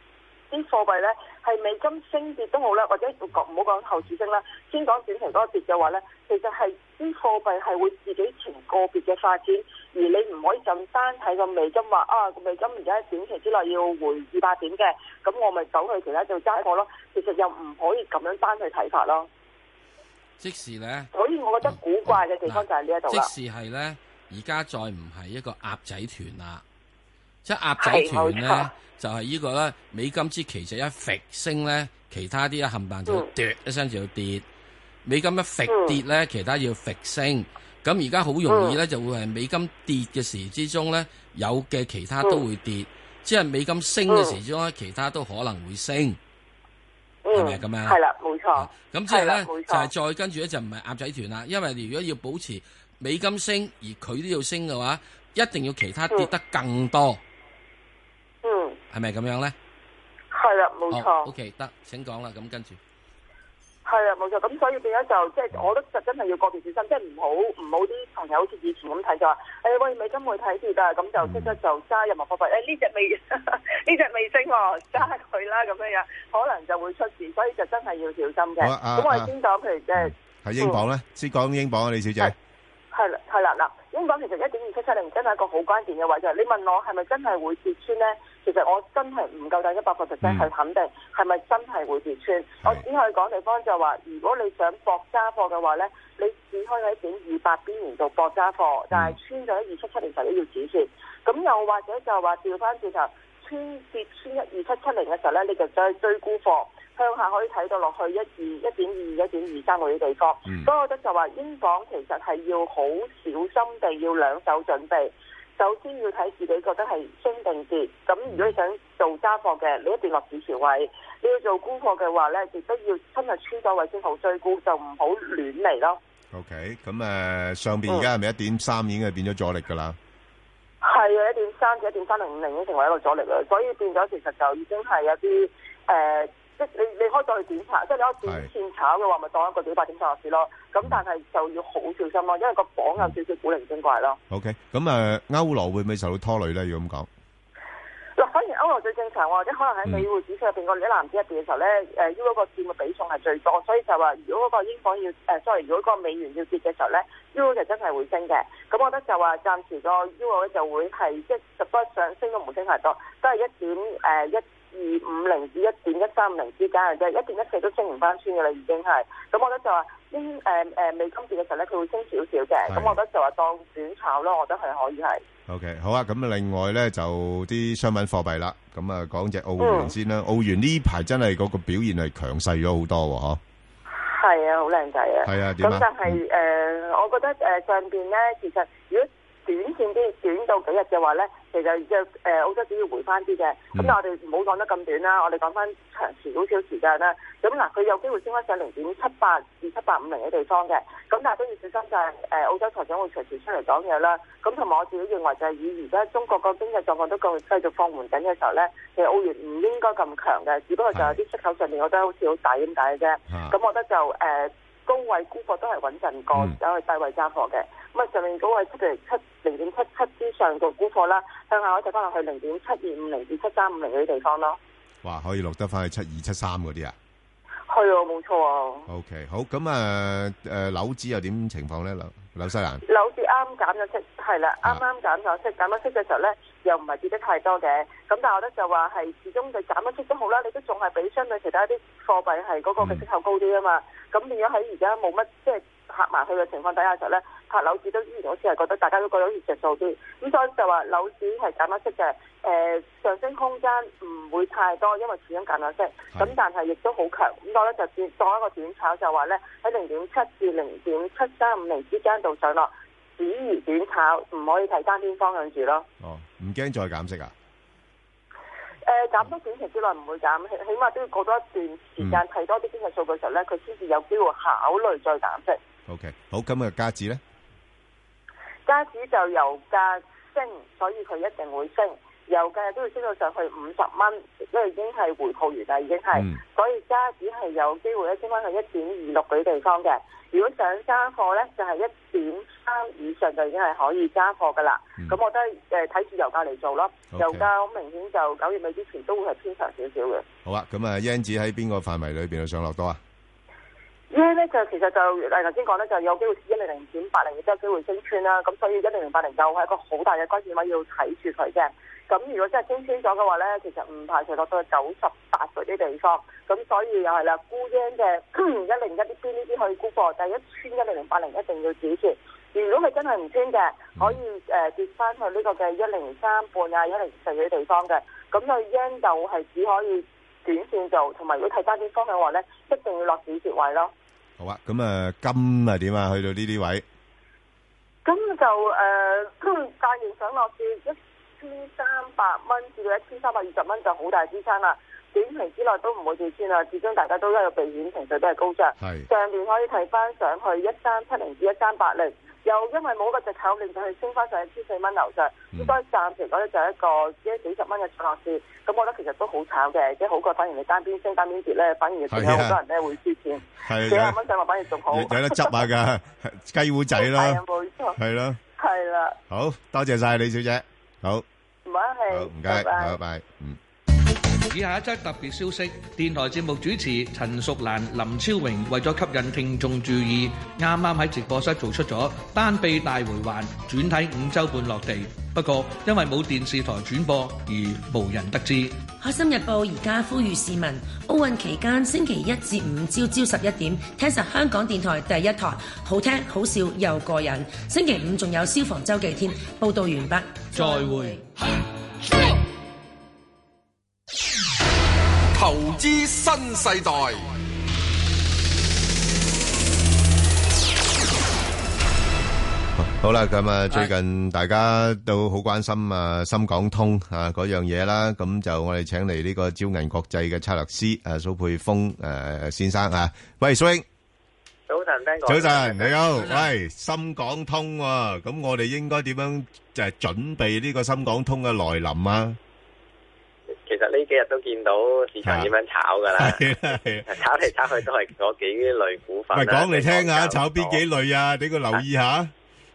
Speaker 9: 啲貨幣咧係美金升跌都好啦，或者唔講唔好講後市升啦，先講短期嗰個跌嘅話咧，其實係啲貨幣係會自己呈個別嘅發展，而你唔可以咁單睇個美金話啊個美金而家短期之內要回二百點嘅，咁我咪走去其他就揸我咯。其實又唔可以咁樣單去睇法咯。
Speaker 8: 即時咧，
Speaker 9: 所以我覺得古怪嘅地方就係呢一度啦。
Speaker 8: 即時係咧，而家再唔係一個鴨仔團啦，即係鴨仔團
Speaker 9: 係冇錯
Speaker 8: 咧就係呢個咧，美金之其實一揈升咧，其他啲一冚唪唥就
Speaker 10: 嗯
Speaker 8: 剁一聲就要跌，美金一揈跌咧，
Speaker 9: 嗯
Speaker 8: 其他要揈升。咁而家好容易咧，就會係美金跌嘅時之中咧，有嘅其他都
Speaker 9: 嗯
Speaker 8: 會跌，即係美金升嘅時之中咧，其他都可能會升。係咪咁啊
Speaker 9: 嗯係啦，冇錯。
Speaker 8: 咁之後
Speaker 9: 係啦
Speaker 8: 咧，
Speaker 9: 冇
Speaker 8: 就
Speaker 9: 錯
Speaker 8: 係再跟住咧就唔係鴨仔團啦，因為如果要保持美金升而佢都要升嘅話，一定要其他跌得更多，
Speaker 9: 嗯，
Speaker 8: 係咪咁樣咧？
Speaker 9: 係啦，冇錯。
Speaker 8: 好 OK，得，請講啦。咁跟 住
Speaker 9: 係啊，冇錯。咁所以變咗就即係，我覺得就真係要個別小心，即係唔好唔好啲朋友好似以前咁睇就話，誒、喂美金會睇跌㗎，咁就即刻
Speaker 7: 嗯
Speaker 9: 就揸人民貨幣。誒呢只未 呢只未升喎，揸佢啦咁樣樣，可能就會出事，所以就真係要小心嘅。咁、
Speaker 7: 好啊啊
Speaker 9: 我
Speaker 7: 啊
Speaker 9: 哋先講譬如即係。
Speaker 7: 係英鎊呢？先講英鎊啊，李小姐。
Speaker 9: 係啦，係啦，嗱，英鎊其實一點二七七零真係一個好關鍵嘅位置。你問我係咪真係會跌穿呢？其實我真係唔夠膽一百個 percent 去肯定係咪真係會跌穿。我只可以講地方就話，如果你想搏揸貨嘅話呢，你只可以喺點二八邊緣度搏揸貨，但係穿咗一二七七零就一要止蝕。咁又或者就話調翻轉頭，穿跌穿一二七七零嘅時候呢，你就再追沽貨。向下可以睇到落去一二一點二、一點二三嗰啲地方，所以我覺得就話英鎊其實係要好小心地要兩手準備。首先要睇自己覺得係升定跌，咁如果你想做揸貨嘅，你一定落市前位；你要做沽貨嘅話咧，亦都要真係穿咗位先好追沽，就唔好亂嚟咯。
Speaker 7: à, OK，咁，誒，上邊而家係咪1.3已經係變咗阻力㗎啦？
Speaker 9: 係啊，一點三至一點三零五零已經成為一個阻力啦，所以變咗其實就已經係有啲誒、呃即係你你可以再去檢查，即係你可以短線炒嘅話，咪當一個小八點三十市咯。咁但係就要好小心咯，因為個榜有少少古靈精怪咯。
Speaker 7: à, OK，咁，誒，歐羅會唔會受到拖累呢？如果咁講。
Speaker 9: 嗱，反而歐羅最正常喎，或者可能喺美匯指數入邊個一籃子入邊嘅時候咧，誒 U 嗰個佔嘅比重係最多，所以就話如果嗰個英鎊要誒、sorry，如果嗰個美元要跌嘅時候咧，U 就真係會升嘅。咁我覺得就話暫時個 U 咧就會係即係實質上升都唔會升太多，都係一點誒一。二五零至一點一三零之間嘅啫，一點一四都升唔翻穿嘅啦，已經係。咁我覺得就話英誒誒美金跌嘅時候咧，佢會升少少嘅。咁我覺得就話當短炒咯，我覺得係可以係。
Speaker 7: à, OK，好啊，咁另外呢，就啲商品貨幣啦。咁，誒，講隻澳元
Speaker 9: 嗯。
Speaker 7: 先啦。澳元呢排真係嗰個表現係強勢咗好多喎，嗬？
Speaker 9: 係啊，好靚仔啊！
Speaker 7: 係啊點
Speaker 9: 咁
Speaker 7: 啊
Speaker 9: 但係誒、我覺得誒、呃上邊咧，其實如果短線啲短到幾日嘅話咧，其實就誒、呃澳洲只要回翻啲嘅。咁、但係我哋唔好講得咁短啦，我哋講翻長時少少時間啦。咁嗱，佢有機會升翻上零點七八至七八五零嘅地方嘅。咁但係都要小心就係、誒澳洲財長會隨時出嚟講嘢啦。咁同埋我自己認為就係以而家中國個經濟狀況都繼續放緩緊嘅時候咧，其實澳元唔應該咁強嘅，只不過就有啲息口上面我覺得好似好抵咁解嘅啫。咁我覺得就呃誒、高位沽貨都係穩陣過走去低位揸貨嘅。咁啊上面高位七零七零點七七之上嘅沽貨啦，向下可以睇翻落去零點七二五零至七三五零嗰啲地方咯。
Speaker 7: 哇，可以落得返去72 73嗰啲啊？
Speaker 9: 係啊，冇錯啊。
Speaker 7: OK，好咁啊，誒、樓指又點情況咧？紐紐西蘭
Speaker 9: 樓市啱減咗息，係啦，啱啱減咗息，減咗息嘅時候咧，又唔係跌得太多嘅。咁但係我覺得就話係，始終你減咗息都好啦，你都仲係比相對其他啲貨幣係嗰個嘅息口高啲啊嘛。咁變咗喺而家冇乜即係拍埋去嘅情況底下嘅時候咧，拍樓市都依然好似係覺得大家都覺得好似着數啲。咁所以就話樓市係減咗息嘅，誒、上升空間唔會太多，因為始終減咗息。咁但係亦都好強。咁我咧就轉當一個短炒就話咧喺零點七至零點七三五零之間度上落，只宜短炒，唔可以睇單邊方向住咯。
Speaker 7: 哦，唔驚再減息啊？
Speaker 9: 誒、減息短期之內唔會減，起起碼都要過多一段時間睇多啲經濟數據嘅時候咧，佢先至有機會考慮再減息。
Speaker 7: OK，好，咁啊，加紙呢？
Speaker 9: 加指就油價升，所以佢一定會升。油價都要升到上去五十蚊，因為已經係回吐完啦，已經係。所以加指係有機會咧升翻去一點二六嗰啲地方嘅。如果想加貨咧，就係一點三以上就已經係可以加貨噶啦。咁、我覺得誒睇住油價嚟做咯。
Speaker 7: OK
Speaker 9: 油價好明顯就九月尾之前都會係偏強少少嘅。
Speaker 7: 好啊，咁啊，yen紙喺邊個範圍裏邊度上落多啊？
Speaker 9: 呢咧就其實就誒頭先講咧，就有機會一零零點八零亦都有機會升穿啦。咁所以一零零八零就係一個好大嘅關鍵位，要睇住佢嘅。咁如果真係升穿咗嘅話咧，其實唔排除落到九十八嗰啲地方。咁所以又係啦，沽 yen 嘅一零一啲邊呢啲可以沽貨，但係一穿一零零八零一定要止蝕。如果佢真係唔穿嘅，可以誒、呃跌翻去呢個嘅一零三半啊、一零四嗰啲地方嘅。咁佢 yen 就係只可以短線做，同埋如果睇翻啲方向嘅話咧，一定要落止蝕位咯。
Speaker 7: 好啊，咁啊，金啊點啊？去到呢啲位？
Speaker 9: 咁就誒、呃，價現上落至一千三百蚊至到一千三百二十蚊就好大支撐啦。短期之內都唔會跌穿啦，始終大家都一個避險情緒都係高漲。
Speaker 7: 係
Speaker 9: 上面可以睇翻上去一三七零至一三八零，又因為冇一個藉口令到佢升翻上一千四蚊樓上，
Speaker 7: 嗯
Speaker 9: 應該暫時嚟講咧就係一個即係幾十蚊嘅上落市。咁我覺得其實都好炒嘅，即係好過反而你單邊升單邊跌咧，反而變咗好多人咧會輸錢。
Speaker 7: 係啊
Speaker 9: 幾廿蚊上落反而仲好。
Speaker 7: 有- 有得執下㗎，雞糊仔啦。
Speaker 9: 係啊，冇錯。係啦，
Speaker 7: 係咯，好，多謝晒李小姐。好。
Speaker 9: 唔係
Speaker 7: 好，唔該，好，拜拜。嗯。
Speaker 10: 以下一則特別消息，電台節目主持陳淑蘭、林超榮為咗吸引聽眾注意，啱啱喺直播室做出咗單臂大回環轉體五周半落地，不過因為冇電視台轉播而無人得知。
Speaker 22: 開心日報而家呼籲市民，奧運期間星期一至五朝朝十一點聽實香港電台第一台，好聽好笑又過癮。星期五仲有消防周記添。報導完畢。
Speaker 10: 再會。
Speaker 6: 投資新世代，
Speaker 7: 好啦，咁啊，最近大家都好關心啊，深港通啊嗰樣嘢啦，咁就我哋請嚟呢個招銀國際嘅策略師啊蘇佩峰誒先生啊，喂，蘇英，
Speaker 24: 早晨 b
Speaker 7: 早晨，你好，喂，深港通喎，咁我哋應該點樣就係準備呢個深港通嘅來臨啊？
Speaker 24: 其實呢幾日都見到市場點樣炒㗎啦，
Speaker 7: 啊係啦係啦，
Speaker 24: 炒嚟炒去都係嗰幾類股份
Speaker 7: 喂，
Speaker 24: 啦。
Speaker 7: 啊講嚟聽下，炒邊幾類啊？你個留意下，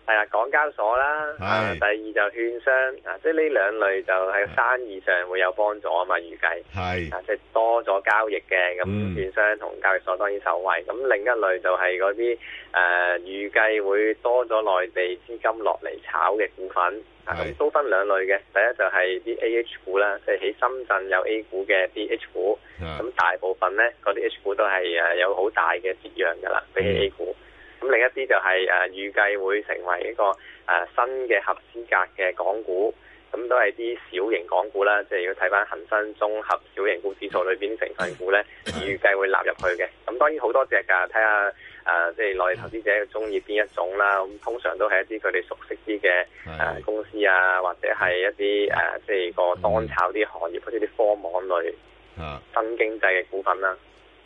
Speaker 24: 係啦，港交所啦，
Speaker 7: 係
Speaker 24: 啊第二就券商啊，即係呢兩類就喺生意上會有幫助啊嘛，預計
Speaker 7: 係
Speaker 24: 啊，即係多咗交易嘅，
Speaker 7: 嗯
Speaker 24: 咁券商同交易所當然受惠。咁另一類就係嗰啲誒預計會多咗內地資金落嚟炒嘅股份。啊，咁都分兩類嘅，第一就係啲 A H 股啦，即係喺深圳有 A 股嘅啲 H 股，
Speaker 7: 啊
Speaker 24: 咁大部分咧嗰啲 H 股都係誒有好大嘅折讓㗎啦，比
Speaker 7: 嗯
Speaker 24: 起 A 股。咁另一啲就係、誒、預計會成為一個誒、新嘅合資格嘅港股，咁都係啲小型港股啦，即係要睇翻恒生綜合小型股指數裏邊啲成分 股咧，預計會納入去嘅。咁當然好多隻㗎，睇下呃誒即係內地投資者中意邊一種啦。咁通常都係一啲佢哋熟悉啲嘅誒公司啊，或者係一啲誒、呃即係個當炒啲行業，好似啲科網類
Speaker 7: 嗯啊。
Speaker 24: 新經濟嘅股份啦。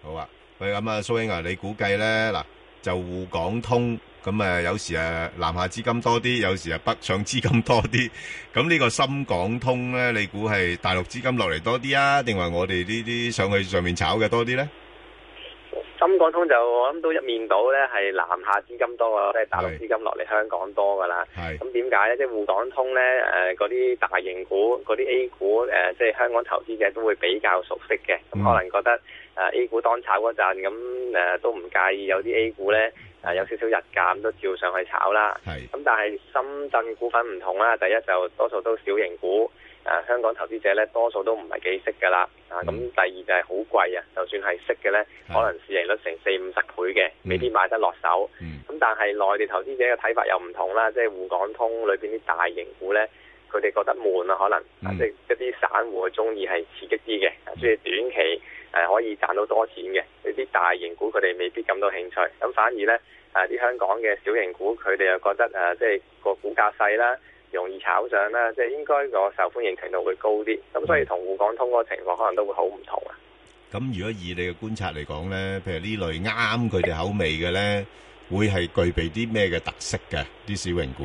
Speaker 7: 好啊，喂，咁啊，蘇英啊，你估計咧嗱，就沪港通咁啊，有時啊南下資金多啲，有時啊北上資金多啲，咁呢個深港通咧，你估係大陸資金落嚟多啲啊，定話我哋呢啲上去上面炒嘅多啲咧？
Speaker 24: 深港通就我諗都一面倒咧，係南下資金多啊，即係大陸資金落嚟香港多噶啦。咁點解咧？即係滬港通咧，誒嗰啲大型股、嗰啲 A 股，誒、即係香港投資者都會比較熟悉嘅。咁、
Speaker 25: 嗯
Speaker 24: 可能覺得誒、A 呃股當炒嗰陣，咁誒、都唔介意有啲 A 股咧。誒有少少日價咁都照上去炒啦，
Speaker 7: 咁
Speaker 24: 但係深圳股份唔同啦，第一就多數都小型股，誒、啊香港投資者咧多數都唔係幾識㗎啦。啊，咁第二就係好貴啊，就算係識嘅咧，可能市盈率成四五十倍嘅，未必買得落手。咁但係內地投資者嘅睇法又唔同啦，即係滬港通裏邊啲大型股咧，佢哋覺得悶啊，可能啊即係一啲散戶佢中意係刺激啲嘅，啊中意短期誒可以賺到多錢嘅，呢啲大型股佢哋未必感到興趣，咁反而咧啊啲香港嘅小型股佢哋又覺得啊誒即係個股價細啦。容易炒上啦，即係應該個受歡迎程度會高啲，咁所以同滬港通嗰個情況可能都會好唔同啊。
Speaker 7: 咁如果以你嘅觀察嚟講咧，譬如呢類啱佢哋口味嘅咧，會係具備啲咩嘅特色嘅啲小型股？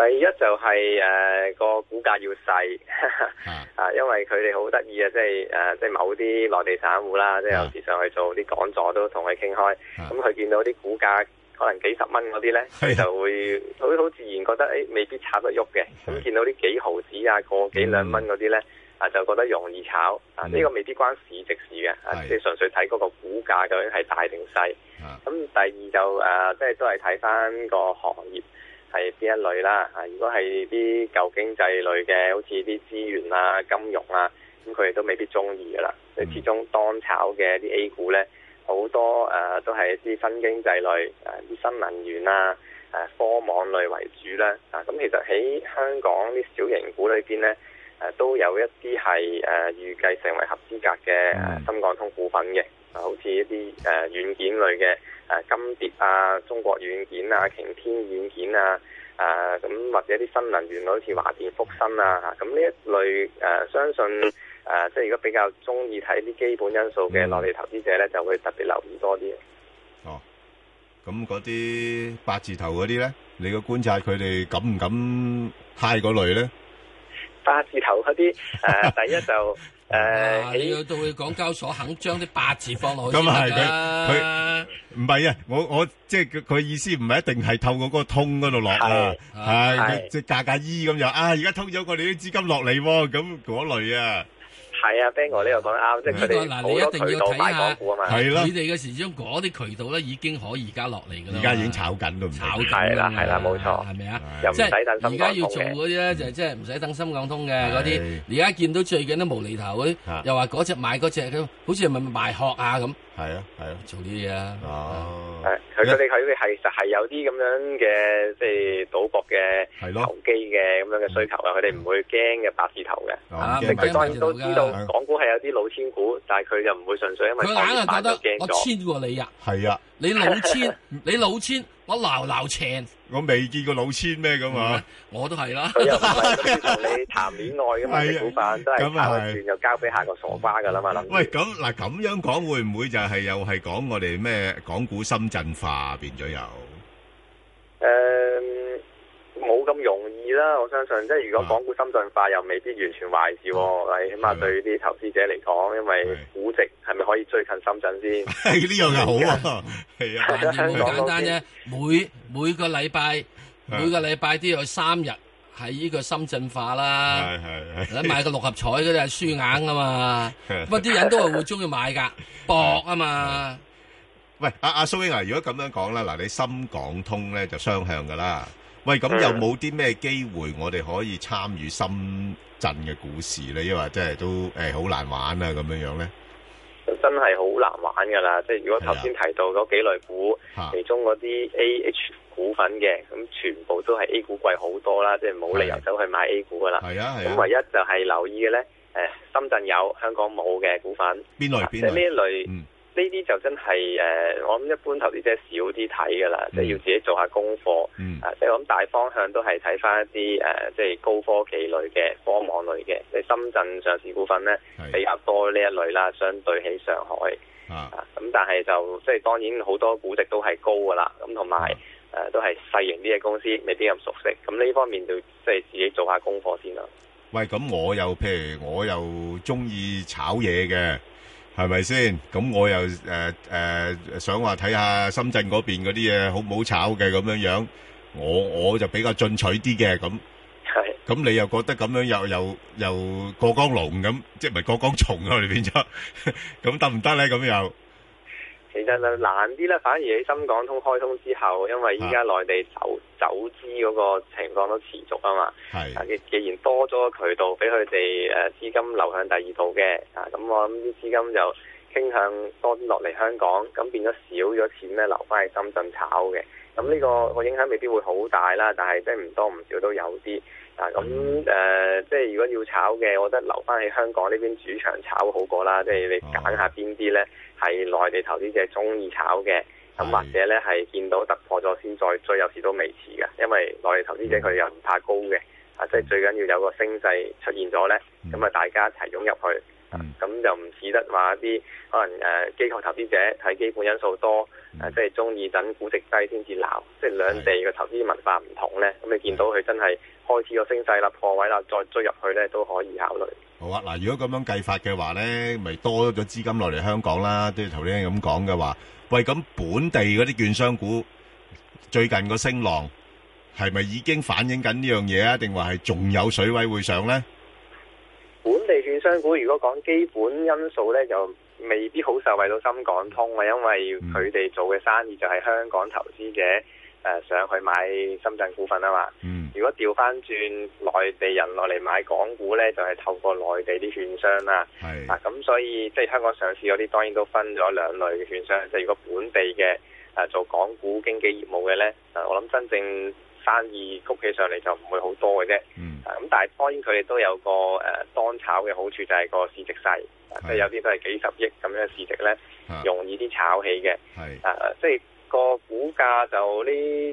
Speaker 24: 第一就係、誒、個股價要細 啊，因為佢哋好得意啊，即係誒、即係某啲內地散戶啦，即係有時上去做啲講座都同佢傾開，咁佢、見到啲股價可能幾十蚊嗰啲咧，佢就會好好自然覺得誒、欸未必炒得喐嘅，咁見到啲幾毫子啊、個幾兩蚊嗰啲咧。啊，就覺得容易炒啊！呢、個未必關市值事嘅，啊，即係純粹睇嗰個股價究竟係大定細。咁第二就誒、啊即係都係睇翻個行業。係邊一類啦。啊，如果係啲舊經濟類嘅，好似啲資源啊、金融啊，咁佢哋都未必中意噶啦。即係始終當炒嘅啲 A 股咧，好多誒、呃都係一啲新經濟類、誒、啲新能源啊、誒、科網類為主啦。啊，咁其實喺香港啲小型股裏邊咧。誒呃都有一啲係誒呃預計成為合資格嘅
Speaker 8: 嗯
Speaker 24: 誒深港通股份嘅，啊好似一啲誒軟件類嘅誒金蝶啊、中國軟件啊、擎天軟件啊，啊咁或者啲新能源類好似華電福新啊，啊咁呢一類誒、啊相信誒、啊即係如果比較中意睇啲基本因素嘅
Speaker 8: 嗯
Speaker 24: 內地投資者咧，就會特別留意多啲。
Speaker 7: 咁嗰啲八字頭嗰啲咧，你嘅觀察佢哋敢唔敢 high 嗰類咧？
Speaker 24: 八字頭嗰啲誒，啊第一 就呃誒
Speaker 8: 啊！你要到去港交所肯將啲八字放落去
Speaker 7: 咁啊
Speaker 8: 先得㗎
Speaker 7: 係唔係啊，我我即係佢佢意思唔係一定係透過嗰個通嗰度落啊，係佢即係價價依咁就啊，而家通咗我哋啲資金落嚟喎，咁嗰類啊，
Speaker 24: 係啊，Bang 哥呢個講得啱，即係
Speaker 8: 呢
Speaker 24: 佢
Speaker 8: 個
Speaker 24: 哋
Speaker 8: 嗱，你
Speaker 24: 好
Speaker 8: 一
Speaker 24: 多
Speaker 8: 定
Speaker 24: 渠
Speaker 8: 要
Speaker 24: 道
Speaker 8: 睇
Speaker 24: 買
Speaker 8: 下
Speaker 24: 港股啊嘛，
Speaker 8: 你哋嘅時鐘嗰啲渠道咧已經可以而家落嚟㗎啦。
Speaker 7: 而家已經炒緊都唔定
Speaker 8: 炒緊
Speaker 24: 係啦
Speaker 8: 㗎
Speaker 24: 係啦，冇錯，
Speaker 8: 係咪啊？
Speaker 24: 又唔
Speaker 8: 即
Speaker 24: 使
Speaker 8: 係
Speaker 24: 等
Speaker 8: 而
Speaker 24: 深
Speaker 8: 家
Speaker 24: 港
Speaker 8: 要
Speaker 24: 通
Speaker 8: 做
Speaker 24: 嘅。
Speaker 8: 嗰啲咧，就即係唔使等深港通嘅嗰
Speaker 7: 嗯係
Speaker 8: 啲。而家見到最近都無厘頭嗰
Speaker 7: 啊
Speaker 8: 啲，又話嗰只買嗰只，佢好似係咪賣殼啊咁？
Speaker 7: 係啊係啊，
Speaker 8: 做呢啲嘢啊。
Speaker 7: 哦，
Speaker 24: 係佢佢哋佢哋係實係有啲咁樣嘅即係賭博嘅投機嘅咁樣嘅需求
Speaker 7: 嗯
Speaker 24: 啊，佢哋唔會驚嘅八字頭嘅，
Speaker 7: 哦
Speaker 8: 啊
Speaker 24: 即係佢
Speaker 8: 唔驚
Speaker 24: 當
Speaker 8: 八
Speaker 24: 然
Speaker 8: 字
Speaker 24: 都
Speaker 8: 頭
Speaker 24: 知
Speaker 8: 㗎
Speaker 24: 道港股係有啲老千股，但係佢就唔會純粹因為
Speaker 8: 佢
Speaker 24: 創
Speaker 8: 硬係
Speaker 24: 業
Speaker 8: 覺
Speaker 24: 板就
Speaker 8: 得
Speaker 24: 驚
Speaker 8: 我
Speaker 24: 咗。
Speaker 8: 千過你啊！
Speaker 7: 係啊，
Speaker 8: 你老千， 你老千，我鬧鬧情，
Speaker 7: 我未見過老千咩咁啊，
Speaker 8: 我都係啦。
Speaker 24: 佢又唔係同你談戀愛 噶嘛，
Speaker 7: 係
Speaker 24: 啲
Speaker 7: 啊
Speaker 24: 股份都係
Speaker 7: 咁啊
Speaker 24: 炒
Speaker 7: 係
Speaker 24: 一
Speaker 7: 嗯
Speaker 24: 轉就交俾下個傻瓜噶啦嘛，諗住
Speaker 7: 喂，咁嗱咁樣講會唔會就係又係講我哋咩港股深圳化變咗又？
Speaker 24: 誒嗯冇咁容易啦，我相信即係如
Speaker 7: 啊
Speaker 24: 果港股深圳化又未必完全壞事
Speaker 7: 嗯
Speaker 24: 喎，起碼對啲投資者嚟講，因為估值係咪可以追近深圳先？
Speaker 7: 呢樣又好啊，係 啊，
Speaker 8: 但係好簡單啫，每每個禮拜每個禮拜都有三日喺呢個深圳化啦。
Speaker 7: 係
Speaker 8: 你買 個六合彩嗰啲係輸硬啊嘛，不過啲人都係會中意買㗎，搏啊嘛。
Speaker 7: 喂，阿阿蘇英啊，如果咁樣講啦，嗱，你深港通咧就雙向噶啦。喂，咁有冇啲咩機會我哋可以參與深圳嘅股市咧？因為真係都誒好難玩啊，咁樣樣咧。
Speaker 24: 真係好難玩㗎啦！即係如果頭先提到嗰幾類股，
Speaker 7: 啊
Speaker 24: 其中嗰啲 A H 股份嘅，咁全部都係 A 股貴好多啦，即係冇理由走去買 A 股㗎啦。
Speaker 7: 係啊係啊
Speaker 24: 咁唯一就係留意嘅咧，誒深圳有香港冇嘅股份，
Speaker 7: 邊類嗯
Speaker 24: 啊
Speaker 7: 邊
Speaker 24: 即係呢一
Speaker 7: 類？
Speaker 24: 類。呢啲就真係誒、呃我諗一般投資者少啲睇㗎啦，即係要自己做下功課。
Speaker 7: 嗯
Speaker 24: 啊，即係我諗大方向都係睇翻一啲誒、呃即係高科技類嘅、科網類嘅。即係深圳上市股份咧比較多呢一類啦，相對起上海。
Speaker 7: 啊，
Speaker 24: 咁但係就即係當然好多估值都係高㗎啦，咁同
Speaker 7: 啊
Speaker 24: 埋誒都係細型啲嘅公司，未必咁熟悉。咁呢方面就即係自己做下功課先啦。
Speaker 7: 喂，咁我又譬如我又中意炒嘢嘅，係咪先？咁我又誒誒想話睇下深圳嗰邊嗰啲嘢好唔好炒嘅咁樣樣，我我就比較進取啲嘅咁。
Speaker 24: 係。
Speaker 7: 咁你又覺得咁樣又又又過江龍咁，即係唔係過江蟲啊？我哋變咗，咁得唔得咧？咁又
Speaker 24: 其實就難啲啦，反而喺深港通開通之後，因為依家內地走走資嗰個情況都持續啊嘛。
Speaker 14: 係
Speaker 24: 啊，既既然多咗渠道俾佢哋誒資金流向第二度嘅，啊咁我諗啲資金就傾向多啲落嚟香港，咁變咗少咗錢咧留翻喺深圳炒嘅。咁呢個個影響未必會好大啦，但係即係唔多唔少都有啲。啊，咁誒、呃即係如果要炒嘅，我覺得留翻喺香港呢邊主場炒好過啦。即係你揀下邊啲咧係內地投資者中意炒嘅，咁或者咧係見到突破咗先再追，有時都未遲嘅，因為內地投資者佢又唔怕高嘅。啊，即係最緊要有個升勢出現咗咧，咁啊大家一齊湧入去。咁就唔似得話啲可能誒、呃機構投資者睇基本因素多，誒、即係中意等估值低先至鬧，即係兩地嘅投資文化唔同咧，咁你見到佢真係開始個升勢啦、破位啦，再追入去咧都可以考慮。
Speaker 14: 好啊，嗱，如果咁樣計法嘅話咧，咪多咗資金落嚟香港啦。即係頭先咁講嘅話，喂，咁本地嗰啲券商股最近個升浪係咪已經反映緊呢樣嘢啊？定話係仲有水位會上咧？
Speaker 24: 本地券商股如果講基本因素咧，就未必好受惠到深港通啊，因為佢哋做嘅生意就係香港投資者誒、呃上去買深圳股份啊嘛。如果調翻轉內地人落嚟買港股咧，就係、透過內地啲券商啦。
Speaker 14: 係
Speaker 24: 啊，咁所以即係香港上市嗰啲當然都分咗兩類嘅券商，即係如果本地嘅誒、啊做港股經紀業務嘅咧，啊我諗真正生意谷起上嚟就唔會好多嘅啫。
Speaker 14: 嗯
Speaker 24: 啊咁、但係當然佢哋都有個誒、呃、當炒嘅好處就係個市值細，啊即係有啲都係幾十億咁樣嘅市值咧
Speaker 14: 啊，
Speaker 24: 容易啲炒起嘅。
Speaker 14: 係
Speaker 24: 啊，即係個股價就呢，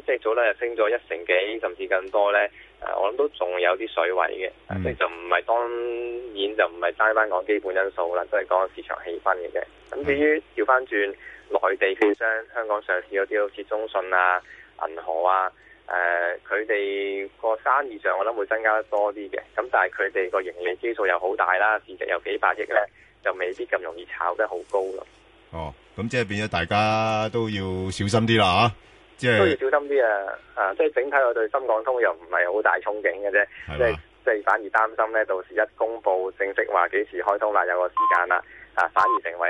Speaker 24: 即係早兩日升咗一成幾，甚至更多咧。啊，我諗都仲有啲水位嘅，啊
Speaker 14: 嗯
Speaker 24: 即係就唔係當然就唔係單單講基本因素啦，都係講市場氣氛嘅啫。咁至於調翻轉內地券商，香港上市嗰啲好似中信啊、銀河啊。誒佢哋個生意上，我諗會增加得多啲嘅。咁但係佢哋個盈利基數又好大啦，市值有幾百億咧，就未必咁容易炒得好高咯。
Speaker 14: 哦，咁即係變咗大家都要小心啲啦啊吓，即
Speaker 24: 都要
Speaker 14: 係
Speaker 24: 小心啲啊！啊，即係整體我對深港通又唔係好大憧憬嘅啫，即係即係反而擔心咧，到時一公佈正式話幾時開通啦，有個時間啦，啊，反而成為。